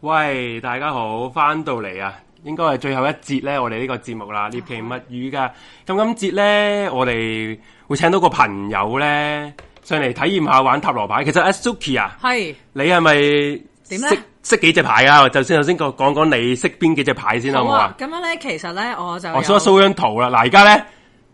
喂，大家好，翻到嚟啊，應該係最後一節咧，我哋呢個節目啦，獵奇物語噶。咁今節咧，我哋會請到個朋友咧上嚟體驗下玩塔羅牌。其實阿 Suki 啊，
係
你係咪
點呢
識識幾隻牌啊？就先頭先講講你識邊幾隻牌先啦，好
好
唔好啊
啊，？咁樣咧，其實咧我就
我 show
哦有
一 show 張圖啦。嗱，而家咧，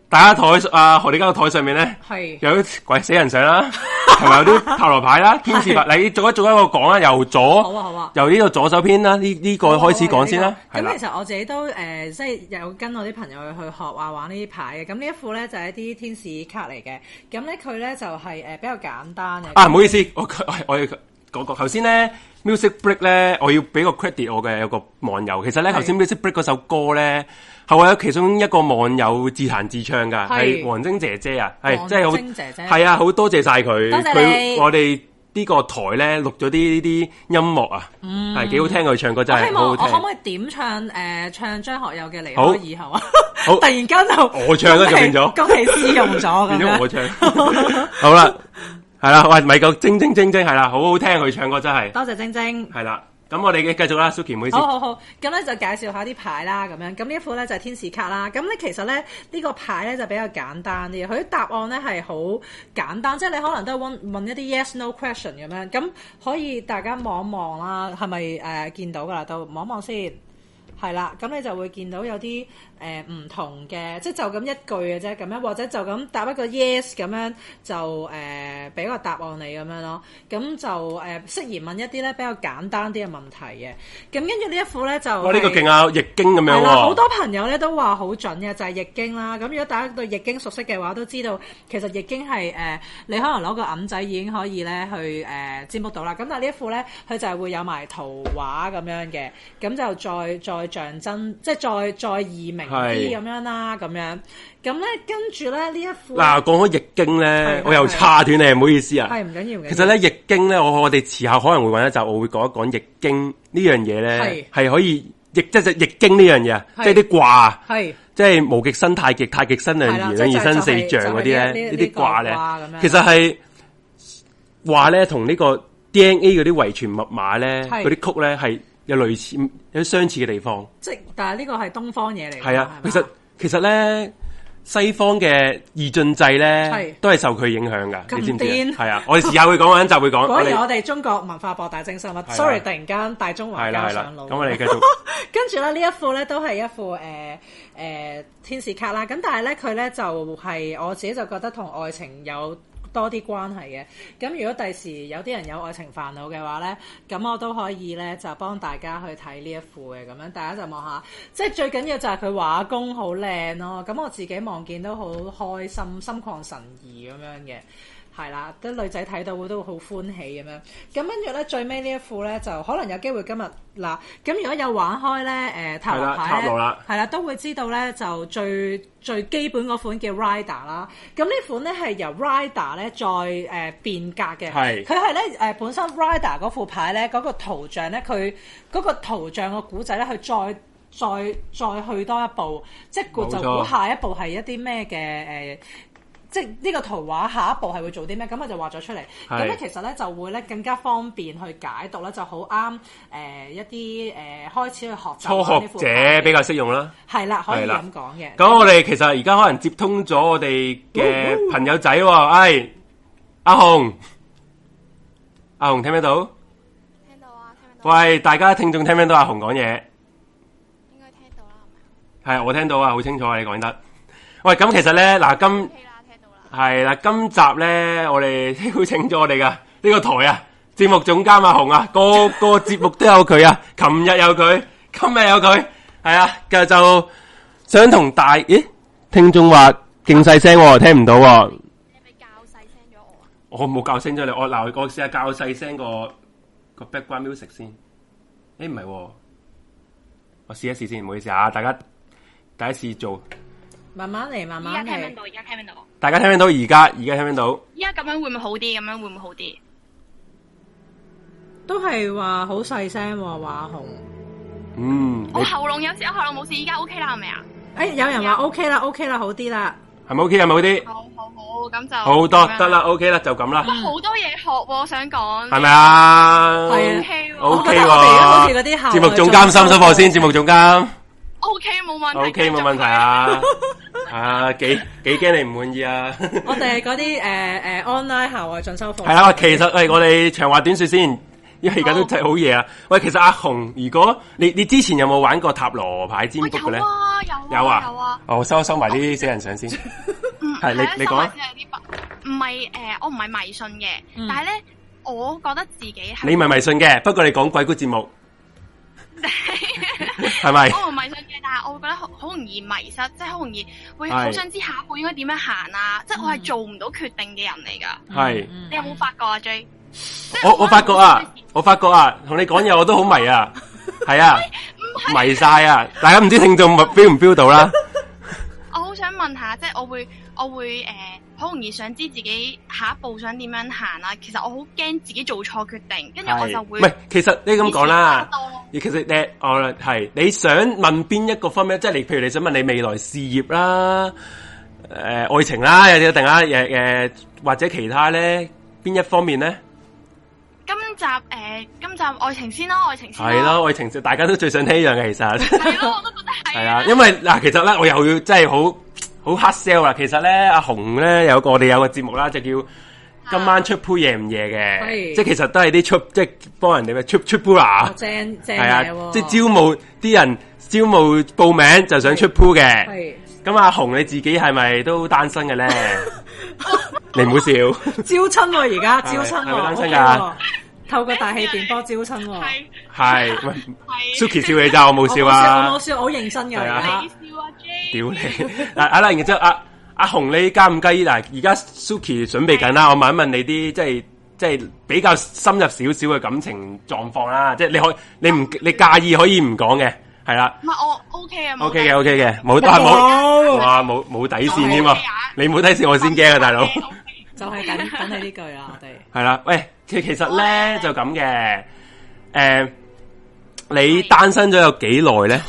大家台啊何利家個台上面
*laughs*
咧。
係
有啲鬼死人相啦，同埋有啲塔羅牌
*laughs*
啦、天使牌，你逐一逐一個講啦，由左，
好啊好啊哦
由呢個左手邊啦，呢呢個開始講先啦，係
咁
啦，
其實我自己都誒、呃即係有跟我啲朋友去學啊玩呢啲牌嘅。咁呢一副咧就係、一啲天使卡嚟嘅。咁咧佢咧就係、誒、比較簡單嘅。
啊唔好意思，我我我要講講頭先咧，music break 咧，我要俾個 credit 我嘅有個網友，其實咧
係
頭先 music break 嗰首歌咧，係我有其中一個網友自彈自唱噶，
係
係黃晶姐姐啊，係
黃
即係好
晶姐姐
係啊，好多謝晒佢，
多謝你
佢我哋呢個台咧錄咗啲呢啲音樂啊，係幾好聽佢唱歌真
我希
係
望
好
我可
好
唔可以點唱誒唱張學友嘅離
好
開以後啊？
好
*laughs* 突然間就
我唱啦就變咗
恭喜私用咗咁
聽，變咗我
樣。
唱。好啦，係啦，喂，咪夠精精精精係啦，好好聽佢唱歌真係，
多謝晶晶。
係啦。咁我哋嘅繼續啦，Suki 唔好意思
好，好好，咁咧就介紹下啲牌啦，咁樣咁呢一副咧就係天使卡啦。咁咧其實咧呢、呢個牌咧就比較簡單啲，佢啲答案咧係好簡單，即係你可能都係問問一啲 yes no question 咁樣，咁可以大家望一望啦，係咪誒見到㗎啦？都望一望先。係啦，咁你就會見到有啲誒唔同嘅，即係就咁一句嘅啫，咁樣或者就咁答一個 yes 咁樣就誒俾、個答案你咁樣咯，咁就誒、呃、適宜問一啲咧比較簡單啲嘅問題嘅，咁跟住呢一副咧就
哇，呢個
哦係
勁啊，易經咁樣
係
喎，
啦，好多朋友咧都話好準嘅，就係、易經啦。咁如果大家對易經熟悉嘅話，都知道其實易經係誒、呃你可能攞個銀仔已經可以咧去誒、呃占卜到啦。咁但係呢一副咧，佢就係會有埋圖畫咁樣嘅，咁就再再象真，即係再再易明啲
係
咁樣啦，咁樣。咁咧跟住咧呢一副
嗱，講開易經咧
係，
我又岔斷你，唔好意思啊。
係唔緊要嘅。
其實咧，易經咧，我我哋遲下可能會揾一集，我會講一講易經呢樣嘢咧，係可以易即係易經呢樣嘢啊，
係
即係啲卦啊，
係
即係無極生太極，太極生兩
係啦
儀，
即
兩
係
儀生四
就係
象嗰啲
就係
咧，
呢
呢啲卦咧
呢個卦咁樣，
其實係話咧同呢個 DNA 嗰啲遺傳密碼咧，
係
嗰啲曲咧係有類似有相似嘅地方。
即係但係呢個係東方嘢嚟㗎嘛。
係啊，
係
其
嘛
實其實咧，西方嘅二進制
係
咧，都係受佢影響噶，
咁
你知唔知
癲
啊？係啊，我哋時下會講，揾一集
*laughs*
會講。
果然我
哋
哋中國文化博大精深啊
啊
！sorry，突然間大中華
係啦
交
係啦
上，腦。
咁我哋
*laughs*
繼續
跟住咧呢一副咧都係一副誒誒、呃呃天使卡啦，咁但係咧佢咧就係、我自己就覺得同愛情有多啲關係嘅。咁如果第時有啲人有愛情煩惱嘅話咧，咁我都可以咧就幫大家去睇呢一副嘅咁樣，大家就望下，即係最緊要就係佢畫工好靚咯。咁我自己望見都好開心，心曠神怡咁樣嘅。係啦，啲女仔睇到會都會好歡喜咁樣。咁跟住咧，最尾呢一副咧，就可能有機會今日嗱，咁如果有玩開咧，誒、塔羅
係啦
牌
塔羅
咧
啦，
係啦，都會知道咧，就最最基本嗰款叫 Rider 啦。咁呢款咧係由 Rider 咧再誒、呃、變革嘅，
係
佢係咧誒本身 Rider 嗰副牌咧嗰、個圖像咧，佢嗰個圖像個古仔咧，佢再。再再去多一步，即係估就
冇錯
估下一步係一啲咩嘅誒即係呢個圖畫下一步係會做啲咩？咁我就畫咗出嚟。咁咧
係
其實咧就會咧更加方便去解讀咧，就好啱誒一啲誒、呃、開始去學習
初
玩呢
學
副牌
者比較適用啦。
係啦，可以
係啦
咁講嘅。
咁我哋其實而家可能接通咗我哋嘅朋友仔喎，唉，阿紅，阿紅聽唔聽到？
聽到啊，聽唔聽到？
喂，大家聽眾聽唔聽到阿紅講嘢？
應該聽到啦，係
係我聽到啊，好清楚啊，你講得。喂，咁其實咧，嗱今
咪？OK 啦，聽到啦。
系啦，今集咧，我哋 *laughs* 邀請咗我哋噶呢個台啊，節目總監阿紅啊，個個節目都有佢啊， *laughs* 琴日有佢，今日有佢，係啊，就就想同大，咦，聽眾話勁細聲喎，聽唔到喎，
你係咪較細聲咗我啊？
我冇教聲咗你，我嗱，我試下教細聲個個 background music 先，誒唔係喎，我試一試先，唔好意思啊，大家第一次做，
慢慢嚟，慢
依家
慢
聽唔聽
嚟。
到？依家聽唔聽到？
大家聽唔聽到？而家而家聽唔聽到？
依家咁樣會唔會好啲？咁樣會唔會好啲？
都係話好細聲喎，話紅。
嗯，你
我喉嚨有事，我喉嚨冇事，依家 OK 啦，係咪啊？
誒、哎有人話 OK 啦，OK 啦，好啲啦。
係咪 OK 啊係咪好啲？
好好好，咁就
好多
咁樣
得啦。，OK 啦，就咁啦，
哇，好多嘢學喎，我想講
係咪啊
係啊
？OK 喎
？OK
我覺得我哋而家好似嗰
喎
啲，校內
節目總監心心貨先，
做
節目總監
OK 冇問題
，OK 冇問題。啊，啊幾幾驚你唔滿意啊？
我哋嗰啲誒誒 online 校外進修課。
係啦，其實喂，我哋長話短說先，因為而家都真係好嘢啊。喂，其實阿紅，如果你你之前有冇玩過塔羅牌占
繼
卜
續
嘅
我
咧
有？啊，有啊，
有啊，
有啊。
哦我收一收埋啲死人相先，
嗯
係你你講啊，
唔係誒，我唔係迷信嘅，但係咧，我覺得自己係
你唔係迷信嘅，不過你講鬼故節目係咪？
我唔迷信嘅，但係我會覺得好好容易迷失，即係好容易會
係
好想知下一步應該點樣行啊！即係我係做唔到決定嘅人嚟㗎。
係。
你有冇發覺啊？J，即係
我我发觉啊，我發覺啊，同你講嘢我都好迷
*laughs*
啊，係啊，迷晒啊！大家 *laughs* 唔知聽眾 feel 唔 feel 到啦？
我好想問下，即係我會我會誒呃好容易想知自己下一步想點樣行啦。其實我好驚自己做錯決定，跟住 *laughs* 我就
係，
會
唔係，其實你咁講啦
以前我
其實你我啦係你想問邊一個方面？即係你譬如你想問你未來事業啦，誒、愛情啦，又一定啦，誒、誒、或者其他咧，邊一方面咧？
今集誒、呃今集愛情先咯，愛情先
係咯，愛情大家都最想聽呢樣嘅，其
*laughs*
實。
係咯，我都覺得
系
係
啊，因為嗱，其實咧，我又要真係好好 hard sell 啊啦。其實咧，阿紅咧有個我哋有個節目啦，就叫今晚出鋪夜唔夜嘅，
係
啊即係其實都係啲出即係幫人哋嘅出出鋪啦，
正正
係啊
嘢，喎
即係招募啲人招募報名就想出鋪嘅。
係
咁阿紅你自己係咪都單身 *laughs* 嘅咧？你唔好笑，
招親喎，而家
係
招親
係咪
喎
單身
OK
㗎
喎，透過大氣電波招親喎。
係
係喂
係
Suki 笑你咋，我冇笑啊
我冇。笑，我好認真㗎
係
而
啊
家
你。笑啊 J，
屌你！嗱，阿啦，然之後阿阿紅，你介唔介意？嗱，而家 Suki 準備緊啦，我問一問你啲即係即係比較深入少少嘅感情狀況啦，即係你可你唔你介意可以唔講嘅，係啦
唔係我 OK 啊冇
，OK
計
嘅 OK 嘅，冇但係冇哇冇冇底線添啊！你冇底線我先驚啊，大佬。 *laughs*
OK，OK
就係等等你呢句啦，我哋
系啦，喂，其其实咧就咁嘅，诶、你
係
單身咗有幾耐咧？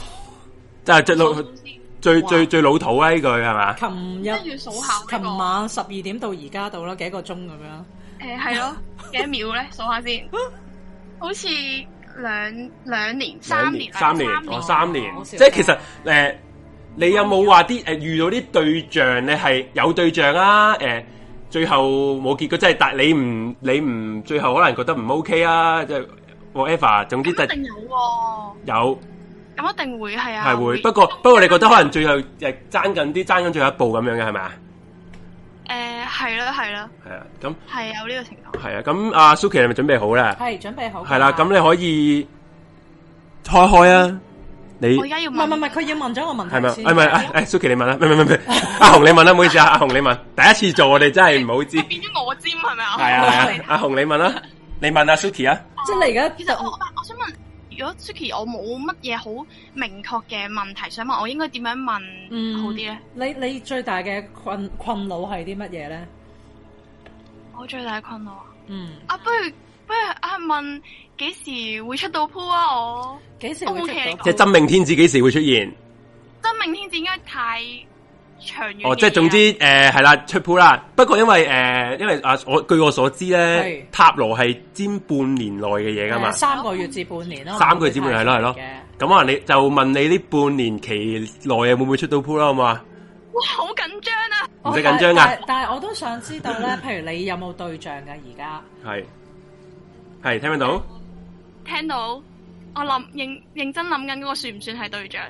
就係最老
我數先
最
哇
最最老土啊！呢句係嘛？
琴
跟
日
住數下呢個
琴晚十二點到而家到啦，幾個鐘咁樣。
誒呃係咯，幾多秒咧？數
*laughs*
下先，好似兩兩年、三年、
三年
兩，
哦，
年。
三年，
我
即
笑
係其實诶、誒你有冇話啲诶遇到啲對象你係有對象啊？诶、最後冇結果，即係但你唔你唔最後可能覺得唔 OK 啊？即係 whatever，總之就
咁一定有喎，
有。
咁一定會係啊，
系會，不過不過你覺得可能最後诶爭緊啲，爭緊最後一步咁樣嘅係咪啊？
誒係啦係啦，
係啊，咁
係有呢個情況。
係啊，咁阿 Suki 你咪準備好啦？
係準備好㗎。啊
係啦，咁你可以開開啊，你
我而家要
唔係
問，
唔係唔係，佢要問咗個問
係咪？啊
題先。
哎誒唔係，誒誒，Suki 你問啦， *laughs* 唔係唔係唔係，阿紅你問啦，唔好意思啊，阿紅你問，第一次做我哋真係唔好 *laughs* 知，
即係
係
變咗我尖係咪啊？
啊係啊，阿紅你問啦， *laughs* 你問阿 Suki 啊，
即係你而
其
家
實我我想問，如果 Suki 我冇乜嘢好明確嘅問題想問，我應該點樣
嗯
問好啲啊咧？
你你最大嘅困困擾係啲乜嘢咧？
我最大嘅困擾啊
嗯，
啊，不如不如啊問幾時會出到鋪啊？我
幾時會出
OK，
到？
即係真命天子幾時會出 *laughs* 現？
真明天就應該太長遠嘅嘢啊。
哦，即係總之誒係啦，出鋪啦。不過因為誒、呃因為啊，我據我所知咧
係，
塔羅係占半年內嘅嘢噶嘛
誒。三個月至半年咯。
三個月之半係咯係咯
嘅。
咁可能你就問你呢半年期內會唔會出到鋪啦，好啊嘛？
哇，好緊張啊！
唔使緊張
但
㗎，
但係我都想知道
*coughs*
咧，譬如你有冇對象㗎而家？
係係聽唔聽到？
聽到我諗認認真諗緊嗰個算唔算係對象？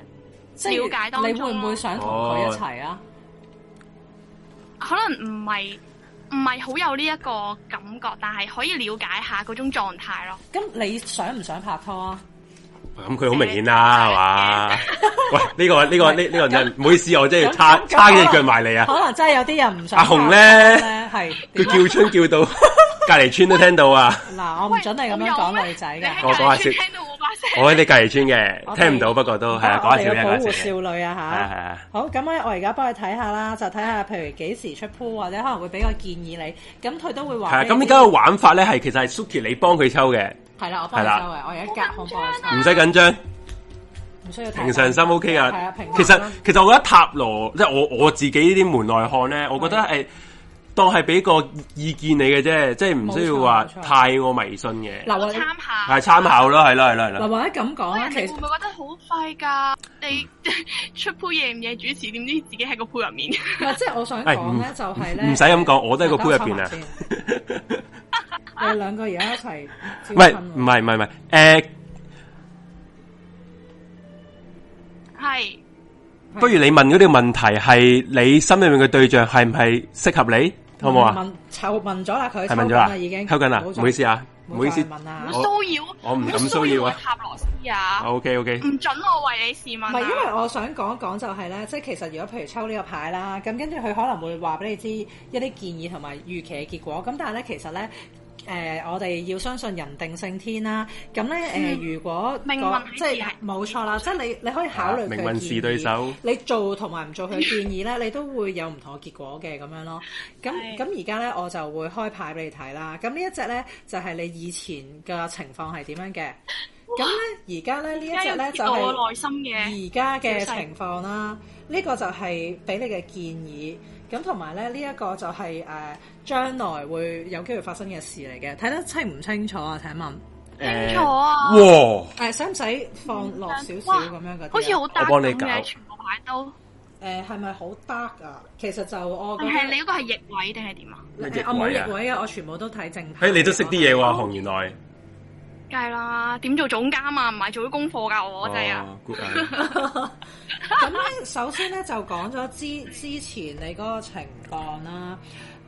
即係
了解當中
你會唔會想同佢一齊啊？
可能唔係唔係好有呢一個感覺，但係可以了解下嗰種狀態咯。
咁你想唔想拍拖啊？
咁佢好明顯啦，係
*laughs*
嘛？喂，呢、個呢、個呢呢、個人，唔好意思，我真係要叉
咁咁
叉幾
可能
隻腳埋嚟啊！
可能真係有啲人唔想
阿
拍拖
紅
咧。
咧， *laughs*
係
佢
點啊
叫春叫到隔離村都聽到啊！
*laughs* 嗱，我唔準你咁樣
啊
講女仔
嘅
嘅。
我講下先
聽到我把聲，
我喺你隔離村嘅，
我哋
聽唔到，不過都係啊，講下
我哋
笑啫，
要
講
保護
下笑啫。
少女啊
係啊係
吓。
啊。
好，咁咧我而家幫你睇下啦，就睇下譬如幾時出 pool 或者可能會俾個建議你，咁佢都會
系啊，
話俾
咁而
你知。
家嘅玩法咧係其實係 Suki 你幫佢抽嘅，
係啦，我幫
係
你
啦
收嘅，我而家隔空幫
唔
你收，
使緊張，
唔需要太
平常心 OK
係啊
噶。
平常
其
心
實其實我覺得塔羅即係我我自己呢啲門外漢咧，我覺得係當係俾個意見你嘅啫，即係唔需要話
冇錯冇錯
太過迷信嘅，
嗱，或者
參考
係。參考咯，係咯係咯係
嗱
咯。
或者咁講啦，
你
其
會
實
唔會覺得好快㗎？
嗯
你 *laughs* 出鋪夜唔夜主持，點知自己喺個鋪入
*laughs*
面？
唔係即係我想
誒
講咧，就係咧
哎唔唔使咁講，我都喺個杯入邊
大家
啊
收。埋先你兩個而家一齊
唔
招
係
親喎，
唔係唔係唔係，誒，
係
不如你問嗰條問題係你心裏面嘅對象係唔係適合你，好唔好啊？
問抽嗯問咗啦，
係
佢抽
問
緊
咗啦，
啦，已經
溝緊啦，
好
唔
再
好意思啊，唔
唔
好意思
再。問啦
唔。好
我
騷擾，
我唔敢
好
騷擾啊
我塔羅斯啊！
O K O K，
唔准我為你試問
唔
啊！
係，因為我想講講就係咧，即係其實如果譬如抽呢個牌啦，咁跟住佢可能會話俾你知一啲建議同埋預期嘅結果。咁但係咧，其實咧誒、我哋要相信人定勝天啦。咁咧誒，如果
嗯命
個
運係
即係冇錯啦，即係你你可以考慮佢嘅
啊命運是
建議
對手
你做同埋唔做佢
*laughs*
嘅建議咧，你都會有唔同嘅結果嘅咁樣咯。咁
係
咁而家咧，我就會開牌俾你睇啦。咁呢一隻咧就係、你以前嘅情況係點樣嘅。咁咧而家咧呢一隻咧
而
就
家有
係、
我內心嘅
而家嘅情況啦，呢、個就係俾你嘅建議，咁同埋咧呢一、個就係、誒、將來會有機會發生嘅事嚟嘅，睇得清唔清楚啊？請
嗯
問，誒、
清楚啊，
哇！
使唔使放落少少
嗯哇
咁樣嗰啲啊？
好似好 d
我幫你
咁
搞
嘅，全部牌都，
誒係咪好 dark 啊？其實就我覺
但
得
係你嗰個係逆位定係點啊？
你
誒
逆位啊
我冇逆位啊，我全部都睇正牌。
誒，你都識啲嘢喎，
哦
阿紅原來。
梗係啦，點做總監啊？唔係做咗功課㗎，我真係啊！
哦，good 啊！
咁咧，首先咧就講咗之之前你嗰個情況啦。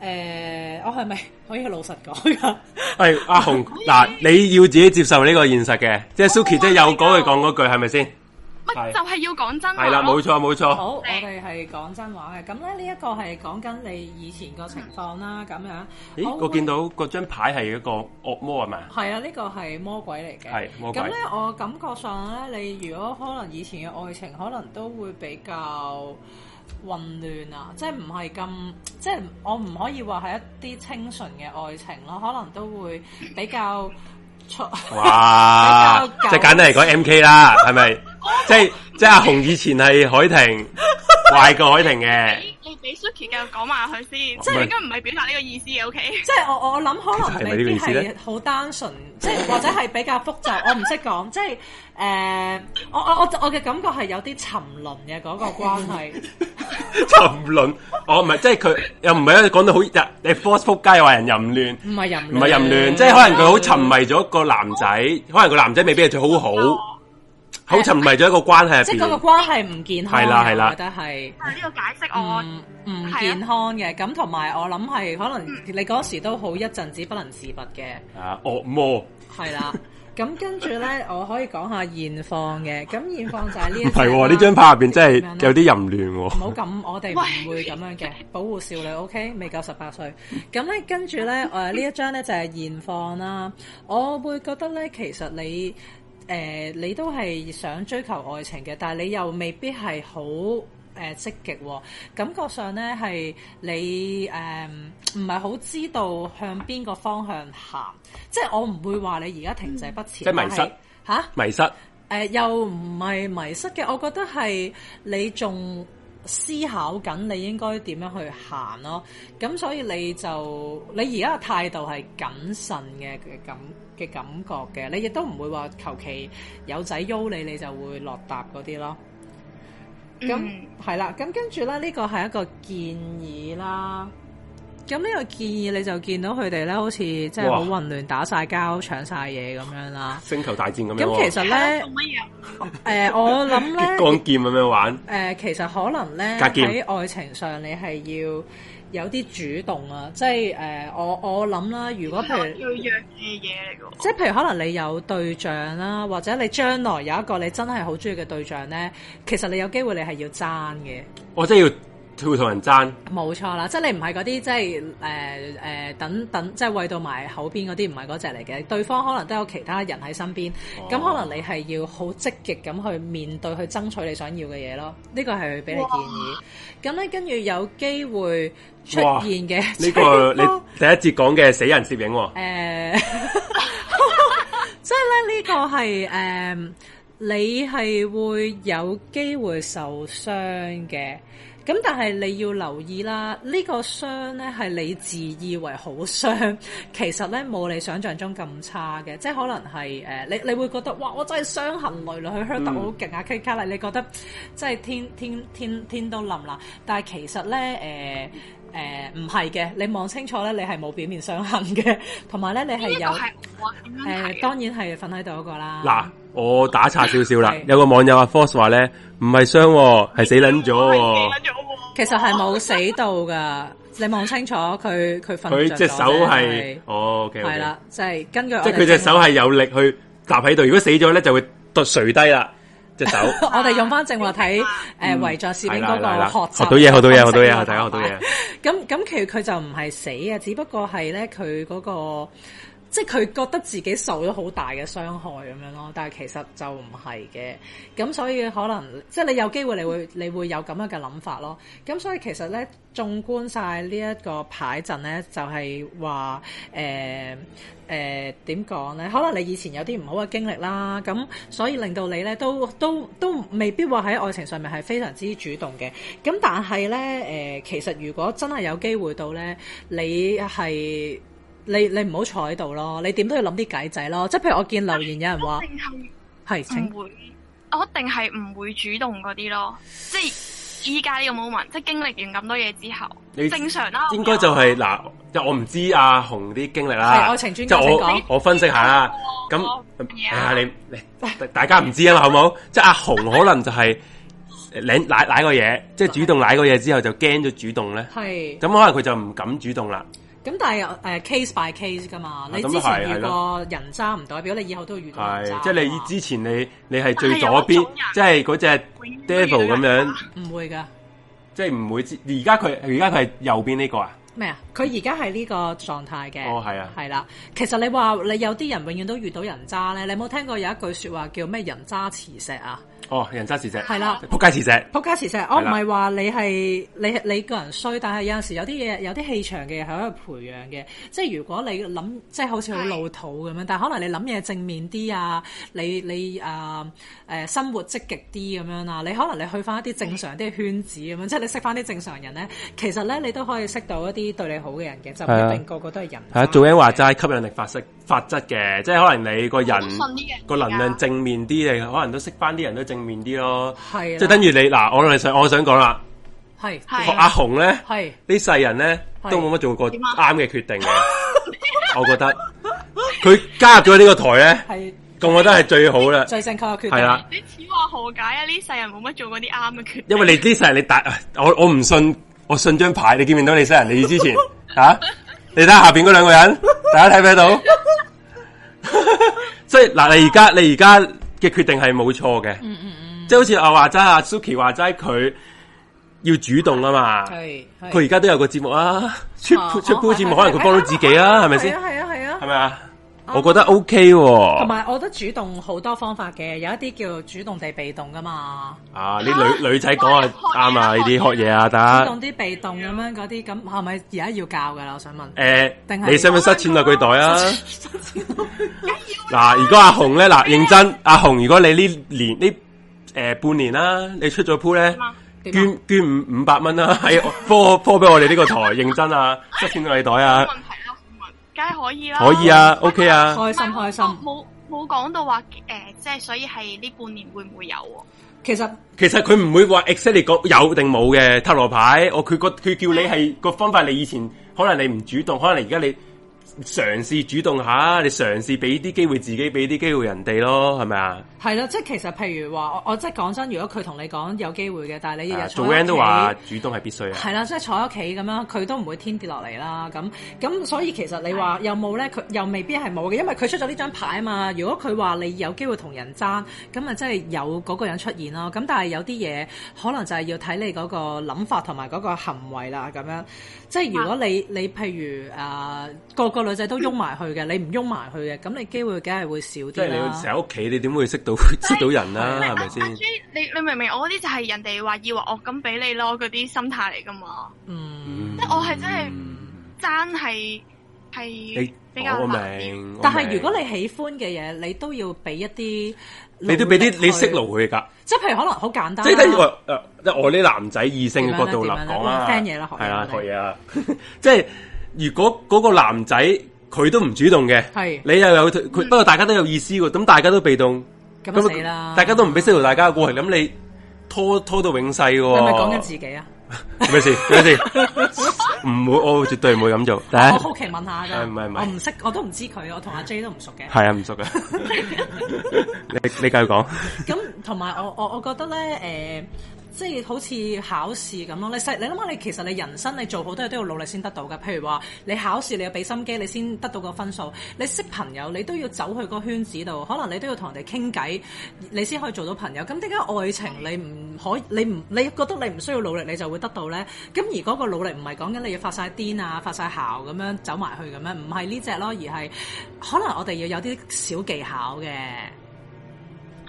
誒、我係咪可以老實講啊噶？
係哎阿紅嗱，你要自己接受呢個現實嘅，即係
啊
Suki 即係有嗰句講嗰句，係咪先？係
乜就係要講真啊話
係啦，冇
咯，
錯冇錯。
好，我哋係講真話嘅。咁咧，呢一個係講緊你以前個情況啦，咁樣。
咦，
會
我見到嗰張牌係一個惡魔係
*laughs*
咪？
係啊，呢個係魔鬼嚟嘅。
係魔鬼
咁咧，我感覺上咧，你如果可能以前嘅愛情，可能都會比較混亂啊，即係唔係咁，即係我唔可以話係一啲清純嘅愛情咯，可能都會比較出。 *laughs*
哇
比較！舊
即係簡單嚟講，M K 啦，係
*laughs*
咪？即係即係阿紅以前係海婷，壞過海婷
*laughs*
嘅。
你你俾 Suki 繼續講埋佢先，
即
即
係
係應該唔係表達呢個意思嘅，OK？
即係我我諗可
係咪
能
呢個
未
意
必
思呢
係好單純，即係或者係比較複雜，我唔識講。即係誒、呃我我我我嘅感覺係有啲沉淪嘅嗰個關係，
沉沦，我唔係即係佢又唔係講到好日，你 force 仆街又話人淫亂，
唔係淫
唔係淫
嗯
亂，即係可能佢好沉迷咗個男仔，可能個男仔未必係最好好，好沉迷咗一個關係
哦即係
入
嗰個
邊，
關係唔健康嘅，
係啦係啦
我覺得係。
但係呢個解釋我
嗯
唔唔健康嘅，咁同埋我諗係可能你嗰時都好一陣子不能自拔嘅，
啊惡魔，
係啦。咁跟住咧，我可以講下現況嘅。咁現況就係呢一
唔係
隻啦
喎呢張牌入邊真
咁樣啦
係有啲淫亂
唔
喎，
好咁，我哋唔會咁樣嘅，保護少女，OK？未夠十八歲。咁咧，跟住咧，誒、呢一張咧就係現況啦。我會覺得咧，其實你誒、呃你都係想追求愛情嘅，但係你又未必係好誒積極喎。感覺上咧係你誒唔係好知道向邊個方向行，即係我唔會話你而家停滯不
嗯即
前，
係迷失
但係吓。
迷失
誒、呃又唔係迷失嘅，我覺得係你仲思考緊你應該點樣去行咯。咁所以你就你而家嘅態度係謹慎嘅嘅感嘅感覺嘅，你亦都唔會話求其有仔邀你你就會落搭嗰啲咯。咁
嗯
係啦，咁跟住咧，呢個係一個建議啦。咁呢個建議你就見到佢哋咧，好似即係好
哇
混亂，打晒交、搶晒嘢咁樣啦。
星球大戰咁樣
咁
喎，
其實
係
咧
做，乜嘢啊？
誒、呃我諗
*laughs* 激
咧，
光劍咁樣玩，
誒、其實可能咧
格劍
喺愛情上，你係要有啲主動啊，即係誒、我我諗啦，如果譬
最
如。
弱嘅嘢嚟㗎喎。
即係譬如可能你有對象啦，或者你將來有一個你真係好中意嘅對象咧，其實你有機會你係要爭嘅，
我真係要要同人爭，
冇錯啦。即係你唔係嗰啲即係誒誒等等，即係喂到埋口邊嗰啲，唔係嗰只嚟嘅。對方可能都有其他人喺身邊，咁、
哦
可能你係要好積極咁去面對，去爭取你想要嘅嘢咯。呢個係佢俾你建議。咁咧，跟住有機會出
哇
現 *laughs* 嘅
呢個你
情況
第一節講嘅死人攝影喎，
誒，
*laughs*
即係咧呢個係誒、你係會有機會受傷嘅。咁但係你要留意啦，呢、個傷咧係你自以為好傷，其實咧冇你想象中咁差嘅，即係可能係誒、你你會覺得哇，我真係傷痕累累，佢 hurt 得我好勁啊，K 卡啦，你覺得真係天天天天都冧啦，但係其實咧誒。誒唔係嘅，你望清楚咧，你係冇表面傷痕嘅，同埋咧你係
呢一
有
個係我點樣睇啊
誒，
嘅？
當然係瞓喺度嗰個啦。
嗱。我打岔少少啦
係，
有個網友阿 Force 話咧，唔係傷喎，係死撚咗喎。
其實係冇死到噶， *laughs* 你望清楚佢佢瞓
佢
着
隻
咗
手
啫
係，哦，OK，
係啦，即係根據
即係佢隻手係有力去搭喺度，如果死咗咧就會墜低啦。隻手。
*laughs* 我哋用翻正話睇誒圍在士兵嗰
嗯係啦係啦
個學習，
學到嘢學到嘢學到嘢
學
大
習
家學到嘢
*laughs* 咁咁其實佢就唔係死啊，只不過係咧佢嗰個，即係佢覺得自己受咗好大嘅傷害咁樣咯，但係其實就唔係嘅。咁所以可能即係你有機會，你會你會有咁樣嘅諗法咯。咁所以其實咧，縱觀晒呢一個牌陣咧，就係話誒誒點講咧？可能你以前有啲唔好嘅經歷啦，咁所以令到你咧都都都未必話喺愛情上面係非常之主動嘅。咁但係咧誒，其實如果真係有機會到咧，你係。你你唔好坐喺度咯，你點都要諗啲計仔咯。即係譬如我見留言有人話
一定 *laughs* 係嗯
係請
唔會，我一定係唔會主動嗰啲咯。即係依家呢個 moment，即係經歷完咁多嘢之後，
你
正常啦。
應該就係、嗱，即係我唔知阿紅啲經歷啦，
係愛情專家
即係我
請講
我分析下啦。咁
係啊
啊，你你大家唔知啊嘛，好冇？即係阿紅可能就係舐舐舐個嘢，即係主動舐個嘢之後就驚咗主動咧。
係
咁可能佢就唔敢主動啦。
咁但係誒、呃 case by case 噶嘛，
啊
你
咁啊
之前
係
遇
係
過人渣唔代表你以後都會遇到人
係
渣㗎嘛，，
即係你之前你你係啊最左
但係有一
邊
種人，
即係嗰隻 devil 咁樣，
唔會噶
即係唔會知。而家佢而家佢係右邊呢個啊？
咩啊？佢而家係呢個狀態嘅，
哦係啊
係啦。其實你話你有啲人永遠都遇到人渣咧，你有冇聽過有一句説話叫咩人渣磁石啊？
哦，人渣磁石，
係啦。
仆街磁石。
仆街磁石，我唔
係啦
係話你係你你個人衰，但係有陣時有啲嘢有啲氣場嘅嘢係可以培養嘅。即係如果你諗，即係好似好老土咁樣，但係可能你諗嘢正面啲啊，你你啊誒、呃生活積極啲咁樣啊，你可能你去翻一啲正常啲嘅圈子咁樣，即係你識翻啲正常人咧，其實咧你都可以識到一啲對你好嘅人嘅，就唔
係啊
一定個個都係人
系啊，
渣。
做嘢話齋吸引力法式法則嘅，即係可能你個人
我都信呢樣嘢㗎
個能量正面啲，你可能都識翻啲人都正面啲咯。
係啦
即係等於你嗱，我哋想我想講啦，
係
係
學阿紅咧，
係
呢世人咧
係
都冇乜做過
點啊
啱嘅決定嘅，我覺得佢加入咗呢個台咧，
係
我覺得係最好啦。
最正確嘅決定。
係啦，
你此話何解啊？呢世人冇乜做過啲啱嘅決定。
因為你呢世人你大， *laughs* 我我唔信，我信張牌，你見唔見到你世人？你之前 *laughs* 吓、啊你睇下下邊嗰兩個人，大家睇唔睇到？ *laughs* 即係嗱，你而家你而家嘅決定係冇錯嘅，嗯嗯嗯，即係好似我話齋阿 Suki 話齋，佢要主動啊嘛，
係係
佢而家都有個節目啊，出
啊
出 p 節目，
係
可能佢幫到自己啊，係咪
係
先？
啊係啊係啊
係。咪啊？我覺得 OK 喎，
同埋，我覺得主動好多方法嘅，有一啲叫主動地被動噶嘛，
啊，啲女女仔講啊
哇
啱啊，呢啲學嘢啊，
主
大家
動啲被動咁樣嗰啲，咁係咪而家要教噶啦？我想問，
诶，
定係
呃
哦
你使唔使塞錢落佢袋
*laughs*
啊？嗱，如果阿紅咧，嗱
啊
認真，阿紅，如果你呢年呢诶半年啦，你出咗鋪咧，
點啊
捐捐五五百蚊啦，喺我科科俾我哋呢個台，認真啊，塞錢落你袋啊
冇，問題啦，冇問梗係可以啦，
哦
可以啊，OK 啊，
開心開心
唔係。我冇冇講到話誒、呃即係所以係呢半年會唔會有喎？
其實
其實佢唔會話 exactly 講有定冇嘅塔羅牌，我佢個佢叫你係個方法，你以前可能你唔主動，可能你而家你嘗試主動下，你嘗試俾啲機會自己，俾啲機會人哋咯，係咪啊？
係啦，即係其實譬如話，我我即係講真，如果佢同你講有機會嘅，但係你日
啊做
日哎坐喺
friend 都話
屋企
主動係必須啊。
係啦，即係坐喺屋企咁樣，佢都唔會天跌落嚟啦。咁咁，所以其實你話有冇咧？佢又未必係冇嘅，因為佢出咗呢張牌啊嘛。如果佢話你有機會同人爭，咁啊真係有嗰個人出現咯。咁但係有啲嘢可能就係要睇你嗰個諗法同埋嗰個行為啦。咁樣即係
啊
如果你你譬如誒、呃、個個女仔都擁埋去嘅，你唔擁埋去嘅，咁你機會梗係啊會少
即係
啲
你
啦
成。日屋企，你點會識到識到人啦？係啊咪
阿
先
J，？你你明唔明？我嗰啲就係人哋話以為我咁俾你咯，嗰啲心態嚟噶嘛。
嗯，
即係我係真係爭係係比
你
較
我
難啲。
明，我
但係
明
如果你喜歡嘅嘢，你都要俾一啲努力去，
你都俾啲你識路佢㗎，
即係譬如可能好簡單啦，
即係等於我誒，即係我啲男仔異性嘅角度立
點樣咧
講啦，
點樣咧 friend 嘢啦學嘢
係啦，
啦
學嘢啦。 *laughs* 即係如果嗰個男仔佢都唔主動嘅，
係嗯
你又有佢，不過大家都有意思喎，咁大家都被動，啊
咁啊死啦
大家都唔俾識路，大家過嚟，咁你拖拖到永世喎。
你係咪講緊自己啊？
*laughs* 咩事？咩事？唔會，我絕對唔會咁
*laughs*
做。第
我
一
好奇問下
誒
㗎，
唔係唔係
我唔識，我都唔知佢，我同阿 J 都唔熟嘅。
係啊，唔 *laughs* 熟噶。你你繼續講。
*laughs* 咁同埋我我我覺得咧，誒、呃即係好似考試咁咯。你細你諗下，你其實你人生你做好多嘢都要努力先得到嘅。譬如話你考試你要俾心機，你先得到個分數。你識朋友，你都要走去個圈子度，可能你都要同人哋傾偈，你先可以做到朋友。咁點解愛情你唔可你唔你覺得你唔需要努力你就會得到呢？咁而嗰個努力唔係講緊你要發晒癲啊、發晒姣咁樣走埋去咁樣，唔係呢只咯，而係可能我哋要有啲小技巧嘅。
*laughs*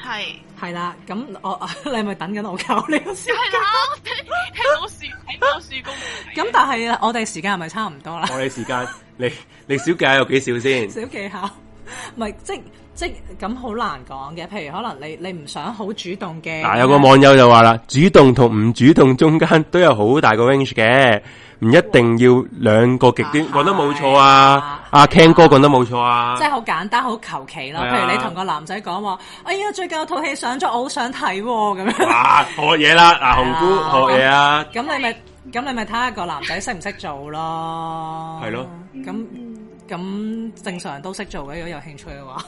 係
係啦，咁我 *laughs* 你係咪等緊我教你個小
係
技巧？
啦，睇我樹睇我樹公嚟
咁但係我哋時間係咪差唔多啦？
我哋時間，你你小解有幾少先？
小技巧， *laughs* 唔係即即咁好難講嘅。譬如可能你你唔想好主動嘅，
嗱，有個網友就話啦，主動同唔主動中間都有好大個 range 嘅，唔一定要兩個極端。
啊
講得冇錯啊，
係啊
阿 Ken 哥講得冇錯啊
即。係好簡單好求其咯。
係啊
譬如你同個男仔講話，哎呀最近有套戲上咗，我好想睇喎咁樣。
哇，學嘢啦，嗱，紅
係啊
姑學嘢啊，
咁你咪咁你咪睇下個男仔識唔識做咯。
係咯。
咁咁正常人都識做嘅，如果有興趣嘅話。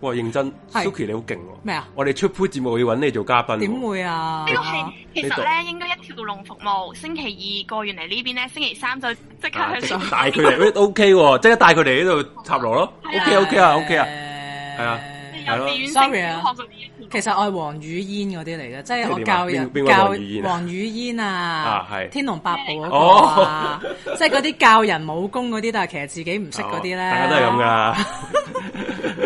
哇，認真
係
，Suki 你好勁喎。
咩啊？
我哋出 pool 節目要揾你做嘉賓喎。
點會啊？
呢個係其
呢度
實咧應該一條龍服務，星期二過完嚟呢邊咧，星期三就即刻
*laughs*
啊
去上。
帶佢嚟喂，OK 喎，即刻帶佢嚟呢度塔羅咯。
係啊
OK OK 啊，OK 啊。
係
係啊
幼
係咯
稚園、小
，sorry 啊
學嗰啲一條
其實我係黃雨嫣嗰啲嚟嘅，即係
即係
我
點啊
教人
邊邊個
教
黃雨嫣啊
黃雨嫣啊
啊，哦係
天龍八部嗰個啊， *laughs* 即係嗰啲教人武功嗰啲，但係其實自己唔識嗰啲咧，
哦大家都係咁噶，啊啦。
*laughs*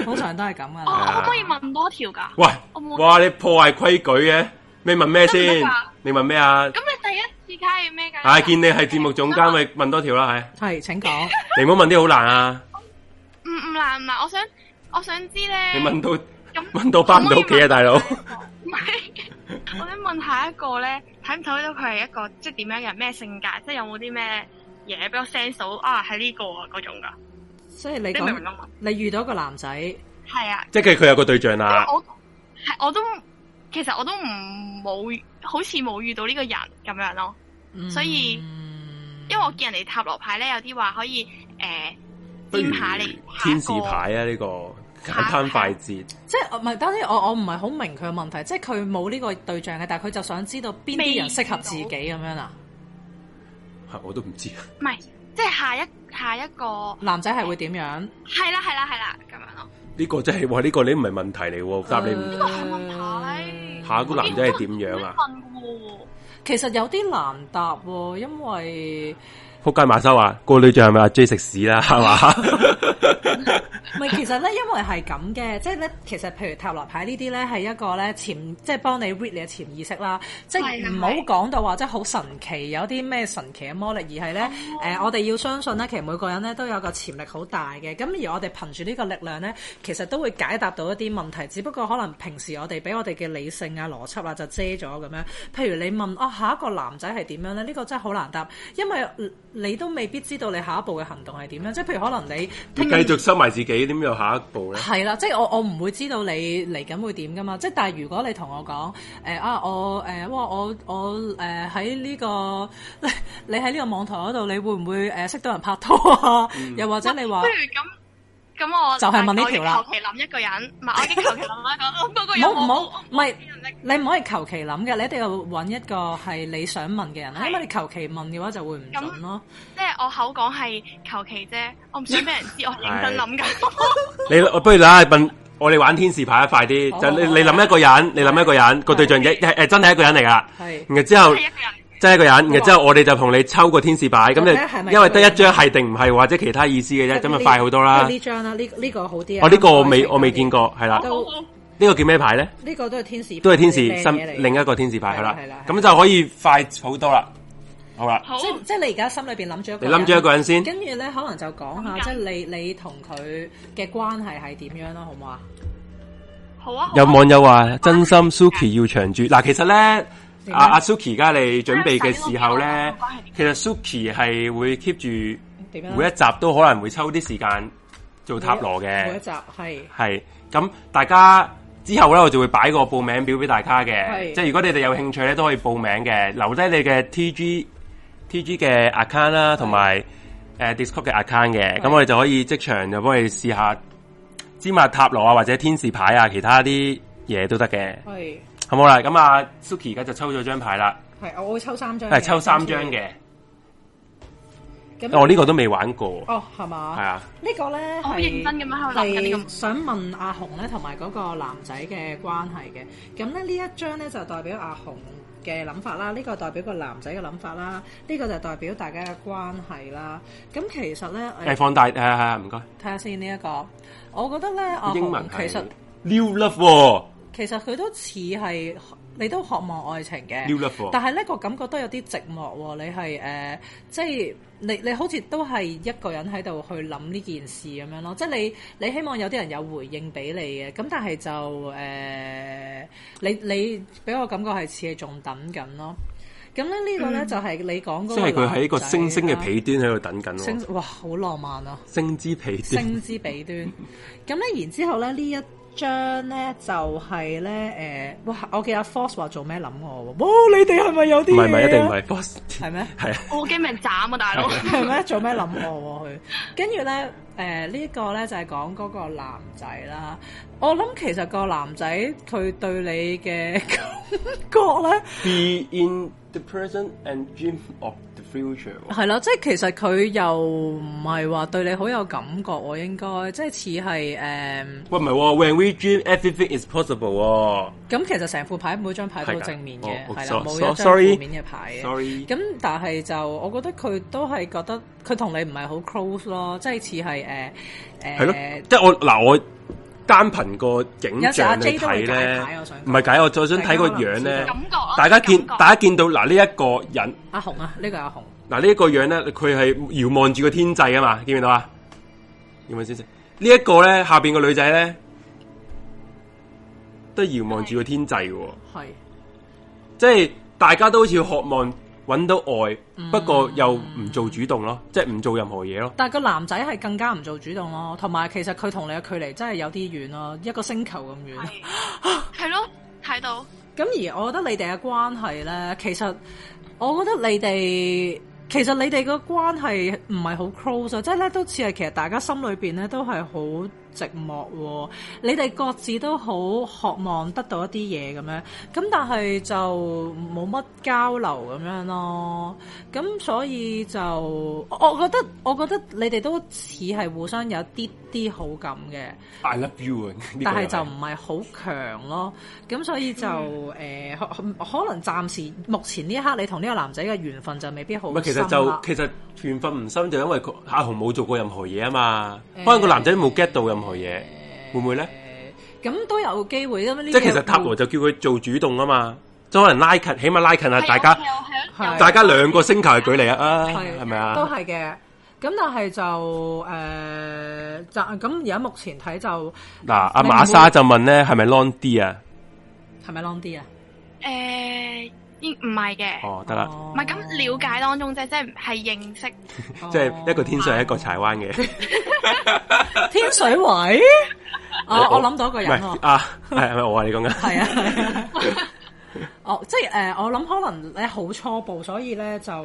通常都係咁噶
我
啦。
可唔可以問多條㗎？
喂
我，冇
哇！你破壞規矩嘅，你問咩
得唔
先
得㗎？
你問咩啊？
咁啊你第一次卡係咩㗎？
唉，見你係節目總監，咪問多條啦，係。
係，請講。
你唔好問啲好難
*laughs*
啊！
唔唔難唔難，我想我想知咧。
你問到
咁
*laughs* 問到翻唔到屋企啊，大佬！
唔係，我想問下一個咧，睇唔睇到佢係一個即係點樣嘅人，咩性格，即係有冇啲咩嘢俾我 sense 到啊？係呢個啊嗰種㗎，
即係你
你明唔明
講，
啊？
你遇到一個男仔，
係啊，
即係佢有個對象
因為
啦，
我係我都其實我都唔冇，好似冇遇到呢個人咁樣咯。
嗯
所以因為我見人哋塔羅牌咧，有啲話可以誒
不如
掂下你
天使牌啊！呢個簡單快捷，
即係唔係？當然我我唔係好明佢嘅問題，即係佢冇呢個對象嘅，但係佢就想知道邊啲人適合自己咁樣啊？
嗯
嚇我都唔知。
唔係即係下一下一個
男仔係會點樣？
係啦係啦係啦咁樣咯。
呢個真係哇！呢個你唔係問題嚟喎，答你唔
呢個係問題。
下一個男仔係點樣啊？
我已經問過喎
其實有啲難答喎，因為。
撲街馬修話個女象係咪阿 J 食屎啦？係
*laughs*
嘛？ *laughs*
唔係，其實咧，因為係咁嘅，即係咧，其實譬如塔羅牌呢啲咧，係一個咧潛，即係幫你 read 你嘅潛意識啦。即
係
係
啊
唔好講到話即係好神奇，有啲咩神奇嘅魔力，而係咧
哦
誒，我哋要相信咧，其實每個人咧都有個潛力好大嘅。咁而我哋憑住呢個力量咧，其實都會解答到一啲問題，只不過可能平時我哋俾我哋嘅理性啊、邏輯啊就遮咗咁樣。譬如你問啊，下一個男仔係點樣咧？呢、個真係好難答，因為呃你都未必知道你下一步嘅行動係點樣。即係譬如可能你
你繼續收埋自己，點有下一步咧？
係啦，即係我我唔會知道你嚟緊會點噶嘛。即係但係如果你同我講誒、啊，我誒、哇我我誒喺呢個 *laughs* 你喺呢個網台嗰度，你會唔會誒、識到人拍拖啊？
嗯
又或者你話
不如咁咁我
就係問呢條啦
我已經求其諗一個人，唔係我已經求其諗一個，嗰個
唔
人
好
我
唔好，唔係
我我我
你唔可以求其諗嘅，你一定要揾一個係你想問嘅人啦。
係
因為你求其問嘅話就會唔準咯。
即係我口講係求其啫，我唔想俾人知，我係認真諗㗎。
你哦不如啦，問我哋玩天使牌啊快啲！
好
就你
好
你諗一個人，你諗一個人個對象一
係
係誒真係一個人嚟噶，
係
然後之後
係。一個人。
真係一個人，然之後我哋就同你抽個天使牌，咁
或者係咪
你因為得一張係定唔係或者其他意思嘅啫，咁咪快好多啦
呢。張啦，呢呢個好啲啊。
我呢個我
啱啱
未
開始
我未見過，係啦，
都
呢個叫咩牌咧？
呢個都係天使牌，
都係天
靚
使
嘢嚟嘅
新另一個天使牌，係
係啦
啦
係啦，係啦
咁就可以快好多啦。好啦，
好，
即即係你而家心裏邊諗住一個
你諗住一個人先
跟住咧可能就講下，
諗緊
即係你你同佢嘅關係係點樣啦，好唔好啊？
好啊，好啊
有網友話真心 Suki 要長住嗱，其實咧，
點
阿
啊
阿 Suki 而家你準備嘅時候咧
關係，
其實 Suki 係會 keep 住
點樣啊？
每一集都可能會抽啲時間做塔羅
每一
嘅
集，係
係咁大家之後咧，我就會擺個報名表俾大家嘅，
係
即係如果你哋有興趣咧，都可以報名嘅，留低你嘅 T G T G 嘅 account 啦，同埋誒 Discord 嘅 account 嘅，咁我哋就可以即場就幫你試下芝麻塔羅啊，或者天使牌啊，其他啲嘢都得嘅。
係
好冇啦，咁啊，Suki 而家就抽咗張牌啦，
系我會抽三張嘅，
係抽三張嘅。哦
咁
我呢個都未玩過，
哦，係嘛？
係啊，
呢個咧
我好認真咁樣喺度諗緊呢個
係想問阿紅咧，同埋嗰個男仔嘅關係嘅。咁咧呢一張咧就代表阿紅嘅諗法啦，呢、個代表個男仔嘅諗法啦，呢、個就代表大家嘅關係啦。咁其實咧，
誒
誒
放大，係係係，唔該。
睇下先呢一個，我覺得咧阿
英文
紅
係
哦其實
New Love 喎，
其實佢都似係你都渴望愛情嘅
New love 喎
但係呢個感覺都有啲寂寞喎。你係誒、呃即係你你好似都係一個人喺度去諗呢件事咁樣咯。即係你你希望有啲人有回應俾你嘅，咁但係就誒、呃你你俾我感覺係似係仲等緊咯。咁咧呢個咧、就係你講嗰個
嗯即係佢喺一個
男仔
星星嘅
啦
彼端喺度等緊喎，
星哇好浪漫啊！
星之彼端。
星之彼端。咁咧，然之後咧呢一張咧就係咧誒，哇！我記得阿 Force 話做咩諗我喎，哇！你哋係咪有啲
唔
嘢啊
係唔係，一定唔係 boss，
係咩？
係啊，
我驚俾人斬啊，大佬！
係咩？做咩諗我喎佢？跟住咧，誒、呢一個咧就係講嗰個男仔啦。我諗其實個男仔佢對你嘅 *laughs* 感覺咧。
Be in the present and dream of the future 喎。
係啦，即係其實佢又唔係話對你好有感覺喎，應該即係似係誒，嗯
喂，唔係喎，When we dream, everything is possible 喎。
咁其實成副牌每張牌都
係㗎
正面
哦
嘅，
哦
係啦，
so-
冇一
so-
張
sorry
負面嘅牌嘅。
Sorry，
咁但係就我覺得佢都係覺得佢同你唔係好 close 咯，即係似係誒誒
係咯，即係我嗱我單憑個景象
有
嚟
時阿 J 都會
睇咧
解牌我想，講
唔係解，我再想睇個樣
大家可能唔知
咧
道
感，覺啊
大家見
感覺
大家見到嗱呢一個人。
阿紅啊，呢個阿紅
嗱呢一個樣咧，佢係遙望住個天際啊嘛，見唔見到啊？遙望先生，呢一個咧下邊個女仔咧，都遙望住個天際嘅喎，
係
即係大家都好似渴望揾到愛，
嗯
不過又唔做主動咯，即係唔做任何嘢咯。
但係個男仔係更加唔做主動咯，同埋其實佢同你嘅距離真係有啲遠咯，一個星球咁遠。
係咯，睇到
咁而我覺得你哋嘅關係咧，其實我覺得你哋其實你哋個關係唔係好 close 啊，即係咧都似係其實大家心裏邊咧都係好寂寞喎。你哋各自都好渴望得到一啲嘢咁樣，咁但係就冇乜交流咁樣咯。咁所以就我我覺得我覺得你哋都似係互相有啲啲好感嘅。
I love you 啊！呢個
但係
又
就唔係好強咯，咁所以就誒、
嗯
呃可可能暫時目前呢一刻，你同呢個男仔嘅緣分就未必好
唔係，其
深啊
實就
啦
其實緣分唔深，就因為佢阿紅冇做過任何嘢啊嘛，
誒
可能個男仔冇 get 到任何嘢，會唔會咧？
咁都有機會，因為呢
即係其實塔羅就叫佢做主動啊嘛，即係可能拉近，起碼拉近下
係
大家。
係啊
啊係
大家兩個星球嘅距離啊，
係
係咪
都
啊？
係嘅。咁但係就誒就咁而家目前睇就
嗱，阿馬莎就問咧，係咪 long D 啊？
係咪 long 啲啊？
誒，應唔係嘅，
哦，得啦，
哦哦
唔係咁了解當中啫，即係係認識。
即係一個天上，一個柴灣嘅。
天
*laughs*
水圍。我哦我諗到一個
唔
人喎
係。啊，係係咪我啊？你講緊
係啊係啊， *laughs* 哦，即係誒、呃我諗可能咧好初步，所以咧就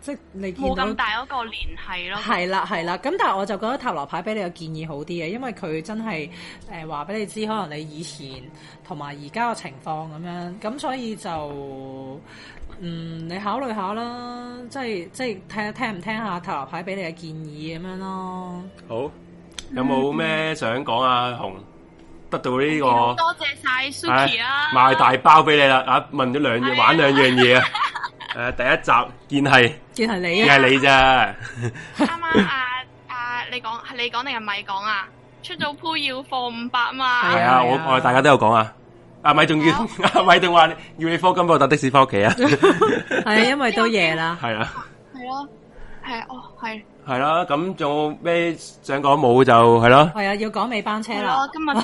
即係你見
冇咁
到
大嗰個聯繫咯。
係啦係啦，咁但係我就覺得塔羅牌俾你嘅建議好啲嘅，因為佢真係誒話俾你知，可能你以前同埋而家嘅情況咁樣，咁所以就。嗯，你考慮下啦，即係即係睇下聽唔聽下塔羅牌俾你嘅建議咁樣咯。
好，有冇咩想講啊？紅得到呢個
多謝晒
哦唉
Suki 啊，
賣大包俾你啦！啊，問咗兩嘢，玩兩樣嘢啊！誒，
*laughs*
第一集見係
見係你
見
啊，
係你咋？
啱啱啊啊，你講係你講定係咪講啊？出咗鋪要放五百嘛
係
係？
啊，
啊
我我大家都有講啊。阿米仲要
好
阿米仲話要你科金幫我搭的士翻屋企
*laughs*
啊！
係啊，因為都夜啦。
係啊。
係咯，係哦，係
系啦，咁仲有咩想講冇就係啦，
係啊，要趕尾班車
係
啦
咯，。今日就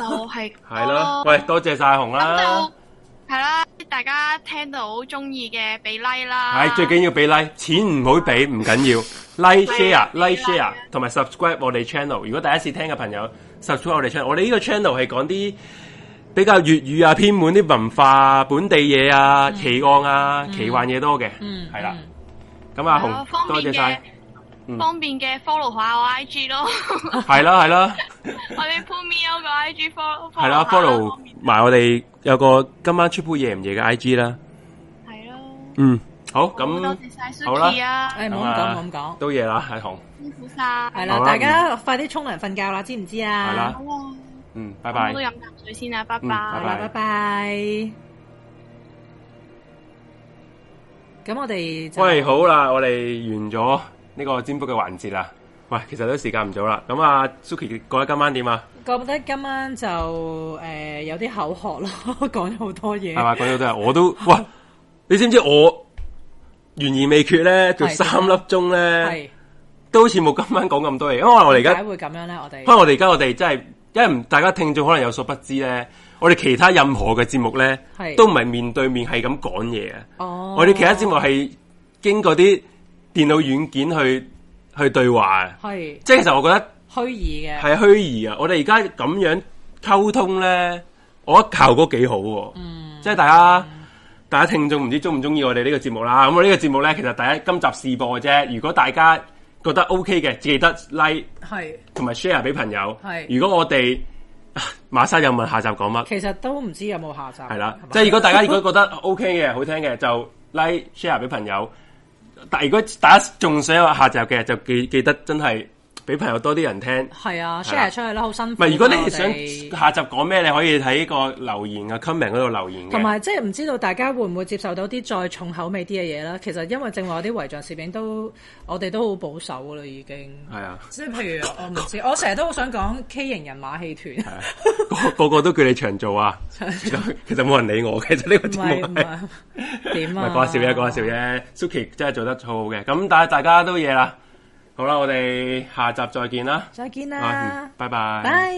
*laughs*
係哦
係啦，喂，啊多謝晒紅
咁
啦
就，係啦，大家聽到中意嘅俾 like 啦，
係最緊要俾 like，錢唔好俾唔
*laughs*
緊要，like
啊
share like share，同埋 subscribe 我哋 channel。如果第一次聽嘅朋友 subscribe 我哋 channel，我哋呢個 channel 係講啲比較粵語啊、偏門啲文化、本地嘢
嗯
啊、奇案啊、奇幻嘢多嘅，
嗯，
係啦
嗯。
咁阿
係咯啊
紅，
方
多
便
謝
*laughs*
晒，嗯
嘅方便嘅 follow 下我 IG 咯，
係啦係啦，
我哋 p u l m e o 個 IG follow
係啦
下啦
，follow
方便
埋我哋有個今晚出杯夜唔夜嘅 I G 啦。
係咯。
嗯，好
好多
咁
謝晒
好啦
Suki 啊，
哎诶，唔好咁講，唔好咁講。
都夜啦，阿紅，
辛苦晒。
好
係啦，
啦嗯
大家快啲沖涼瞓覺啦，知唔知啊？
係啦
好啊，
嗯，拜
我
拜
都。飲啖水先啦，拜
嗯拜
好
拜。
啦，拜拜。咁我哋就
喂，好啦，我哋完咗呢個占卜嘅環節啦。喂，其實都時間唔早啦。咁啊，Suki 覺得今晚點啊？
覺得今晚就誒、呃有啲口渴咯， *laughs* 講咗好多嘢
係。嘛？講到都係，我都哇！你知唔知我懸而未決咧？做
係
三粒鐘咧，
係
都好似冇今晚講咁多嘢。因為可能我哋而
點
家
解會咁樣咧？我哋
不過我哋而家我哋真係，因為唔大家聽眾可能有所不知咧，我哋其他任何嘅節目咧
係，
都唔係面對面係咁講嘢啊。
哦，
我哋其他節目係經過啲電腦軟件去去對話啊。
係
即係其實我覺得
虛擬嘅，
係虛擬啊！我哋而家咁樣溝通咧，我覺得效果幾好喎。
嗯，
即係大家。大家聽眾唔知中唔中意我哋呢個節目啦，咁我呢個節目咧，其實第一今集試播嘅啫。如果大家覺得 OK 嘅，記得 like
係
同埋 share 俾朋友。
係
如果我哋 *laughs* 馬沙又問下集講乜，
其實都唔知有冇下集。
係啦
係嘛，
即係如果大家如果覺得 OK 嘅好聽嘅，就 like share 俾朋友。但如果大家仲想有下集嘅，就記記得真係俾朋友多啲人聽。
*laughs* 係啊
係啦
，share 出去啦，好辛
唔
苦㗎。啊
係，如果你係
我
想
哋
下集講咩，你可以喺個留言嘅 comment 嗰度留言嘅。
同埋即係唔知道大家會唔會接受到啲再重口味啲嘅嘢啦？其實因為正話我啲遺像攝影都我哋都好保守噶啦，已經。
係啊。 *laughs*
即係譬如我唔知，我成日都好想講 K 型人馬戲團，
個個個都叫你長做啊！ *laughs* 其實冇人理我嘅，其實呢個
*laughs* 唔係
*laughs* 節
唔
目係
係點
唔
啊？
係講下笑嘢，講下笑嘢。Suki 真係做得好好嘅，咁但係大家都嘢啦。好啦，我哋下集再見啦，
再見
啊
啦，
拜拜，
拜。